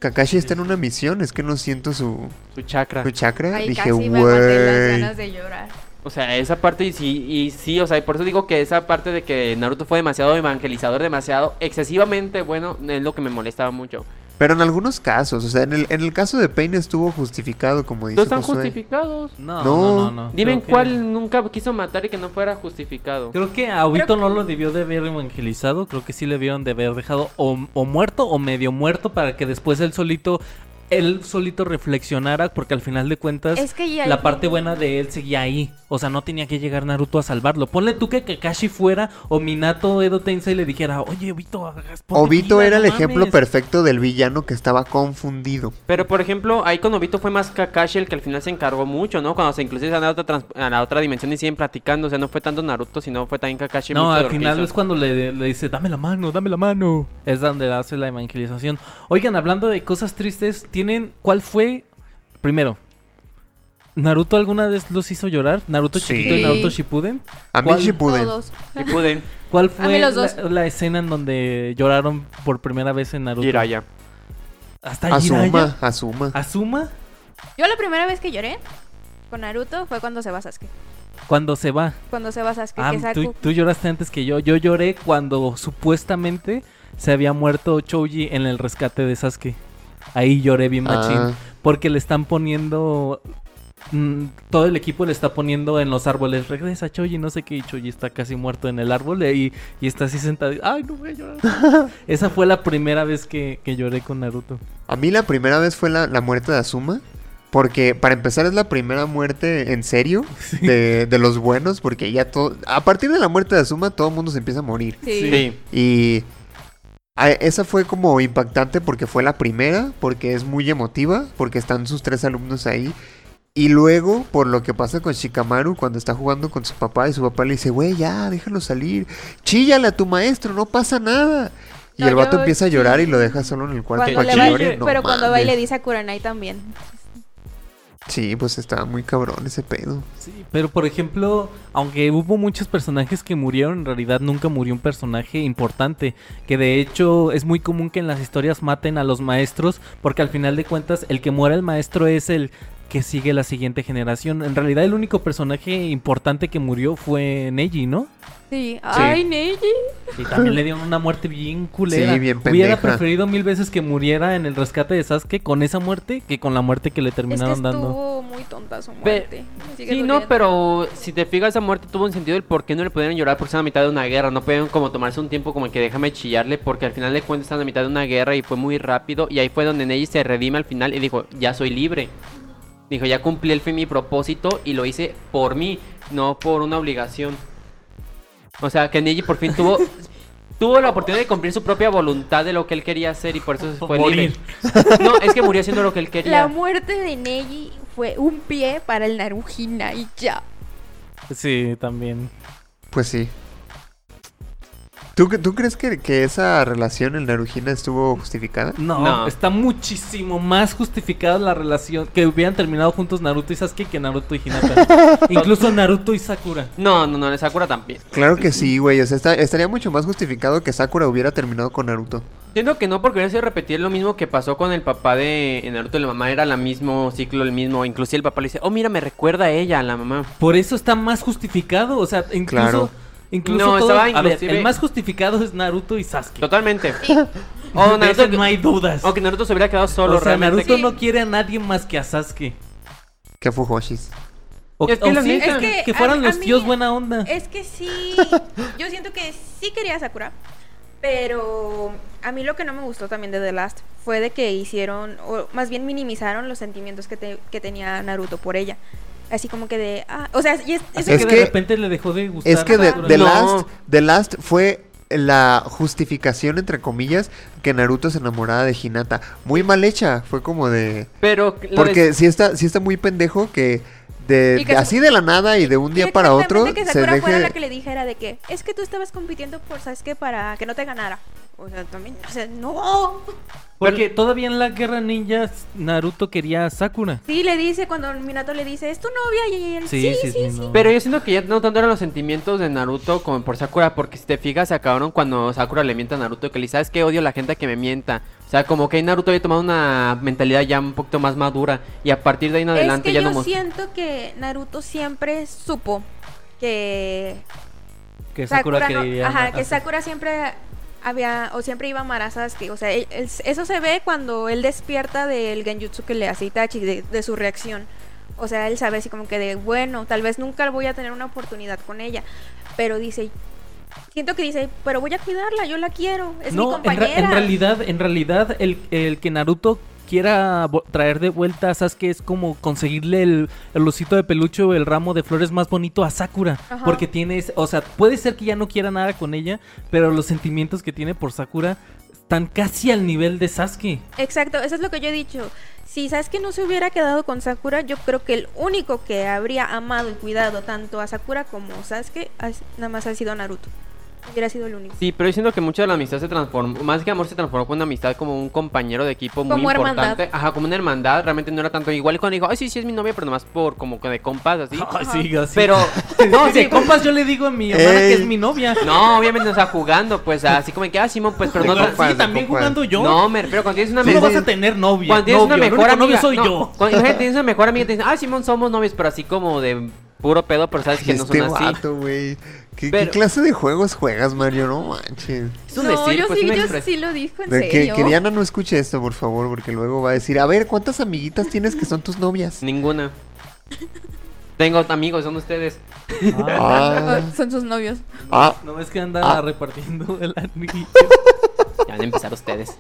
Speaker 2: Kakashi está en una misión, es que no siento su,
Speaker 5: Su chakra.
Speaker 2: su chakra,
Speaker 6: Ahí
Speaker 2: dije,
Speaker 6: casi me maté las
Speaker 2: güey.
Speaker 6: ganas de llorar.
Speaker 5: O sea, esa parte y sí, y sí, o sea, y por eso digo que esa parte de que Naruto fue demasiado evangelizador, demasiado excesivamente bueno, es lo que me molestaba mucho.
Speaker 2: Pero en algunos casos, o sea, en el, en el caso de Pain estuvo justificado, como dice
Speaker 5: No están
Speaker 2: Josué.
Speaker 5: justificados.
Speaker 2: No.
Speaker 4: No, no, no. no.
Speaker 5: Dime en
Speaker 4: Creo que-
Speaker 5: cuál nunca quiso matar y que no fuera justificado.
Speaker 4: Creo que a Obito no lo debió de haber evangelizado. Creo que sí le vieron de haber dejado o, o muerto o medio muerto para que después él solito. Él solito reflexionara porque al final de cuentas
Speaker 6: Es que ya
Speaker 4: la parte buena de él seguía ahí. O sea, no tenía que llegar Naruto a salvarlo. Ponle tú que Kakashi fuera o Minato Edo Tensei le dijera, oye Obito, hagas- ponte
Speaker 2: Obito
Speaker 4: pila,
Speaker 2: era
Speaker 4: no
Speaker 2: el ejemplo
Speaker 4: mames".
Speaker 2: perfecto del villano que estaba confundido.
Speaker 5: Pero por ejemplo, ahí con Obito fue más Kakashi el que al final se encargó mucho, ¿no? Cuando se inclusive a la otra, trans- a la otra dimensión y siguen platicando, o sea, no fue tanto Naruto, sino fue también Kakashi.
Speaker 4: No,
Speaker 5: mucho de
Speaker 4: al
Speaker 5: lo que
Speaker 4: final
Speaker 5: hizo.
Speaker 4: es cuando le, le dice, dame la mano, dame la mano. Es donde hace la evangelización. Oigan, hablando de cosas tristes, ¿tienen cuál fue? Primero, ¿Naruto alguna vez los hizo llorar? ¿Naruto
Speaker 2: Sí.
Speaker 4: chiquito y Naruto Shippuden?
Speaker 2: A mí
Speaker 4: ¿Cuál-
Speaker 2: Shippuden.
Speaker 6: Todos.
Speaker 5: Sí pude,
Speaker 4: ¿Cuál
Speaker 6: A mí
Speaker 4: fue
Speaker 6: los dos.
Speaker 4: La, la escena en donde lloraron por primera vez en Naruto?
Speaker 5: Jiraiya.
Speaker 4: ¿Hasta Jiraiya?
Speaker 2: Asuma, asuma.
Speaker 4: ¿Asuma?
Speaker 6: Yo la primera vez que lloré con Naruto fue cuando se va Sasuke.
Speaker 4: Cuando se va.
Speaker 6: Cuando se va Sasuke,
Speaker 4: Ah,
Speaker 6: que Saku-
Speaker 4: tú, tú lloraste antes que yo. Yo lloré cuando supuestamente se había muerto Choji en el rescate de Sasuke. Ahí lloré bien machín.
Speaker 2: Ah,
Speaker 4: Porque le están poniendo. mm, todo el equipo le está poniendo en los árboles. Regresa Choji, no sé qué. Y Choji está casi muerto en el árbol. Y, y está así sentado. y, Ay, no voy a llorar. Esa fue la primera vez que, que lloré con Naruto.
Speaker 2: a mí la primera vez fue la, la muerte de Asuma. Porque para empezar es la primera muerte en serio de, de los buenos. Porque ya todo. A partir de la muerte de Asuma, todo el mundo se empieza a morir.
Speaker 6: Sí.
Speaker 5: Sí.
Speaker 2: Y a- esa fue como impactante porque fue la primera, porque es muy emotiva, porque están sus tres alumnos ahí. Y luego, por lo que pasa con Shikamaru cuando está jugando con su papá y su papá le dice, güey, ya, déjalo salir, chíllale a tu maestro, no pasa nada. Y
Speaker 6: No,
Speaker 2: el vato
Speaker 6: yo-
Speaker 2: empieza a llorar y lo deja solo en el cuarto
Speaker 6: Cuando
Speaker 2: para
Speaker 6: le
Speaker 2: que
Speaker 6: va-
Speaker 2: llore. No
Speaker 6: pero cuando va y le
Speaker 2: mames.
Speaker 6: dice a Kuranai también.
Speaker 2: Sí, pues estaba muy cabrón ese pedo.
Speaker 4: Sí, pero por ejemplo, aunque hubo muchos personajes que murieron, en realidad nunca murió un personaje importante. Que de hecho es muy común que en las historias maten a los maestros, porque al final de cuentas el que muera el maestro es el que sigue la siguiente generación. En realidad el único personaje importante que murió fue Neji, ¿no?
Speaker 6: Sí. Ay, Neji.
Speaker 4: Y también le dieron una muerte bien culera.
Speaker 2: Sí, bien
Speaker 4: Hubiera
Speaker 2: pendeja.
Speaker 4: preferido mil veces que muriera en el rescate de Sasuke con esa muerte que con la muerte que le
Speaker 6: Es que
Speaker 4: terminaron dando.
Speaker 6: estuvo muy tonta su muerte. Me sigue
Speaker 5: Sí, no,
Speaker 6: doliendo.
Speaker 5: pero si te fijas, esa muerte tuvo un sentido el por qué no le pudieron llorar porque están a mitad de una guerra. No pudieron como tomarse un tiempo como el que déjame chillarle porque al final de cuentas están a mitad de una guerra y fue muy rápido. Y ahí fue donde Neji se redime al final y dijo, ya soy libre. Dijo, ya cumplí el fin, mi propósito y lo hice por mí, no por una obligación. O sea, que Neji por fin tuvo... Tuvo la oportunidad de cumplir su propia voluntad de lo que él quería hacer y por eso se fue
Speaker 4: Morir.
Speaker 5: libre. No, es que murió haciendo lo que él quería.
Speaker 6: La muerte de Neji fue un pie para el Narujina y ya.
Speaker 4: Sí, también.
Speaker 2: Pues sí. ¿Tú, cre- ¿tú crees que, que esa relación en Narujina estuvo justificada?
Speaker 4: No,
Speaker 5: No.
Speaker 4: está muchísimo más justificada la relación que hubieran terminado juntos Naruto y Sasuke que Naruto y Hinata. Incluso Naruto y Sakura.
Speaker 5: No, no, no, Sakura también.
Speaker 2: Claro que sí, güey. O sea, está- estaría mucho más justificado que Sakura hubiera terminado con Naruto.
Speaker 5: Siento que no, porque hubiera sido repetir lo mismo que pasó con el papá de en Naruto y la mamá. Era el mismo ciclo, el mismo. Inclusive el papá le dice, oh, mira, me recuerda a ella, a la mamá.
Speaker 4: Por eso está más justificado, o sea, incluso
Speaker 2: Claro.
Speaker 4: incluso
Speaker 5: No,
Speaker 4: todo-
Speaker 5: estaba
Speaker 4: a ver,
Speaker 5: inclusive-
Speaker 4: el más justificado es Naruto y Sasuke.
Speaker 5: Totalmente.
Speaker 4: De
Speaker 5: O Oh, Naruto,
Speaker 4: eso no hay dudas.
Speaker 5: o que Naruto se hubiera quedado solo.
Speaker 4: o sea,
Speaker 5: realmente.
Speaker 4: Naruto
Speaker 6: Sí.
Speaker 4: no quiere a nadie más que a Sasuke.
Speaker 2: Que Fujoshis.
Speaker 4: O,
Speaker 5: Es que
Speaker 4: o
Speaker 5: la
Speaker 4: sí,
Speaker 5: neta-
Speaker 4: que,
Speaker 6: Es que
Speaker 4: que fueran
Speaker 6: a- a
Speaker 4: los
Speaker 6: mí-
Speaker 4: tíos buena onda.
Speaker 6: Es que sí, yo siento que sí quería a Sakura, pero a mí lo que no me gustó también de The Last fue de que hicieron, o más bien minimizaron los sentimientos que, te- que tenía Naruto por ella. Así como que de, ah, o sea, y es, eso
Speaker 4: es
Speaker 2: Es
Speaker 4: que,
Speaker 2: que-
Speaker 4: de repente le dejó de gustar.
Speaker 2: Es que de-
Speaker 4: Sakura.
Speaker 2: The
Speaker 5: No.
Speaker 2: Last, The Last fue la justificación, entre comillas, que Naruto se enamoraba de Hinata. Muy mal hecha, fue como de...
Speaker 5: Pero lo
Speaker 2: Porque
Speaker 5: des-
Speaker 2: sí está, sí está muy pendejo que... De,
Speaker 6: Y que
Speaker 2: de-
Speaker 6: se-
Speaker 2: así de la nada y de un día para otro
Speaker 6: Exactamente, que
Speaker 2: se
Speaker 6: Sakura fuera
Speaker 2: deje...
Speaker 6: la que le dijera de que es que tú estabas compitiendo por Sasuke para que no te ganara. O sea, también, o sea, no.
Speaker 4: Porque todavía en la guerra ninja Naruto quería a Sakura.
Speaker 6: Sí, le dice cuando Minato le dice, es tu novia y él,
Speaker 4: Sí,
Speaker 6: sí,
Speaker 4: sí,
Speaker 6: sí,
Speaker 4: sí,
Speaker 6: sí.
Speaker 4: no.
Speaker 5: Pero yo siento que ya no tanto eran los sentimientos de Naruto como por Sakura, porque si te fijas se acabaron cuando Sakura le mienta a Naruto que le dice, sabes que odio a la gente que me mienta. O sea, como que ahí Naruto había tomado una mentalidad ya un poquito más madura y a partir de ahí en adelante
Speaker 6: es que
Speaker 5: ya
Speaker 6: yo
Speaker 5: no mos-
Speaker 6: siento que Naruto siempre supo que
Speaker 4: Que Sakura,
Speaker 6: Sakura, no-
Speaker 4: quería.
Speaker 6: ajá,
Speaker 4: a-
Speaker 6: que Sakura siempre había o siempre iba a amar a Sasuke, o sea, él- él- eso se ve cuando él despierta del genjutsu que le hace Itachi de, de su reacción. O sea, él sabe así como que de, bueno, tal vez nunca voy a tener una oportunidad con ella, pero dice siento que dice, pero voy a cuidarla, yo la quiero, es mi
Speaker 4: No, en, ra-
Speaker 6: compañera.
Speaker 4: en realidad, en realidad el, el que Naruto quiera vo- traer de vuelta a Sasuke es como conseguirle el, el osito de peluche o el ramo de flores más bonito a Sakura.
Speaker 6: Ajá.
Speaker 4: Porque tiene, ese- o sea, puede ser que ya no quiera nada con ella, pero los sentimientos que tiene por Sakura están casi al nivel de Sasuke.
Speaker 6: Exacto, eso es lo que yo he dicho. Si Sasuke no se hubiera quedado con Sakura, yo creo que el único que habría amado y cuidado tanto a Sakura como a Sasuke has- nada más ha sido Naruto. Hubiera sido el único.
Speaker 5: Sí, pero yo siento que mucho de la amistad se transformó, más que amor se transformó con una amistad como un compañero de equipo muy
Speaker 6: Como
Speaker 5: importante.
Speaker 6: hermandad.
Speaker 5: Ajá, como una hermandad, realmente no era tanto igual cuando dijo, ay sí, sí es mi novia, pero nomás por como que de compas así.
Speaker 4: Ay, sí, así.
Speaker 5: Pero,
Speaker 4: no,
Speaker 5: no,
Speaker 4: si
Speaker 5: sí,
Speaker 4: de compas yo le digo a mi hermana que
Speaker 2: Ey.
Speaker 4: es mi novia.
Speaker 5: no, obviamente, o sea, jugando, pues así como que, ah, Simón, pues, pero
Speaker 4: Pero
Speaker 5: no,
Speaker 2: De
Speaker 5: tan-
Speaker 2: compas,
Speaker 4: sí, también
Speaker 2: compas.
Speaker 4: jugando yo.
Speaker 5: No, me refiero cuando tienes una
Speaker 4: Tú no
Speaker 5: amistad-
Speaker 4: vas a tener novia.
Speaker 5: Cuando tienes
Speaker 4: novio,
Speaker 5: una
Speaker 4: el
Speaker 5: mejor
Speaker 4: único novio
Speaker 5: amiga.
Speaker 4: soy
Speaker 5: no,
Speaker 4: yo.
Speaker 5: Cuando imagínate, tienes una mejor amiga, te dicen, ah, Simón, somos novios, pero así como de puro pedo, pero sabes que no
Speaker 2: este
Speaker 5: son así.
Speaker 2: vato, güey. ¿Qué, qué
Speaker 5: Pero-
Speaker 2: clase de juegos juegas, Mario? No manches.
Speaker 5: Es un decir,
Speaker 6: yo,
Speaker 5: pues
Speaker 6: sí,
Speaker 5: una
Speaker 6: yo
Speaker 5: expresión.
Speaker 6: sí lo dijo en
Speaker 2: De que,
Speaker 6: serio.
Speaker 2: que Diana no escuche esto, por favor, porque luego va a decir, a ver, ¿cuántas amiguitas tienes que son tus novias?
Speaker 5: Ninguna. Tengo amigos, son ustedes.
Speaker 2: Ah,
Speaker 6: Son sus novios.
Speaker 2: ah,
Speaker 4: No ves que anda
Speaker 2: Ah.
Speaker 4: repartiendo el anillo.
Speaker 5: Ya van a empezar ustedes.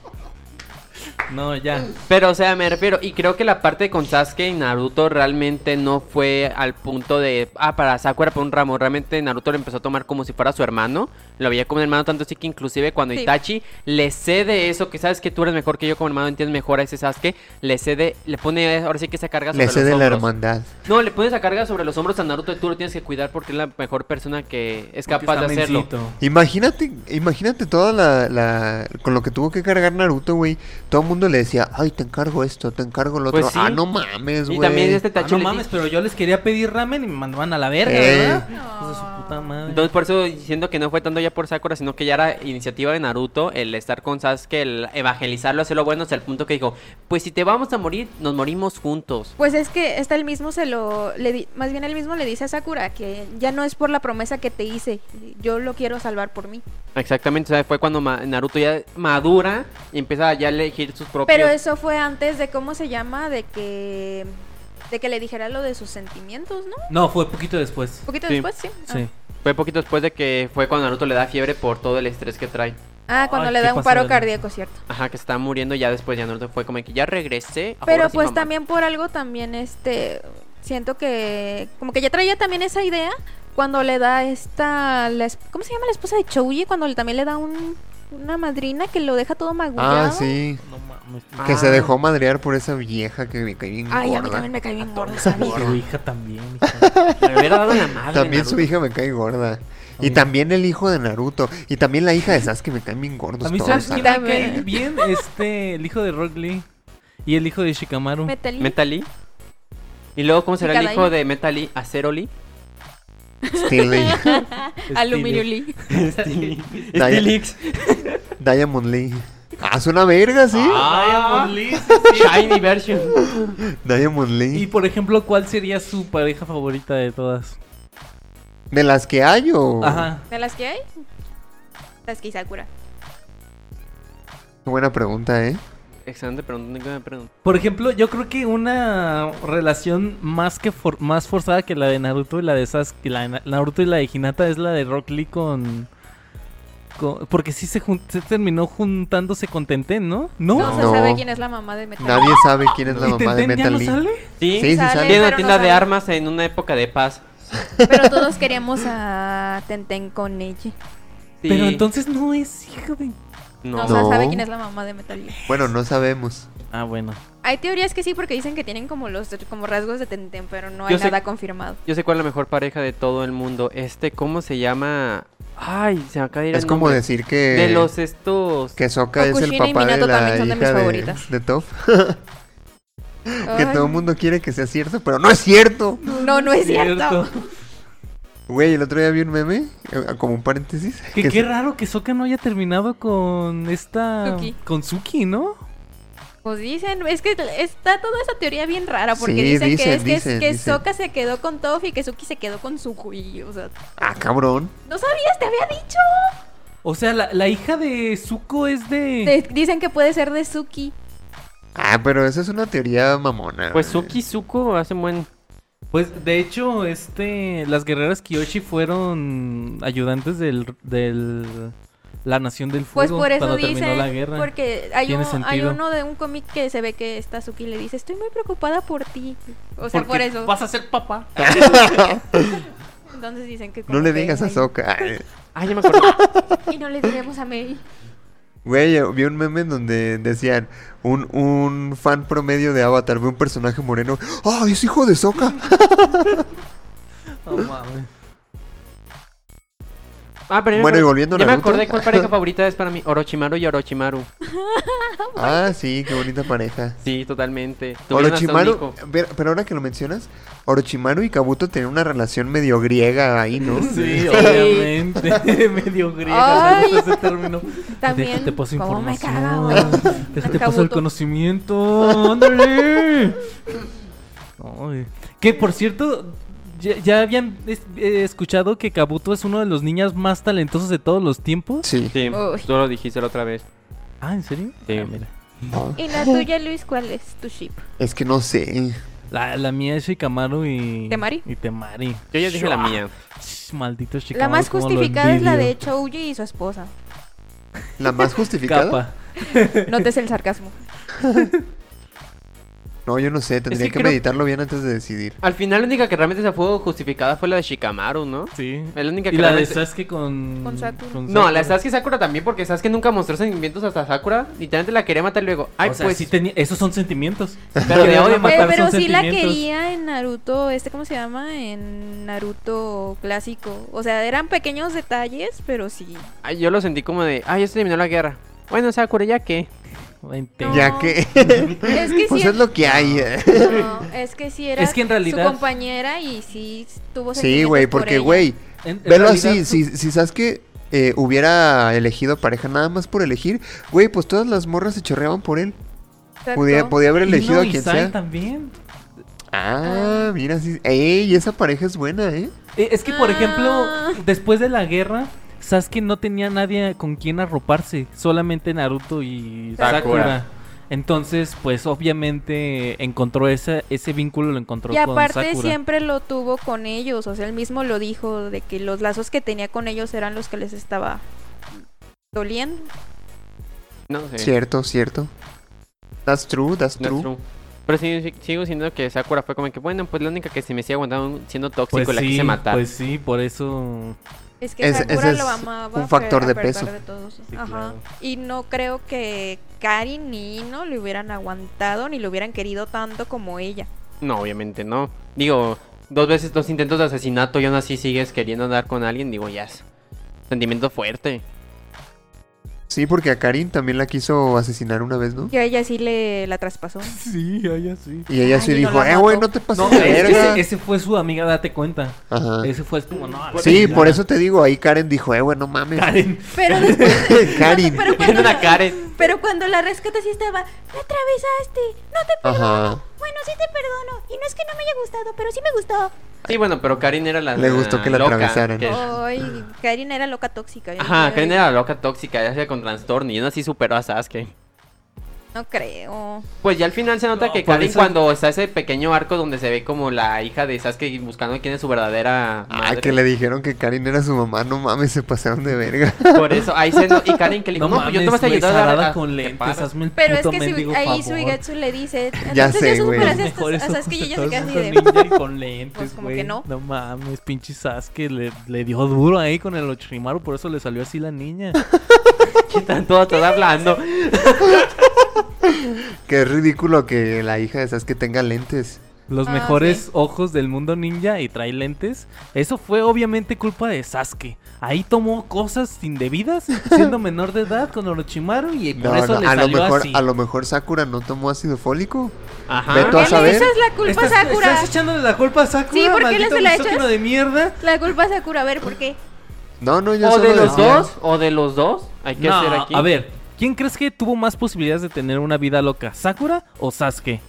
Speaker 4: No, ya.
Speaker 5: Pero, o sea, me refiero, y creo que la parte con Sasuke y Naruto realmente no fue al punto de, ah, para Sakura por un ramo, realmente Naruto lo empezó a tomar como si fuera su hermano, lo veía como un hermano, tanto así que inclusive cuando
Speaker 6: Sí.
Speaker 5: Itachi le cede eso, que sabes que tú eres mejor que yo como hermano, entiendes mejor a ese Sasuke, le cede, le pone, ahora sí que esa carga sobre
Speaker 2: le
Speaker 5: los
Speaker 2: cede la
Speaker 5: hombros.
Speaker 2: hermandad.
Speaker 5: No, le pone esa carga sobre los hombros a Naruto, tú lo tienes que cuidar porque es la mejor persona que es capaz de
Speaker 4: Porque está
Speaker 5: hacerlo.
Speaker 4: mencito.
Speaker 2: Imagínate, imagínate toda la, la- con lo que tuvo que cargar Naruto, güey. Todo el mundo le decía, ay, te encargo esto, te encargo lo otro.
Speaker 5: Pues sí.
Speaker 2: Ah, no mames,
Speaker 5: Y
Speaker 2: güey.
Speaker 5: también este
Speaker 4: Ah,
Speaker 5: Itachi
Speaker 4: no
Speaker 5: le-
Speaker 4: mames, pero yo les quería pedir ramen y me mandaban a la verga,
Speaker 2: Ey.
Speaker 4: ¿verdad? Hijos de su puta madre.
Speaker 5: Entonces, por eso diciendo que no fue tanto ya por Sakura, sino que ya era iniciativa de Naruto el estar con Sasuke, el evangelizarlo, hacerlo bueno, hasta el punto que dijo: Pues si te vamos a morir, nos morimos juntos.
Speaker 6: Pues es que está el mismo se lo le di- más bien él mismo le dice a Sakura que ya no es por la promesa que te hice, yo lo quiero salvar por mí.
Speaker 5: Exactamente, o sea, fue cuando ma- Naruto ya madura y empieza ya a elegir sus propios.
Speaker 6: Pero eso fue antes de cómo se llama de que de que le dijera lo de sus sentimientos, ¿no?
Speaker 4: No, fue poquito después.
Speaker 6: Un poquito
Speaker 5: Sí.
Speaker 6: después, sí. Ah.
Speaker 4: Sí.
Speaker 5: Fue poquito después de que fue cuando Naruto le da fiebre por todo el estrés que trae.
Speaker 6: Ah, cuando
Speaker 4: Ay,
Speaker 6: le
Speaker 4: qué
Speaker 6: da un
Speaker 4: pasada
Speaker 6: paro
Speaker 4: de lanza.
Speaker 6: cardíaco, cierto.
Speaker 5: Ajá, que se estaba muriendo y ya después ya Naruto fue como que ya regresé. ahora
Speaker 6: Pero
Speaker 5: sí,
Speaker 6: pues
Speaker 5: mamá".
Speaker 6: también por algo también este siento que como que ya traía también esa idea cuando le da esta la es- ¿cómo se llama la esposa de Chouji cuando le- también le da un- una madrina que lo deja todo magullado?
Speaker 2: Ah, sí.
Speaker 4: No mames.
Speaker 2: Que se
Speaker 5: Ah.
Speaker 2: dejó madrear por esa vieja que me caí bien
Speaker 6: Ay, a mí
Speaker 2: gorda.
Speaker 6: también me cae bien gorda esa
Speaker 4: Y
Speaker 6: vieja.
Speaker 4: su hija también. hija.
Speaker 5: Le hubiera dado la madre.
Speaker 2: También su
Speaker 5: Naruto.
Speaker 2: hija me cae gorda.
Speaker 4: A
Speaker 2: Y
Speaker 4: mí-
Speaker 2: también el hijo de Naruto. Y también la hija de Sasuke me caen bien
Speaker 4: A
Speaker 2: gordos
Speaker 4: mí
Speaker 2: Pues todos. ¿sabes?
Speaker 4: sabes quién
Speaker 6: Está
Speaker 4: me cae
Speaker 6: bien.
Speaker 4: bien este el hijo de Rock Lee y el hijo de Shikamaru.
Speaker 6: Metalina.
Speaker 5: Metali. Y luego, ¿cómo será el
Speaker 6: Picada
Speaker 5: hijo
Speaker 6: ahí.
Speaker 5: de Metali? Aceroli.
Speaker 2: Stinley,
Speaker 6: Aluminio Lee.
Speaker 5: Stilix.
Speaker 2: Diamond Lee. Ah, suena verga, ¿sí?
Speaker 5: Ah.
Speaker 4: Diamond Lee.
Speaker 5: Shiny version.
Speaker 2: Diamond
Speaker 4: Y
Speaker 2: Lee.
Speaker 4: por ejemplo, ¿cuál sería su pareja favorita de todas?
Speaker 2: ¿De las que hay o...?
Speaker 4: Ajá.
Speaker 6: ¿De las que hay? Las que hay Sakura.
Speaker 2: Qué buena pregunta, ¿eh?
Speaker 5: Excelente pregunta, nunca me pregunto.
Speaker 4: Por ejemplo, yo creo que una relación más que for- más forzada que la de Naruto y la de Sasuke, la de Na- Naruto y la de Hinata es la de Rock Lee con, con- porque sí se, jun- se terminó juntándose con Tenten, ¿no? No.
Speaker 6: No, se
Speaker 2: No.
Speaker 6: sabe quién es la mamá de Metalina.
Speaker 2: Nadie sabe quién es la
Speaker 4: ¿Y
Speaker 2: mamá de
Speaker 4: Tenten ya
Speaker 2: Metal
Speaker 4: no
Speaker 2: Lee.
Speaker 4: sale?
Speaker 5: Sí,
Speaker 2: Sí, sí
Speaker 6: Sale.
Speaker 5: tiene
Speaker 2: sale.
Speaker 5: una
Speaker 6: pero no
Speaker 5: tienda de
Speaker 6: sabe.
Speaker 5: armas en una época de paz.
Speaker 6: Pero todos queríamos a Tenten con ella.
Speaker 5: Sí.
Speaker 4: Pero entonces no es hija de...
Speaker 6: No,
Speaker 5: No.
Speaker 6: o sea,
Speaker 2: No.
Speaker 6: sabe quién es la mamá de Metal Gear.
Speaker 2: Bueno, no sabemos.
Speaker 4: Ah, bueno.
Speaker 6: Hay teorías que sí, porque dicen que tienen como los como rasgos de Tenten, pero no hay
Speaker 5: Yo sé-
Speaker 6: nada confirmado.
Speaker 5: Yo sé cuál es la mejor pareja de todo el mundo. Este, ¿cómo se llama? Ay, se me acaba de ir
Speaker 2: Es
Speaker 5: el
Speaker 2: como
Speaker 5: nombre.
Speaker 2: decir que.
Speaker 5: De los estos...
Speaker 2: Que Sokka es el
Speaker 6: Okushina y
Speaker 2: papá de
Speaker 6: Minato
Speaker 2: la
Speaker 6: también son de mis
Speaker 2: hija de,
Speaker 6: favoritas.
Speaker 2: de Toph. Que
Speaker 6: Ay,
Speaker 2: todo el mundo quiere que sea cierto, pero no es cierto.
Speaker 6: No, no es cierto.
Speaker 2: Güey, el otro día vi un meme, eh, como un paréntesis.
Speaker 4: Que
Speaker 2: que
Speaker 4: qué raro que Soka no haya terminado con esta...
Speaker 6: Suki.
Speaker 4: Con Suki, ¿no?
Speaker 6: Pues dicen, es que está toda esa teoría bien rara, porque
Speaker 2: Sí,
Speaker 6: dicen,
Speaker 2: dicen,
Speaker 6: que es que-
Speaker 2: dicen,
Speaker 6: que,
Speaker 2: dicen.
Speaker 6: Sokka se quedó con Toph y que Suki se quedó con Suku y, o sea,
Speaker 2: Ah, cabrón.
Speaker 6: no sabías, te había dicho.
Speaker 4: O sea, la, la hija de Zuko es de...
Speaker 6: Te- dicen que puede ser de Suki.
Speaker 2: Ah, pero eso es una teoría mamona.
Speaker 5: Pues
Speaker 2: güey.
Speaker 5: Suki y Zuko hacen buen...
Speaker 4: Pues de hecho, este, las guerreras Kiyoshi fueron ayudantes del, del la Nación del
Speaker 6: Pues
Speaker 4: Fuego
Speaker 6: por eso
Speaker 4: cuando terminó
Speaker 6: dicen,
Speaker 4: la guerra.
Speaker 6: porque hay,
Speaker 4: Tiene
Speaker 6: un- hay
Speaker 4: sentido.
Speaker 6: uno de un cómic que se ve que está Suki y le dice, estoy muy preocupada por ti. O sea,
Speaker 4: Porque
Speaker 6: por eso.
Speaker 4: Vas a ser papá.
Speaker 6: Entonces dicen que... como
Speaker 2: No le
Speaker 6: que
Speaker 2: digas a
Speaker 6: ahí-
Speaker 2: Soka. Ay,
Speaker 5: Ay, ya me acordé.
Speaker 6: Y no le diremos a Mei.
Speaker 2: Güey, eh, vi un meme en donde decían un, un fan promedio de Avatar ve un personaje moreno. ¡Ah, es hijo de Soka!
Speaker 4: No mames.
Speaker 5: Ah, pero ya me
Speaker 2: Bueno, y
Speaker 5: acordé-
Speaker 2: volviendo a
Speaker 5: Ya me
Speaker 2: Naruto.
Speaker 5: acordé cuál pareja favorita es para mí. Orochimaru y Orochimaru.
Speaker 2: ah, sí, qué bonita pareja.
Speaker 5: Sí, totalmente. Tuvieron hasta un
Speaker 2: Orochimaru,
Speaker 5: hijo.
Speaker 2: pero, pero ahora que lo mencionas, Orochimaru y Kabuto tenían una relación medio griega ahí, ¿no?
Speaker 4: Sí, obviamente. Medio griega, me
Speaker 6: Ay.
Speaker 4: gusta ese término.
Speaker 6: También,
Speaker 4: Déjate paso
Speaker 6: ¿cómo me
Speaker 4: información.
Speaker 6: caga, güey?
Speaker 4: Déjate paso el
Speaker 6: Kabuto.
Speaker 4: conocimiento. Ándale. Ay. Que por cierto, ya, ya habían es- eh, escuchado que Kabuto es uno de los niños más talentosos de todos los tiempos.
Speaker 2: Sí.
Speaker 5: Sí,
Speaker 6: Uy.
Speaker 5: tú lo dijiste la otra vez.
Speaker 4: Ah, ¿en serio?
Speaker 5: Sí.
Speaker 4: Ah, mira.
Speaker 6: Y la tuya, Luis, ¿cuál es tu ship?
Speaker 2: Es que no sé.
Speaker 4: La, la mía es Shikamaru y.
Speaker 6: ¿Temari?
Speaker 4: Y Temari.
Speaker 5: Yo ya dije la
Speaker 4: Shua.
Speaker 5: mía.
Speaker 4: Sh, Maldito Shikamaru.
Speaker 6: La más
Speaker 4: cómo lo
Speaker 6: justificada es la
Speaker 4: envidio.
Speaker 6: de Chouji y su esposa.
Speaker 2: ¿La más justificada?
Speaker 4: Capa.
Speaker 6: Notes el sarcasmo.
Speaker 2: No, yo no sé. Tendría
Speaker 5: que
Speaker 2: que,
Speaker 5: creo-
Speaker 2: meditarlo bien antes de decidir.
Speaker 5: Al final, la única que realmente se fue justificada fue la de Shikamaru, ¿no?
Speaker 4: Sí.
Speaker 5: Es la única que
Speaker 4: Y la de
Speaker 5: realmente-
Speaker 4: Sasuke con.
Speaker 6: Con Sakura.
Speaker 5: No, la de Sasuke y Sakura también, porque Sasuke nunca mostró sentimientos hasta Sakura. Literalmente la quería matar y luego. Ay,
Speaker 4: o sea,
Speaker 5: pues.
Speaker 4: sí tenía. Esos son sentimientos.
Speaker 5: Pero
Speaker 4: Que
Speaker 5: de
Speaker 4: van a
Speaker 5: odio,
Speaker 6: Pero,
Speaker 4: matar
Speaker 6: pero
Speaker 4: son
Speaker 6: sí la
Speaker 4: sentimientos.
Speaker 6: quería en Naruto, este, ¿cómo se llama? En Naruto clásico. O sea, eran pequeños detalles, pero sí.
Speaker 5: Ay, yo lo sentí como de. Ay, ya se terminó la guerra. Bueno, Sakura, ¿ya qué?
Speaker 4: Vente.
Speaker 6: No.
Speaker 2: Ya que.
Speaker 6: Es que
Speaker 2: pues
Speaker 6: sí.
Speaker 2: es lo que hay. eh.
Speaker 6: no, es que sí era
Speaker 4: Es que en realidad-
Speaker 6: su compañera y sí tuvo
Speaker 2: Sí,
Speaker 6: sentimientos
Speaker 2: güey,
Speaker 6: por
Speaker 2: porque,
Speaker 6: ella.
Speaker 2: güey.
Speaker 4: En- en
Speaker 2: Velo
Speaker 4: realidad,
Speaker 2: así.
Speaker 4: su-
Speaker 2: Si, si Sasuke eh, hubiera elegido pareja nada más por elegir, güey, pues todas las morras se chorreaban por él.
Speaker 6: Exacto.
Speaker 2: Podía, podía haber
Speaker 4: Y
Speaker 2: elegido
Speaker 4: no,
Speaker 2: a
Speaker 4: y
Speaker 2: quien
Speaker 4: Sai
Speaker 2: sea.
Speaker 4: también.
Speaker 2: Ah, mira, sí. Ey, esa pareja es buena, ¿eh?
Speaker 4: Eh, Es que, por
Speaker 6: Ah.
Speaker 4: ejemplo, después de la guerra. Sasuke no tenía nadie con quien arroparse, solamente Naruto y Sakura.
Speaker 5: Sakura.
Speaker 4: Entonces, pues obviamente encontró ese, ese vínculo, lo encontró
Speaker 6: Y
Speaker 4: con
Speaker 6: aparte
Speaker 4: Sakura.
Speaker 6: siempre lo tuvo con ellos, o sea, él mismo lo dijo, de que los lazos que tenía con ellos eran los que les estaba doliendo.
Speaker 5: No sé.
Speaker 2: Cierto, cierto. That's true, that's
Speaker 5: No es
Speaker 2: true.
Speaker 5: true. Pero sí, sí- sigo sintiendo que Sakura fue como que, bueno, pues la única que se me sigue aguantando siendo tóxico
Speaker 4: Pues
Speaker 5: y la
Speaker 4: sí,
Speaker 5: quise matar.
Speaker 4: Pues sí, por eso.
Speaker 6: Es que
Speaker 2: Ese-
Speaker 6: Sakura
Speaker 2: ese
Speaker 6: lo
Speaker 2: es
Speaker 6: amaba.
Speaker 2: un factor
Speaker 6: pero
Speaker 2: de
Speaker 6: a pesar
Speaker 2: peso.
Speaker 6: de todos.
Speaker 4: Sí,
Speaker 6: Ajá.
Speaker 4: claro.
Speaker 6: Y no creo que Karin ni Ino le hubieran aguantado ni lo hubieran querido tanto como ella.
Speaker 5: No, obviamente no. Digo, dos veces, dos intentos de asesinato y aún así sigues queriendo andar con alguien. Digo, ya. es Sentimiento fuerte.
Speaker 2: Sí, porque a Karin también la quiso asesinar una vez, ¿no?
Speaker 6: Yo a ella sí le la traspasó.
Speaker 4: Sí, allá sí.
Speaker 2: Y ella sí
Speaker 6: Ay, no
Speaker 2: dijo,
Speaker 6: la
Speaker 2: eh, güey,
Speaker 6: mato".
Speaker 2: no te pases
Speaker 4: No,
Speaker 2: de
Speaker 4: es que
Speaker 2: verga.
Speaker 4: ese, ese fue su amiga, date cuenta.
Speaker 2: Ajá.
Speaker 4: Ese fue como, no.
Speaker 2: Sí, por eso te digo, ahí Karen dijo, eh, güey, no mames.
Speaker 4: Karen.
Speaker 6: Pero después.
Speaker 2: Karin.
Speaker 6: Pero
Speaker 5: Era
Speaker 6: cuando,
Speaker 5: una
Speaker 6: la,
Speaker 5: Karen.
Speaker 6: pero cuando la rescata sí estaba. ¡Me atravesaste! ¡No te perdono!
Speaker 2: Ajá.
Speaker 6: Bueno, sí te perdono. Y no es que no me haya gustado, pero sí me gustó.
Speaker 5: Sí, bueno, pero Karin era la.
Speaker 2: Le gustó que la
Speaker 5: loca,
Speaker 2: atravesaran.
Speaker 5: que-
Speaker 6: Oh, Ay, Karin era loca tóxica.
Speaker 5: Ajá, Karin
Speaker 6: Karin
Speaker 5: era la loca tóxica, ya sea con trastorno y aún así superó a Sasuke.
Speaker 6: No creo.
Speaker 5: Pues ya al final se nota
Speaker 4: No,
Speaker 5: que
Speaker 4: por
Speaker 5: Karin
Speaker 4: eso-
Speaker 5: cuando está ese pequeño arco donde se ve como la hija de Sasuke buscando quién es su verdadera
Speaker 2: Ah,
Speaker 5: madre.
Speaker 2: que le dijeron que Karin era su mamá, no mames, se pasaron de verga.
Speaker 5: Por eso, ahí se no- y Karin que le dijo, no, pues yo te vas a
Speaker 4: güey,
Speaker 5: ayudar a-
Speaker 4: Sarada
Speaker 5: a-
Speaker 4: con
Speaker 5: te
Speaker 4: lentes,
Speaker 5: paras".
Speaker 4: hazme el
Speaker 6: Pero es
Speaker 4: puto
Speaker 6: que si-
Speaker 4: mendigo
Speaker 6: ahí
Speaker 4: favor.
Speaker 6: Suigetsu le dice.
Speaker 2: Ya
Speaker 6: "Entonces
Speaker 2: sé,
Speaker 6: eso
Speaker 2: güey.
Speaker 6: superaste estas-
Speaker 4: Mejor eso,
Speaker 6: o sea, es que yo ya se
Speaker 4: todo
Speaker 6: quedé así
Speaker 4: con
Speaker 6: de.
Speaker 4: ninja y con lentes,
Speaker 6: Pues como que
Speaker 4: güey.
Speaker 6: no.
Speaker 4: No mames, pinche Sasuke le, le dio duro ahí con el Ochimaru, por eso le salió así la niña.
Speaker 5: ¿Qué tanto estás hablando?
Speaker 2: Qué ridículo que la hija de Sasuke tenga lentes.
Speaker 4: Los
Speaker 6: Ah,
Speaker 4: mejores
Speaker 6: sí.
Speaker 4: ojos del mundo ninja y trae lentes. Eso fue obviamente culpa de Sasuke. Ahí tomó cosas indebidas siendo menor de edad con Orochimaru y por
Speaker 2: No,
Speaker 4: eso
Speaker 2: no,
Speaker 4: le
Speaker 2: a lo
Speaker 4: salió
Speaker 2: mejor,
Speaker 4: así.
Speaker 2: a lo mejor Sakura no tomó ácido fólico.
Speaker 5: Ajá.
Speaker 2: Ve tú a
Speaker 6: ¿Por qué le
Speaker 2: saber.
Speaker 6: echas la culpa a
Speaker 4: ¿Estás,
Speaker 6: Sakura?
Speaker 4: estás echándole la culpa a Sakura,
Speaker 6: Sí, ¿por qué le
Speaker 4: maldito
Speaker 6: se la
Speaker 4: misógino
Speaker 6: echas?
Speaker 4: de mierda.
Speaker 6: La culpa a Sakura, a ver, ¿por qué?
Speaker 2: No, no, yo
Speaker 5: O de
Speaker 2: solo
Speaker 5: los
Speaker 2: decía-
Speaker 5: dos, o de los dos. Hay que
Speaker 4: No,
Speaker 5: hacer aquí.
Speaker 4: A ver, ¿quién crees que tuvo más posibilidades de tener una vida loca? ¿Sakura o Sasuke?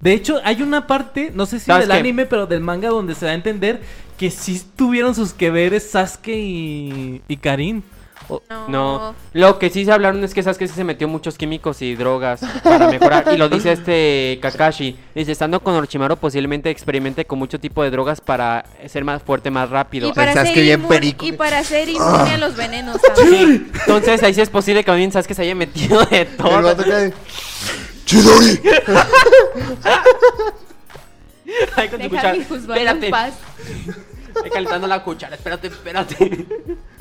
Speaker 4: De hecho, hay una parte, no sé si del
Speaker 5: Sasuke.
Speaker 4: anime, pero del manga, donde se da a entender que sí tuvieron sus que veres Sasuke y, y Karin. O-
Speaker 6: No.
Speaker 5: No, lo que sí se hablaron es que Sasuke sí se metió muchos químicos y drogas para mejorar. Y lo dice este Kakashi. Dice, estando con Orochimaru posiblemente experimente con mucho tipo de drogas para ser más fuerte, más rápido.
Speaker 6: Y para,
Speaker 2: Sasuke
Speaker 6: ser
Speaker 2: bien
Speaker 6: inmune,
Speaker 2: perico. Ah.
Speaker 6: y para ser inmune a los venenos también.
Speaker 5: Sí, Entonces ahí sí es posible que también Sasuke se haya metido de
Speaker 2: El
Speaker 5: todo.
Speaker 2: vato cae, "Chidori".
Speaker 5: Ahí con su cuchara.
Speaker 6: Déjame juzgarlo en
Speaker 5: Espérate,
Speaker 6: paz.
Speaker 5: estoy calentando la cuchara. Espérate, espérate.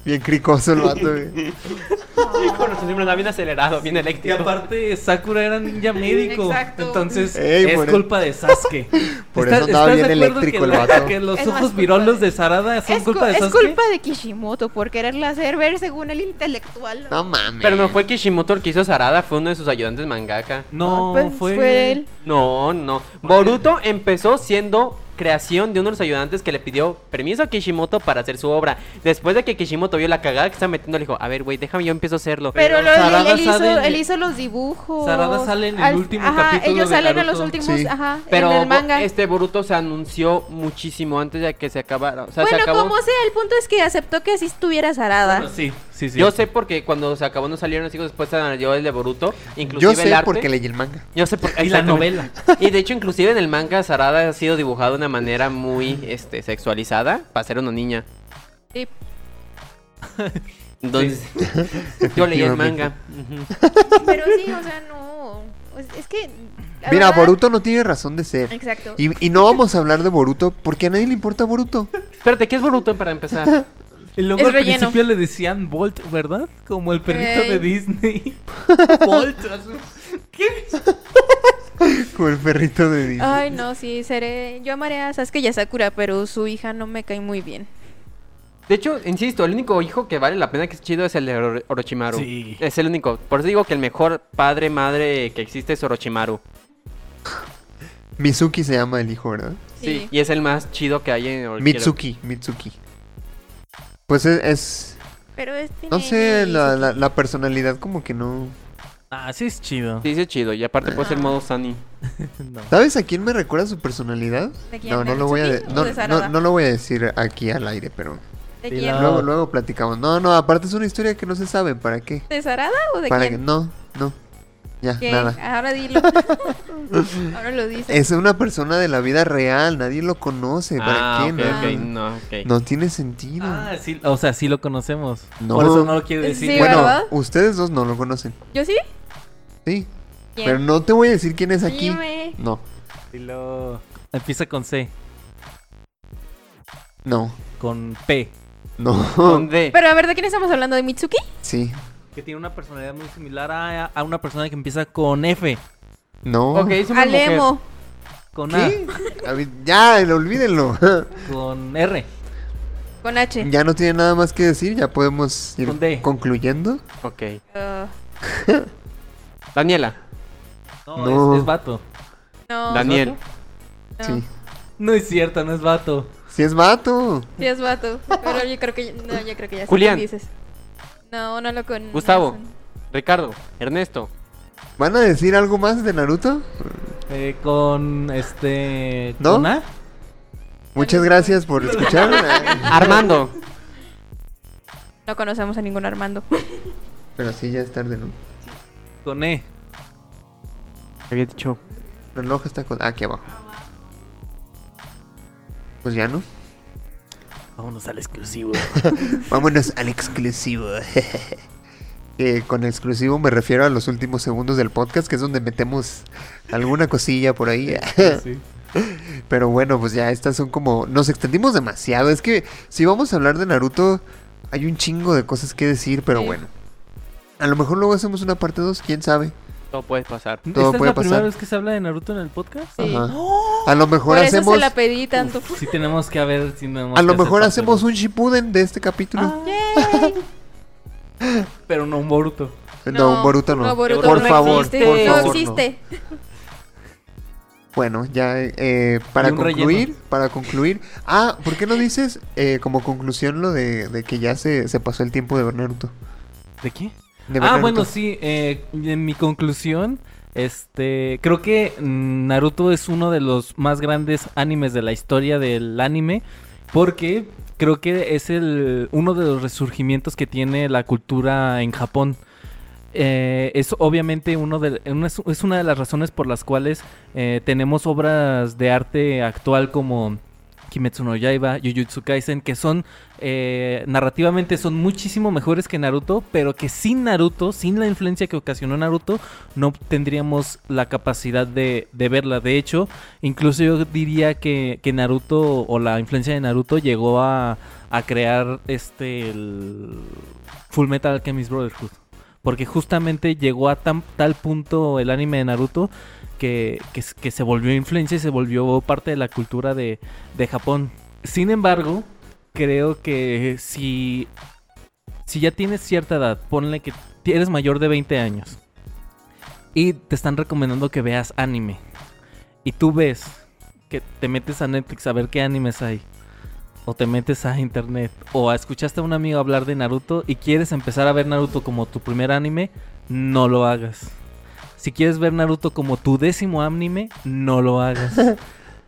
Speaker 2: Bien cricoso el vato, güey.
Speaker 5: Con los miembros, está bien acelerado, bien
Speaker 4: Y
Speaker 5: eléctrico.
Speaker 4: aparte, Sakura era ninja médico.
Speaker 6: Exacto.
Speaker 4: Entonces,
Speaker 2: Ey,
Speaker 4: es
Speaker 2: por e-
Speaker 4: culpa de Sasuke.
Speaker 2: Por
Speaker 4: ¿Estás-
Speaker 2: eso andaba
Speaker 4: estás de
Speaker 2: bien
Speaker 4: acuerdo
Speaker 2: eléctrico
Speaker 4: que
Speaker 2: el
Speaker 4: la-
Speaker 2: vato.
Speaker 4: Que los
Speaker 6: Es más
Speaker 4: ojos
Speaker 6: culpa
Speaker 4: virolos
Speaker 6: de-
Speaker 4: de Sarada son
Speaker 6: Es, cu-
Speaker 4: culpa de
Speaker 6: es
Speaker 4: Sasuke.
Speaker 6: culpa de Kishimoto por quererla hacer ver según el intelectual.
Speaker 2: No mames.
Speaker 5: Pero no fue Kishimoto el que hizo Sarada, fue uno de sus ayudantes mangaka.
Speaker 4: No,
Speaker 6: Pues,
Speaker 4: fue...
Speaker 6: fue él.
Speaker 5: No, no. Boruto empezó siendo creación de uno de los ayudantes que le pidió permiso a Kishimoto para hacer su obra. Después de que Kishimoto vio la cagada que estaba metiendo, le dijo, a ver, güey, déjame, yo empiezo a hacerlo.
Speaker 6: Pero lo- él-
Speaker 4: Sarada
Speaker 6: él, hizo,
Speaker 4: sale en-
Speaker 6: él hizo los dibujos.
Speaker 4: Sarada sale en el último
Speaker 6: ajá,
Speaker 4: capítulo
Speaker 6: Ellos
Speaker 4: de
Speaker 6: salen a
Speaker 4: Naruto.
Speaker 6: los últimos,
Speaker 2: Sí.
Speaker 6: ajá,
Speaker 5: Pero
Speaker 6: en el manga.
Speaker 5: este Boruto se anunció muchísimo antes de que se acabara. O sea, se
Speaker 6: bueno,
Speaker 5: acabó.
Speaker 6: como sea, el punto es que aceptó que así estuviera Sarada.
Speaker 4: Bueno, Ah, Sí, sí, sí.
Speaker 5: Yo sé porque cuando se acabó no salieron los hijos, después se anunció el de Boruto. Inclusive
Speaker 2: Yo sé
Speaker 5: el arte.
Speaker 2: porque leí el manga.
Speaker 5: Yo sé por-
Speaker 4: Y la
Speaker 5: exactamente.
Speaker 4: novela.
Speaker 5: Y de hecho, inclusive en el manga, Sarada ha sido dibujada de una manera muy este, sexualizada para ser una niña.
Speaker 6: Sí.
Speaker 5: Entonces, yo leí el
Speaker 2: Efectivamente.
Speaker 5: manga. Ujú.
Speaker 6: Pero sí, o sea, no. Es- Es que. la
Speaker 2: Mira,
Speaker 6: verdad-
Speaker 2: Boruto no tiene razón de ser.
Speaker 6: Exacto.
Speaker 2: Y, y no vamos a hablar de Boruto porque a nadie le importa Boruto.
Speaker 5: Espérate, ¿qué es Boruto para empezar?
Speaker 4: Y luego
Speaker 6: Es
Speaker 4: al
Speaker 6: relleno.
Speaker 4: principio le decían Bolt, ¿verdad? Como el perrito de
Speaker 6: Ey.
Speaker 4: Disney. Bolt.
Speaker 2: Como el perrito de Disney.
Speaker 6: Ay, no, sí, seré. Yo amaré a Sasuke y a Sakura, pero su hija no me cae muy bien.
Speaker 5: De hecho, insisto, el único hijo que vale la pena que es chido es el de Oro- Orochimaru.
Speaker 4: Sí.
Speaker 5: Es el único. Por eso digo que el mejor padre, madre que existe es Orochimaru.
Speaker 2: Mizuki se llama el hijo, ¿verdad?
Speaker 5: Sí. Y es el más chido que hay en Orochimaru.
Speaker 2: Mitsuki, Mitsuki. Pues es, es-
Speaker 6: Pero este.
Speaker 2: no sé, la, la- la personalidad como que no...
Speaker 4: Ah, sí es chido.
Speaker 5: Sí, sí es chido. Y aparte puede ser modo Sunny.
Speaker 4: No.
Speaker 2: ¿Sabes a quién me recuerda su personalidad?
Speaker 6: ¿De quién?
Speaker 2: No,
Speaker 6: ¿De
Speaker 2: no lo voy a de-
Speaker 6: Mitsuki o
Speaker 2: no,
Speaker 6: de
Speaker 2: no-
Speaker 6: Sarada?
Speaker 2: no lo voy a decir aquí al aire, pero
Speaker 6: ¿De
Speaker 4: Sí,
Speaker 6: quién?
Speaker 5: Ah.
Speaker 4: la-
Speaker 2: luego luego platicamos. No, no, aparte es una historia que no se sabe, ¿para qué?
Speaker 6: ¿De Sarada o de
Speaker 2: Para que
Speaker 6: quién? Ah,
Speaker 2: no, no. Ya,
Speaker 6: ¿Qué?
Speaker 2: nada. Eh,
Speaker 6: Ahora dilo. Ahora lo dices.
Speaker 2: Es una persona de la vida real, nadie lo conoce, ¿para
Speaker 5: ah,
Speaker 2: qué?
Speaker 5: ok,
Speaker 2: No,
Speaker 5: ok,
Speaker 2: no, no.
Speaker 5: No, ok.
Speaker 2: No tiene sentido.
Speaker 4: Ah, sí, o sea, sí lo conocemos.
Speaker 2: No.
Speaker 4: Por eso no lo quiero decir.
Speaker 6: Sí,
Speaker 2: bueno,
Speaker 6: ¿verdad?
Speaker 2: ustedes dos no lo conocen,
Speaker 6: ¿Yo sí?
Speaker 2: ¿sí?
Speaker 6: ¿Quién?
Speaker 2: Pero no te voy a decir quién es aquí.
Speaker 6: Dime.
Speaker 2: No,
Speaker 4: Dilo. Empieza con C,
Speaker 2: no,
Speaker 4: con P.
Speaker 2: no.
Speaker 5: ¿Dónde?
Speaker 6: Pero a ver, ¿de quién estamos hablando? ¿De Mitsuki?
Speaker 2: Sí,
Speaker 4: Que tiene una personalidad muy similar a, a una persona que empieza con F,
Speaker 2: no.
Speaker 5: Ok, es una mujer.
Speaker 6: Alemo.
Speaker 2: Oh.
Speaker 4: con
Speaker 2: ¿Qué? A ver, ya, olvídenlo.
Speaker 4: A, con R.
Speaker 6: Con H.
Speaker 2: ya no tiene nada más que decir, ya podemos ir
Speaker 4: Con D.
Speaker 2: concluyendo.
Speaker 5: Ok.
Speaker 6: Uh,
Speaker 5: Daniela.
Speaker 4: No,
Speaker 2: No.
Speaker 4: Es, es vato.
Speaker 6: no.
Speaker 5: Daniel.
Speaker 6: no.
Speaker 2: Sí.
Speaker 4: No es cierto, no es vato.
Speaker 2: Si es vato.
Speaker 6: Sí, es vato. Pero yo creo que, no, yo creo que ya sé
Speaker 5: Julián.
Speaker 6: quién dices. No, no lo con.
Speaker 5: Gustavo.
Speaker 6: no son-
Speaker 5: Ricardo. Ernesto.
Speaker 2: ¿Van a decir algo más de Naruto?
Speaker 4: Eh, con este.
Speaker 2: ¿No?
Speaker 4: ¿Con A?
Speaker 2: Muchas gracias por escuchar.
Speaker 5: Armando.
Speaker 6: No conocemos a ningún Armando.
Speaker 2: Pero sí, ya es tarde, ¿no?
Speaker 4: Con E.
Speaker 5: Había dicho.
Speaker 2: reloj está con- ah, aquí abajo. Pues ya no.
Speaker 4: Vámonos al exclusivo.
Speaker 2: Vámonos al exclusivo. Que con exclusivo me refiero a los últimos segundos del podcast, que es donde metemos alguna cosilla por ahí.
Speaker 4: Sí.
Speaker 2: Pero bueno, pues ya estas son como... Nos extendimos demasiado. Es que si vamos a hablar de Naruto, hay un chingo de cosas que decir, pero
Speaker 6: Sí.
Speaker 2: bueno. A lo mejor luego hacemos una parte 2, quién sabe.
Speaker 5: Todo puede pasar.
Speaker 4: ¿Esta
Speaker 2: Todo
Speaker 4: es
Speaker 2: puede
Speaker 4: la primera
Speaker 2: pasar.
Speaker 4: vez que se habla de Naruto en el podcast?
Speaker 6: Sí. ¡Oh!
Speaker 2: Ajá. A lo mejor
Speaker 6: Por eso
Speaker 2: hacemos...
Speaker 6: se la pedí tanto.
Speaker 4: Uf, sí tenemos que haber... sí tenemos
Speaker 2: A
Speaker 4: que
Speaker 2: lo
Speaker 4: hacer
Speaker 2: mejor
Speaker 4: parte
Speaker 2: hacemos
Speaker 4: dos.
Speaker 2: un Shippuden de este
Speaker 6: Ah,
Speaker 2: capítulo.
Speaker 6: Yay.
Speaker 4: Pero no un Boruto.
Speaker 2: Eh, no, un Boruto no.
Speaker 6: Boruto
Speaker 2: por
Speaker 6: no
Speaker 2: favor,
Speaker 6: existe.
Speaker 2: por favor.
Speaker 6: No
Speaker 2: no.
Speaker 6: existe.
Speaker 2: Bueno, ya eh, para
Speaker 4: Hay un relleno.
Speaker 2: concluir, para concluir. Ah, ¿por qué no dices eh, como conclusión lo de, de que ya se, se pasó el tiempo de ver Naruto?
Speaker 4: ¿De qué?
Speaker 2: De ver
Speaker 4: Ah,
Speaker 2: Naruto.
Speaker 4: bueno, sí. eh, en mi conclusión, este, creo que mm, Naruto es uno de los más grandes animes de la historia del anime, porque creo que es el uno de los resurgimientos que tiene la cultura en Japón. Eh, es obviamente uno de, una- es una de las razones por las cuales eh, tenemos obras de arte actual como Kimetsu no Yaiba, Jujutsu Kaisen, que son eh, narrativamente son muchísimo mejores que Naruto, pero que sin Naruto, sin la influencia que ocasionó Naruto, no tendríamos la capacidad de, de verla. De hecho, incluso yo diría que, que Naruto o la influencia de Naruto llegó a, a crear este el Full Metal Alchemist Brotherhood. Porque justamente llegó a tan- tal punto el anime de Naruto que, que s- que se volvió influencia y se volvió parte de la cultura de, de Japón. Sin embargo, creo que si, si ya tienes cierta edad, ponle que ti- eres mayor de 20 años y te están recomendando que veas anime y tú ves que te metes a Netflix a ver qué animes hay o te metes a internet o a- escuchaste a un amigo hablar de Naruto y quieres empezar a ver Naruto como tu primer anime, no lo hagas. Si quieres ver Naruto como tu décimo anime, no lo hagas.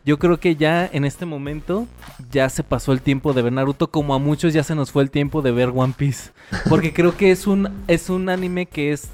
Speaker 4: Yo creo que ya en este momento ya se pasó el tiempo de ver Naruto, como a muchos ya se nos fue el tiempo de ver One Piece, porque creo que es un es un anime que es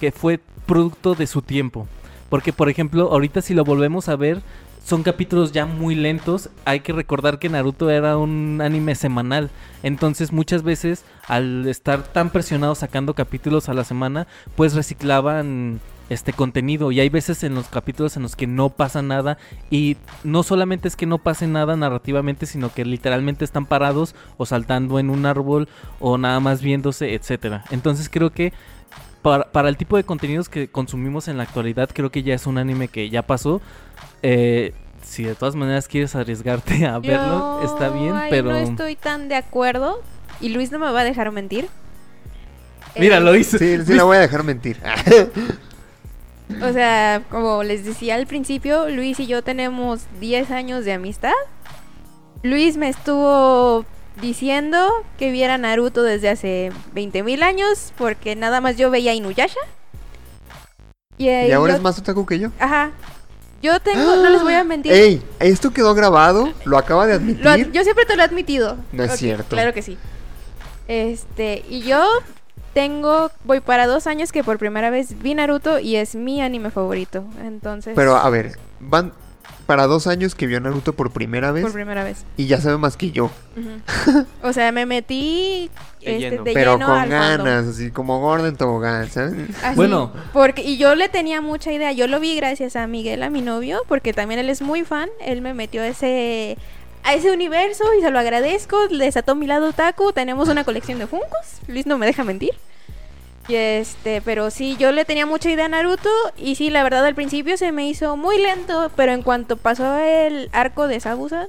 Speaker 4: que fue producto de su tiempo. Porque por ejemplo, ahorita si lo volvemos a ver son capítulos ya muy lentos. Hay que recordar que Naruto era un anime semanal. Entonces muchas veces al estar tan presionados sacando capítulos a la semana, pues reciclaban este contenido. Y hay veces en los capítulos en los que no pasa nada. Y no solamente es que no pase nada narrativamente, sino que literalmente están parados o saltando en un árbol o nada más viéndose, etcétera. Entonces creo que para, para el tipo de contenidos que consumimos en la actualidad, creo que ya es un anime que ya pasó. Eh, si de todas maneras quieres arriesgarte a verlo,
Speaker 6: Yo
Speaker 4: está bien,
Speaker 6: ahí
Speaker 4: pero...
Speaker 6: No estoy tan de acuerdo. Y Luis no me va a dejar mentir.
Speaker 4: Mira,
Speaker 6: Eh,
Speaker 4: lo hice.
Speaker 2: Sí, sí la voy a dejar mentir.
Speaker 6: O sea, como les decía al principio, Luis y yo tenemos 10 años de amistad. Luis me estuvo diciendo que viera Naruto desde hace 20.000 años porque nada más yo veía Inuyasha. Y, eh,
Speaker 2: y ahora
Speaker 6: yo-
Speaker 2: es más otaku que yo.
Speaker 6: Ajá. Yo tengo, no les voy a mentir.
Speaker 2: Ey, esto quedó grabado, lo acaba de admitir.
Speaker 6: Lo ad- yo siempre te lo he admitido.
Speaker 2: No es
Speaker 6: Ok,
Speaker 2: cierto.
Speaker 6: Claro que sí. Este, y yo tengo, voy para dos años que por primera vez vi Naruto y es mi anime favorito. Entonces,
Speaker 2: Pero a ver, van para dos años que vio Naruto por primera vez
Speaker 6: por primera vez.
Speaker 2: y ya sabe más que yo.
Speaker 6: Ujú. o sea, me metí
Speaker 5: De
Speaker 6: este,
Speaker 5: lleno.
Speaker 6: de
Speaker 2: pero
Speaker 6: lleno
Speaker 2: con
Speaker 6: al fandom.
Speaker 2: ganas, así como Gordon Tobogán, ¿sabes?
Speaker 6: Así,
Speaker 4: Bueno.
Speaker 6: Porque, y yo le tenía mucha idea. Yo lo vi gracias a Miguel, a mi novio, porque también él es muy fan. Él me metió a ese, a ese universo y se lo agradezco. Desató mi lado taco. Tenemos una colección de Funkos. Luis no me deja mentir. Y este, pero sí, yo le tenía mucha idea a Naruto. Y sí, la verdad, al principio se me hizo muy lento. Pero en cuanto pasó el arco de Sabusa,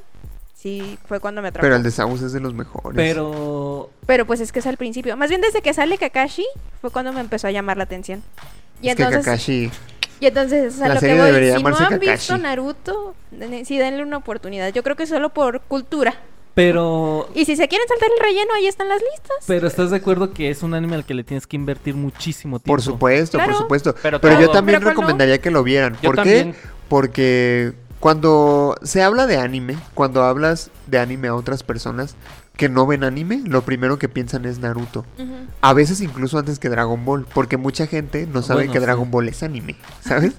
Speaker 6: sí, fue cuando me atrapó.
Speaker 2: Pero el de Samus es de los mejores.
Speaker 4: Pero...
Speaker 6: Pero pues es que es al principio. Más bien desde que sale Kakashi fue cuando me empezó a llamar la atención. Y
Speaker 2: es
Speaker 6: entonces,
Speaker 2: que Kakashi.
Speaker 6: y entonces, o sea,
Speaker 2: la
Speaker 6: lo que
Speaker 2: serie
Speaker 6: voy,
Speaker 2: debería
Speaker 6: si no
Speaker 2: llamarse
Speaker 6: han visto
Speaker 2: Kakashi.
Speaker 6: Naruto, den- sí denle una oportunidad. Yo creo que solo por cultura.
Speaker 4: Pero
Speaker 6: Y si se quieren saltar el relleno, ahí están las listas.
Speaker 4: Pero estás de acuerdo que es un anime al que le tienes que invertir muchísimo tiempo.
Speaker 2: Por supuesto,
Speaker 6: Claro.
Speaker 2: por supuesto. Pero,
Speaker 5: Pero
Speaker 2: yo
Speaker 5: todo.
Speaker 2: también
Speaker 6: Pero ¿cuál no?
Speaker 2: recomendaría que lo vieran.
Speaker 5: Yo
Speaker 2: ¿Por
Speaker 5: también.
Speaker 2: qué? Porque cuando se habla de anime, cuando hablas de anime a otras personas, que no ven anime, lo primero que piensan es Naruto. A veces incluso antes que Dragon Ball, porque mucha gente no sabe
Speaker 4: Bueno,
Speaker 2: que
Speaker 4: sí.
Speaker 2: Dragon Ball es anime, ¿sabes?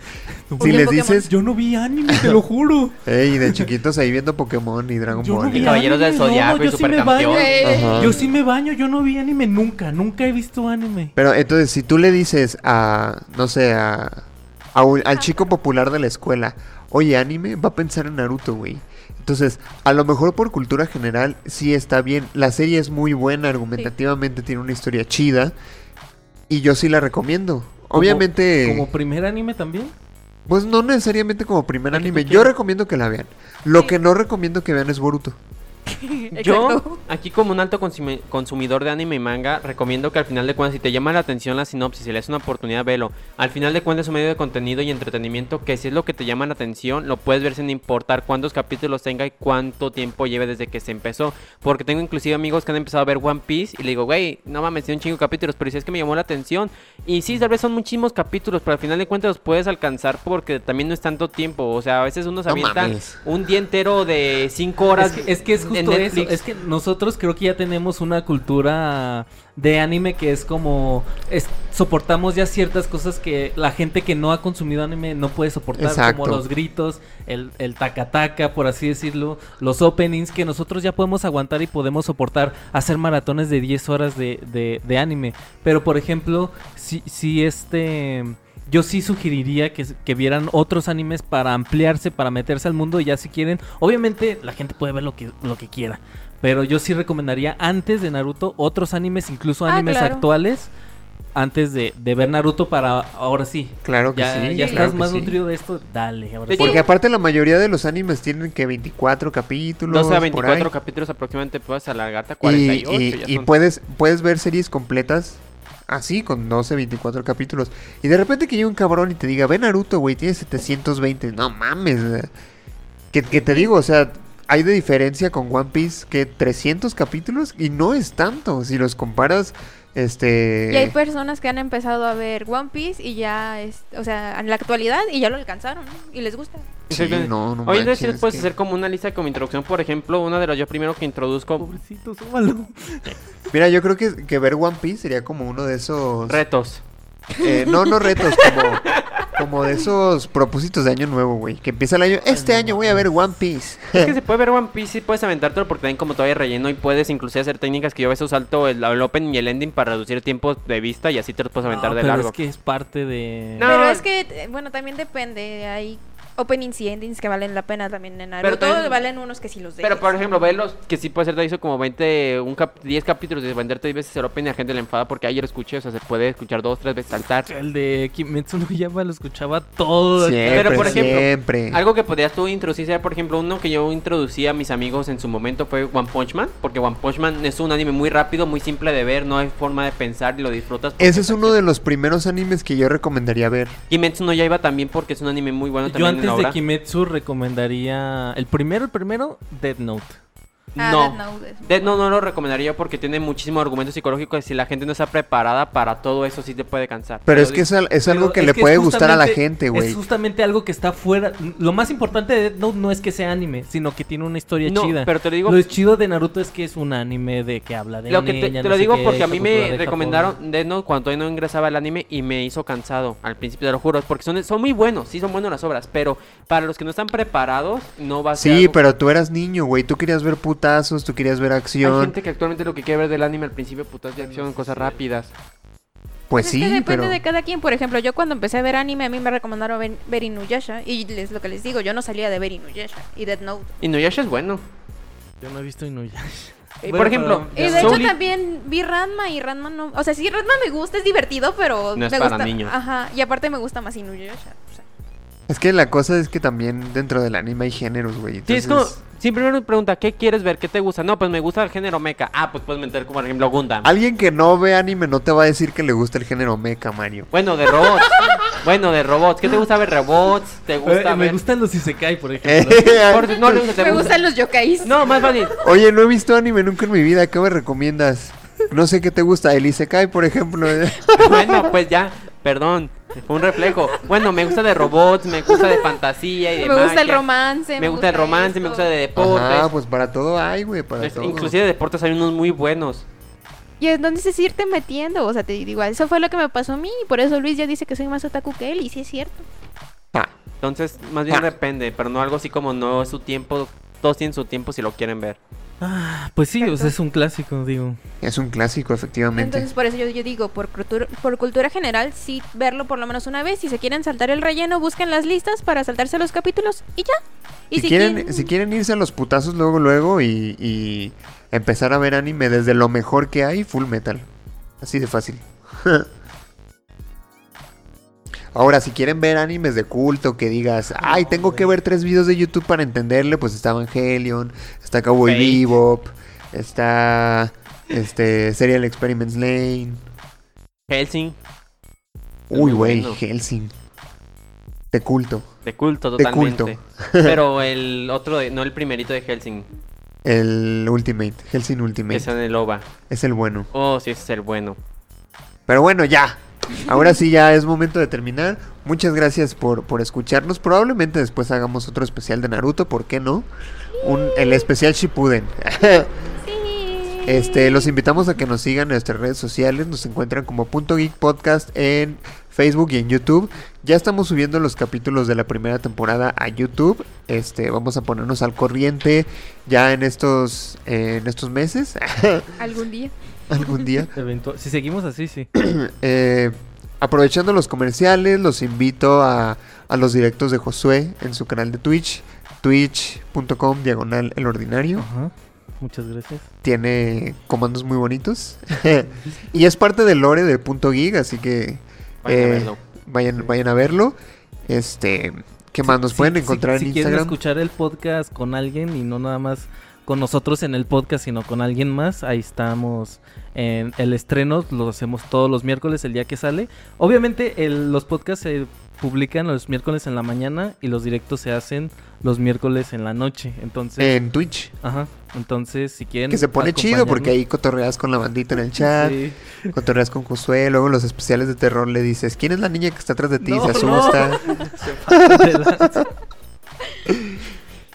Speaker 2: si
Speaker 6: Oye,
Speaker 2: les
Speaker 6: Pokémon.
Speaker 2: dices,
Speaker 4: Yo no vi anime, te lo juro.
Speaker 2: hey, de chiquitos ahí viendo Pokémon y Dragon
Speaker 4: Yo no
Speaker 2: Ball. Ah.
Speaker 4: vi
Speaker 5: Y Caballeros del
Speaker 4: anime, no,
Speaker 5: Zodiaco y
Speaker 4: yo sí me
Speaker 5: Supercampeón.
Speaker 4: baño.
Speaker 6: Pues,
Speaker 2: Ajá.
Speaker 4: Yo sí me baño, yo no vi anime nunca, nunca he visto anime.
Speaker 2: Pero entonces, si tú le dices a, no sé, a, a un- al chico popular de la escuela, oye, anime, va a pensar en Naruto, güey. Entonces, a lo mejor por cultura general sí está bien. La serie es muy buena, argumentativamente tiene una historia chida. Y yo sí la recomiendo.
Speaker 4: Como-
Speaker 2: Obviamente,
Speaker 4: Como primer anime también.
Speaker 2: pues no necesariamente como primer
Speaker 5: La que tú
Speaker 2: anime. Yo
Speaker 5: quieras.
Speaker 2: recomiendo que la vean. Lo
Speaker 6: Sí.
Speaker 2: que no recomiendo que vean es Boruto.
Speaker 5: Yo, aquí como un alto consumi- consumidor de anime y manga, recomiendo que al final de cuentas, si te llama la atención la sinopsis y le das una oportunidad, velo. Al final de cuentas es un medio de contenido y entretenimiento que si es lo que te llama la atención, lo puedes ver sin importar cuántos capítulos tenga y cuánto tiempo lleve desde que se empezó. Porque tengo inclusive amigos que han empezado a ver One Piece y le digo, güey, no mames, tiene un chingo de capítulos, pero si es que me llamó la atención. Y sí, tal vez son muchísimos capítulos, pero al final de cuentas los puedes alcanzar porque también no es tanto tiempo. O sea, a veces uno se
Speaker 2: No
Speaker 5: avienta
Speaker 2: mames.
Speaker 5: un día entero de 5 horas.
Speaker 4: Es que, es que es
Speaker 5: en
Speaker 4: justo eso.
Speaker 5: Netflix.
Speaker 4: Es que nosotros creo que ya tenemos una cultura de anime que es como es- soportamos ya ciertas cosas que la gente que no ha consumido anime no puede soportar,
Speaker 2: Exacto.
Speaker 4: como los gritos, el, el taca por así decirlo, los openings que nosotros ya podemos aguantar y podemos soportar hacer maratones de 10 horas de, de- de anime. Pero por ejemplo, si, si este yo sí sugeriría que, que vieran otros animes para ampliarse, para meterse al mundo, ya si quieren. Obviamente la gente puede ver lo que, lo que quiera. Pero yo sí recomendaría antes de Naruto otros animes, incluso
Speaker 6: Ah,
Speaker 4: animes
Speaker 6: claro.
Speaker 4: actuales, antes de, de ver Naruto para ahora sí.
Speaker 2: Claro que
Speaker 4: Ya,
Speaker 2: sí.
Speaker 4: ya
Speaker 2: claro
Speaker 4: estás
Speaker 2: que
Speaker 4: más
Speaker 2: sí.
Speaker 4: nutrido de esto, dale. Ahora
Speaker 5: De
Speaker 4: sí.
Speaker 5: hecho,
Speaker 2: Porque aparte la mayoría de los animes tienen que 24 capítulos.
Speaker 5: 12 a
Speaker 2: por ahí.
Speaker 5: 24 capítulos aproximadamente puedes alargarte a
Speaker 2: Y,
Speaker 5: 48.
Speaker 2: y-
Speaker 5: ya
Speaker 2: y
Speaker 5: son-
Speaker 2: puedes, puedes ver series completas así, con 12, 24 capítulos. Y de repente que llegue un cabrón y te diga, ve Naruto, güey, tiene 720. No mames. eh. Que, que te digo, o sea, hay de diferencia con One Piece que 300 capítulos y no es tanto. Si los comparas, este...
Speaker 6: Y hay personas que han empezado a ver One Piece y ya, es, o sea, en la actualidad y ya lo alcanzaron ¿no? y les gusta.
Speaker 2: sí, no, no
Speaker 5: Hoy en día
Speaker 2: manches,
Speaker 5: sí
Speaker 2: es
Speaker 5: puedes
Speaker 2: que-
Speaker 5: hacer como una lista como introducción, por ejemplo, una de las yo primero que introduzco
Speaker 4: Pobrecito, súbalo.
Speaker 2: Mira, yo creo que, que ver One Piece sería como uno de esos...
Speaker 5: retos.
Speaker 2: Eh, no, no retos, como, como de esos propósitos de año nuevo, güey. Que empieza el año. Este año voy a ver One Piece.
Speaker 5: Es que se puede ver One Piece y puedes aventártelo porque también como todavía relleno y puedes inclusive hacer técnicas que yo a veces salto el, el open y el ending para reducir tiempos de vista y así te los puedes aventar
Speaker 4: No,
Speaker 5: de
Speaker 4: pero
Speaker 5: largo.
Speaker 4: es que es parte de...
Speaker 5: No,
Speaker 6: Pero es que, eh, bueno, también depende. Hay openings y endings que valen la pena también en Naruto.
Speaker 5: también-
Speaker 6: valen unos que sí los dejes.
Speaker 5: Pero por ejemplo, verlos que sí puede ser de hizo como 20, un cap- 10 capítulos de venderte 10 veces el open y la gente le enfada porque ayer escuché, o sea, se puede escuchar dos, tres veces saltar.
Speaker 4: El de Kimetsu no Yaba lo escuchaba todo.
Speaker 2: Siempre,
Speaker 5: Pero, por ejemplo,
Speaker 2: siempre.
Speaker 5: Algo que podrías tú introducir, sería, por ejemplo, uno que yo introducí a mis amigos en su momento fue One Punch Man, porque One Punch Man es un anime muy rápido, muy simple de ver, no hay forma de pensar y lo disfrutas. porque
Speaker 2: Ese es uno de los primeros animes que yo recomendaría ver.
Speaker 5: Kimetsu no Yaiba también porque es un anime muy bueno
Speaker 4: Yo
Speaker 5: también en
Speaker 4: antes
Speaker 5: la
Speaker 4: de
Speaker 5: obra.
Speaker 4: Kimetsu recomendaría... El primero, el primero, Dead Note.
Speaker 6: Ah,
Speaker 5: no.
Speaker 6: Death Note es muy
Speaker 5: Death Note
Speaker 6: bueno.
Speaker 5: no lo recomendaría yo porque tiene muchísimo argumento psicológico y si la gente no está preparada para todo eso sí te puede cansar.
Speaker 2: Pero es que es,
Speaker 5: digo,
Speaker 2: al- es algo
Speaker 4: Pero
Speaker 2: que
Speaker 4: es
Speaker 2: le
Speaker 4: es
Speaker 2: puede gustar a la
Speaker 4: justamente-
Speaker 2: gente,
Speaker 4: Es
Speaker 2: güey.
Speaker 4: justamente algo que está fuera. Lo más importante de Death Note no es que sea anime, sino que tiene una historia
Speaker 5: No,
Speaker 4: chida.
Speaker 5: pero te lo digo
Speaker 4: Lo chido de Naruto es que es un anime de que habla de
Speaker 5: Lo
Speaker 4: niña,
Speaker 5: que te, te
Speaker 4: no
Speaker 5: lo
Speaker 4: sé
Speaker 5: digo
Speaker 4: qué,
Speaker 5: porque a mí
Speaker 4: cultura de
Speaker 5: me
Speaker 4: Japón.
Speaker 5: recomendaron Death Note cuando todavía no ingresaba el anime y me hizo cansado al principio, te lo juro. Porque son, son muy buenos, sí son buenas las obras, pero para los que no están preparados no va a ser.
Speaker 2: Sí,
Speaker 5: algo-
Speaker 2: pero tú eras niño, güey. Tú querías ver putazos, tú querías ver
Speaker 5: Hay
Speaker 2: acción.
Speaker 5: gente que actualmente lo que quiere ver del anime al principio, putas de acción, cosas rápidas.
Speaker 2: Pues
Speaker 6: Es
Speaker 2: sí,
Speaker 6: que depende
Speaker 2: pero.
Speaker 6: de cada quien. Por ejemplo, yo cuando empecé a ver anime, a mí me recomendaron ver, ver Inuyasha. Y es lo que les digo, yo no salía de ver Inuyasha y Death Note.
Speaker 5: Y Noyasha es bueno.
Speaker 4: Yo no he visto Inuyasha.
Speaker 5: Eh,
Speaker 4: Bueno,
Speaker 5: por ejemplo,
Speaker 4: pero-
Speaker 6: Y de
Speaker 5: Soul
Speaker 6: hecho
Speaker 5: Eat-
Speaker 6: también vi Ranma y Ranma no... O sea, sí, Ranma me gusta, es divertido, pero...
Speaker 5: No es
Speaker 6: me
Speaker 5: para
Speaker 6: gusta...
Speaker 5: niños.
Speaker 6: Ajá, y aparte me gusta más Inuyasha. o sea.
Speaker 2: Es que la cosa es que también dentro del anime hay géneros, güey.
Speaker 5: Sí, es como.
Speaker 2: entonces,
Speaker 5: Si primero me pregunta, ¿qué quieres ver? ¿Qué te gusta? No, pues me gusta el género mecha. Ah, pues puedes meter como por ejemplo Gundam.
Speaker 2: Alguien que no ve anime no te va a decir que le gusta el género mecha, Mario.
Speaker 5: Bueno, de robots. bueno, de robots. ¿Qué te gusta ver? Robots. ¿Te gusta
Speaker 4: Eh, me
Speaker 5: ver?
Speaker 4: gustan los Isekai, por
Speaker 2: Eh,
Speaker 4: ejemplo.
Speaker 5: Por- no, no, te
Speaker 6: Me
Speaker 5: gusta-
Speaker 6: gustan los yokais.
Speaker 5: No, más vale.
Speaker 2: Oye, no he visto anime nunca en mi vida. ¿Qué me recomiendas? No sé qué te gusta. El Isekai, por ejemplo.
Speaker 5: Bueno, pues ya. Perdón, fue un reflejo. Bueno, me gusta de robots, me gusta de fantasía y de
Speaker 6: Me gusta el
Speaker 5: magia,
Speaker 6: romance.
Speaker 5: Me gusta el romance, me
Speaker 6: esto.
Speaker 5: gusta de deportes.
Speaker 2: Ajá, pues para todo hay, güey, para
Speaker 5: Entonces,
Speaker 2: todo.
Speaker 5: Pues, inclusive de deportes hay unos muy buenos.
Speaker 6: Y entonces es irte metiendo, o sea, te digo, eso fue lo que me pasó a mí, y por eso Luis ya dice que soy más otaku que él, y sí es cierto.
Speaker 2: Pa.
Speaker 5: Entonces, más bien
Speaker 2: Ah.
Speaker 5: depende, pero no algo así como no es su tiempo. Todos tienen su tiempo si lo quieren ver.
Speaker 4: Ah, pues sí, o sea, es un clásico, digo.
Speaker 2: Es un clásico, efectivamente.
Speaker 6: Entonces por eso yo, yo digo, por cultura, por cultura general, sí verlo por lo menos una vez, si se quieren saltar el relleno, busquen las listas para saltarse los capítulos y ya. Y
Speaker 2: si, quieren, si quieren irse a los putazos luego, luego y, y empezar a ver anime desde lo mejor que hay, Full Metal. Así de fácil. Ahora, si quieren ver animes de culto que digas, ay, tengo que ver tres videos de YouTube para entenderle, pues está Evangelion, está Cowboy
Speaker 5: Fate.
Speaker 2: Bebop, está este Serial Experiments Lane.
Speaker 5: Helsing, Es muy
Speaker 2: Uy, güey,
Speaker 5: bueno.
Speaker 2: Helsing. De culto.
Speaker 5: de culto
Speaker 2: De culto.
Speaker 5: totalmente. Pero el otro, de- no el primerito de Helsing,
Speaker 2: El Ultimate, Helsing Ultimate.
Speaker 5: que es en el OVA.
Speaker 2: Es el bueno.
Speaker 5: Oh, sí, ese es el bueno.
Speaker 2: Pero bueno, ya. Ahora sí ya es momento de terminar. Muchas gracias por, por escucharnos. Probablemente después hagamos otro especial de Naruto, ¿por qué no? Un, el especial Shippuden.
Speaker 6: Sí.
Speaker 2: Este, los invitamos a que nos sigan en nuestras redes sociales. Nos encuentran como Punto Geek Podcast en Facebook y en YouTube. Ya estamos subiendo los capítulos de la primera temporada a YouTube. Este, vamos a ponernos al corriente ya en estos, en estos meses.
Speaker 6: Algún día.
Speaker 2: Algún día.
Speaker 4: Eventual- Si seguimos así, sí.
Speaker 2: Eh, aprovechando los comerciales, los invito a, a los directos de Josué en su canal de Twitch, twitch.com diagonal el ordinario.
Speaker 4: Ajá. Muchas gracias.
Speaker 2: Tiene comandos muy bonitos. y es parte del lore de punto gig, así que
Speaker 5: Vayan a
Speaker 2: eh,
Speaker 5: verlo.
Speaker 2: Vayan, vayan a verlo. Este, ¿qué más? Nos
Speaker 4: Si-
Speaker 2: pueden
Speaker 4: si-
Speaker 2: encontrar
Speaker 4: si,
Speaker 2: en
Speaker 4: quieren
Speaker 2: Instagram.
Speaker 4: escuchar el podcast con alguien y no nada más con nosotros en el podcast, sino con alguien más, ahí estamos en el estreno, lo hacemos todos los miércoles, el día que sale. Obviamente el- los podcasts se publican los miércoles en la mañana y los directos se hacen los miércoles en la noche. Entonces,
Speaker 2: En Twitch.
Speaker 4: ajá, entonces si quieren...
Speaker 2: Eh, Que se pone chido porque
Speaker 4: acompañarnos-
Speaker 2: ahí cotorreas con la bandita en el chat.
Speaker 4: Sí.
Speaker 2: Cotorreas con Josué, luego en los especiales de terror le dices, ¿quién es la niña que está atrás de ti?
Speaker 4: No,
Speaker 2: se
Speaker 4: no.
Speaker 2: asusta.
Speaker 4: De la-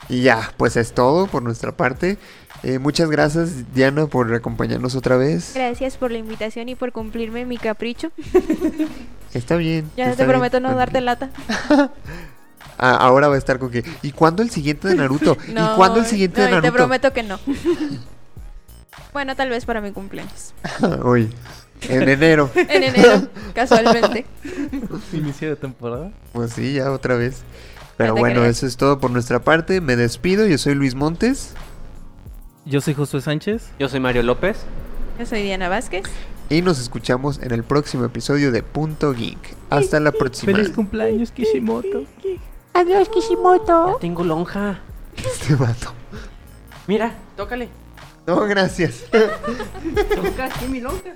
Speaker 2: Y ya, pues es todo por nuestra parte. Eh, muchas gracias Diana por acompañarnos otra vez.
Speaker 6: Gracias por la invitación y por cumplirme mi capricho.
Speaker 2: Está bien.
Speaker 6: Ya
Speaker 2: está
Speaker 6: te prometo
Speaker 2: bien.
Speaker 6: no darte lata.
Speaker 2: Ah, ahora va a estar con que. ¿Y cuándo el siguiente de Naruto?
Speaker 6: No,
Speaker 2: ¿Y cuándo el siguiente
Speaker 6: no,
Speaker 2: de
Speaker 6: y
Speaker 2: Naruto?
Speaker 6: Te prometo que no. bueno, tal vez para mi cumpleaños.
Speaker 2: Hoy. En enero.
Speaker 6: En enero, casualmente.
Speaker 4: Inicio de temporada.
Speaker 2: Pues sí, ya otra vez. Pero
Speaker 6: te
Speaker 2: bueno,
Speaker 6: creas.
Speaker 2: eso es todo por nuestra parte. Me despido. Yo soy Luis Montes.
Speaker 4: Yo soy Josué Sánchez.
Speaker 5: Yo soy Mario López.
Speaker 6: Yo soy Diana Vázquez.
Speaker 2: Y nos escuchamos en el próximo episodio de Punto Geek. Hasta la próxima.
Speaker 4: Feliz cumpleaños, Kishimoto.
Speaker 6: Adiós, Kishimoto.
Speaker 5: Ya tengo lonja.
Speaker 2: Este vato.
Speaker 5: Mira, tócale.
Speaker 2: No, gracias.
Speaker 5: Toca aquí mi lonja.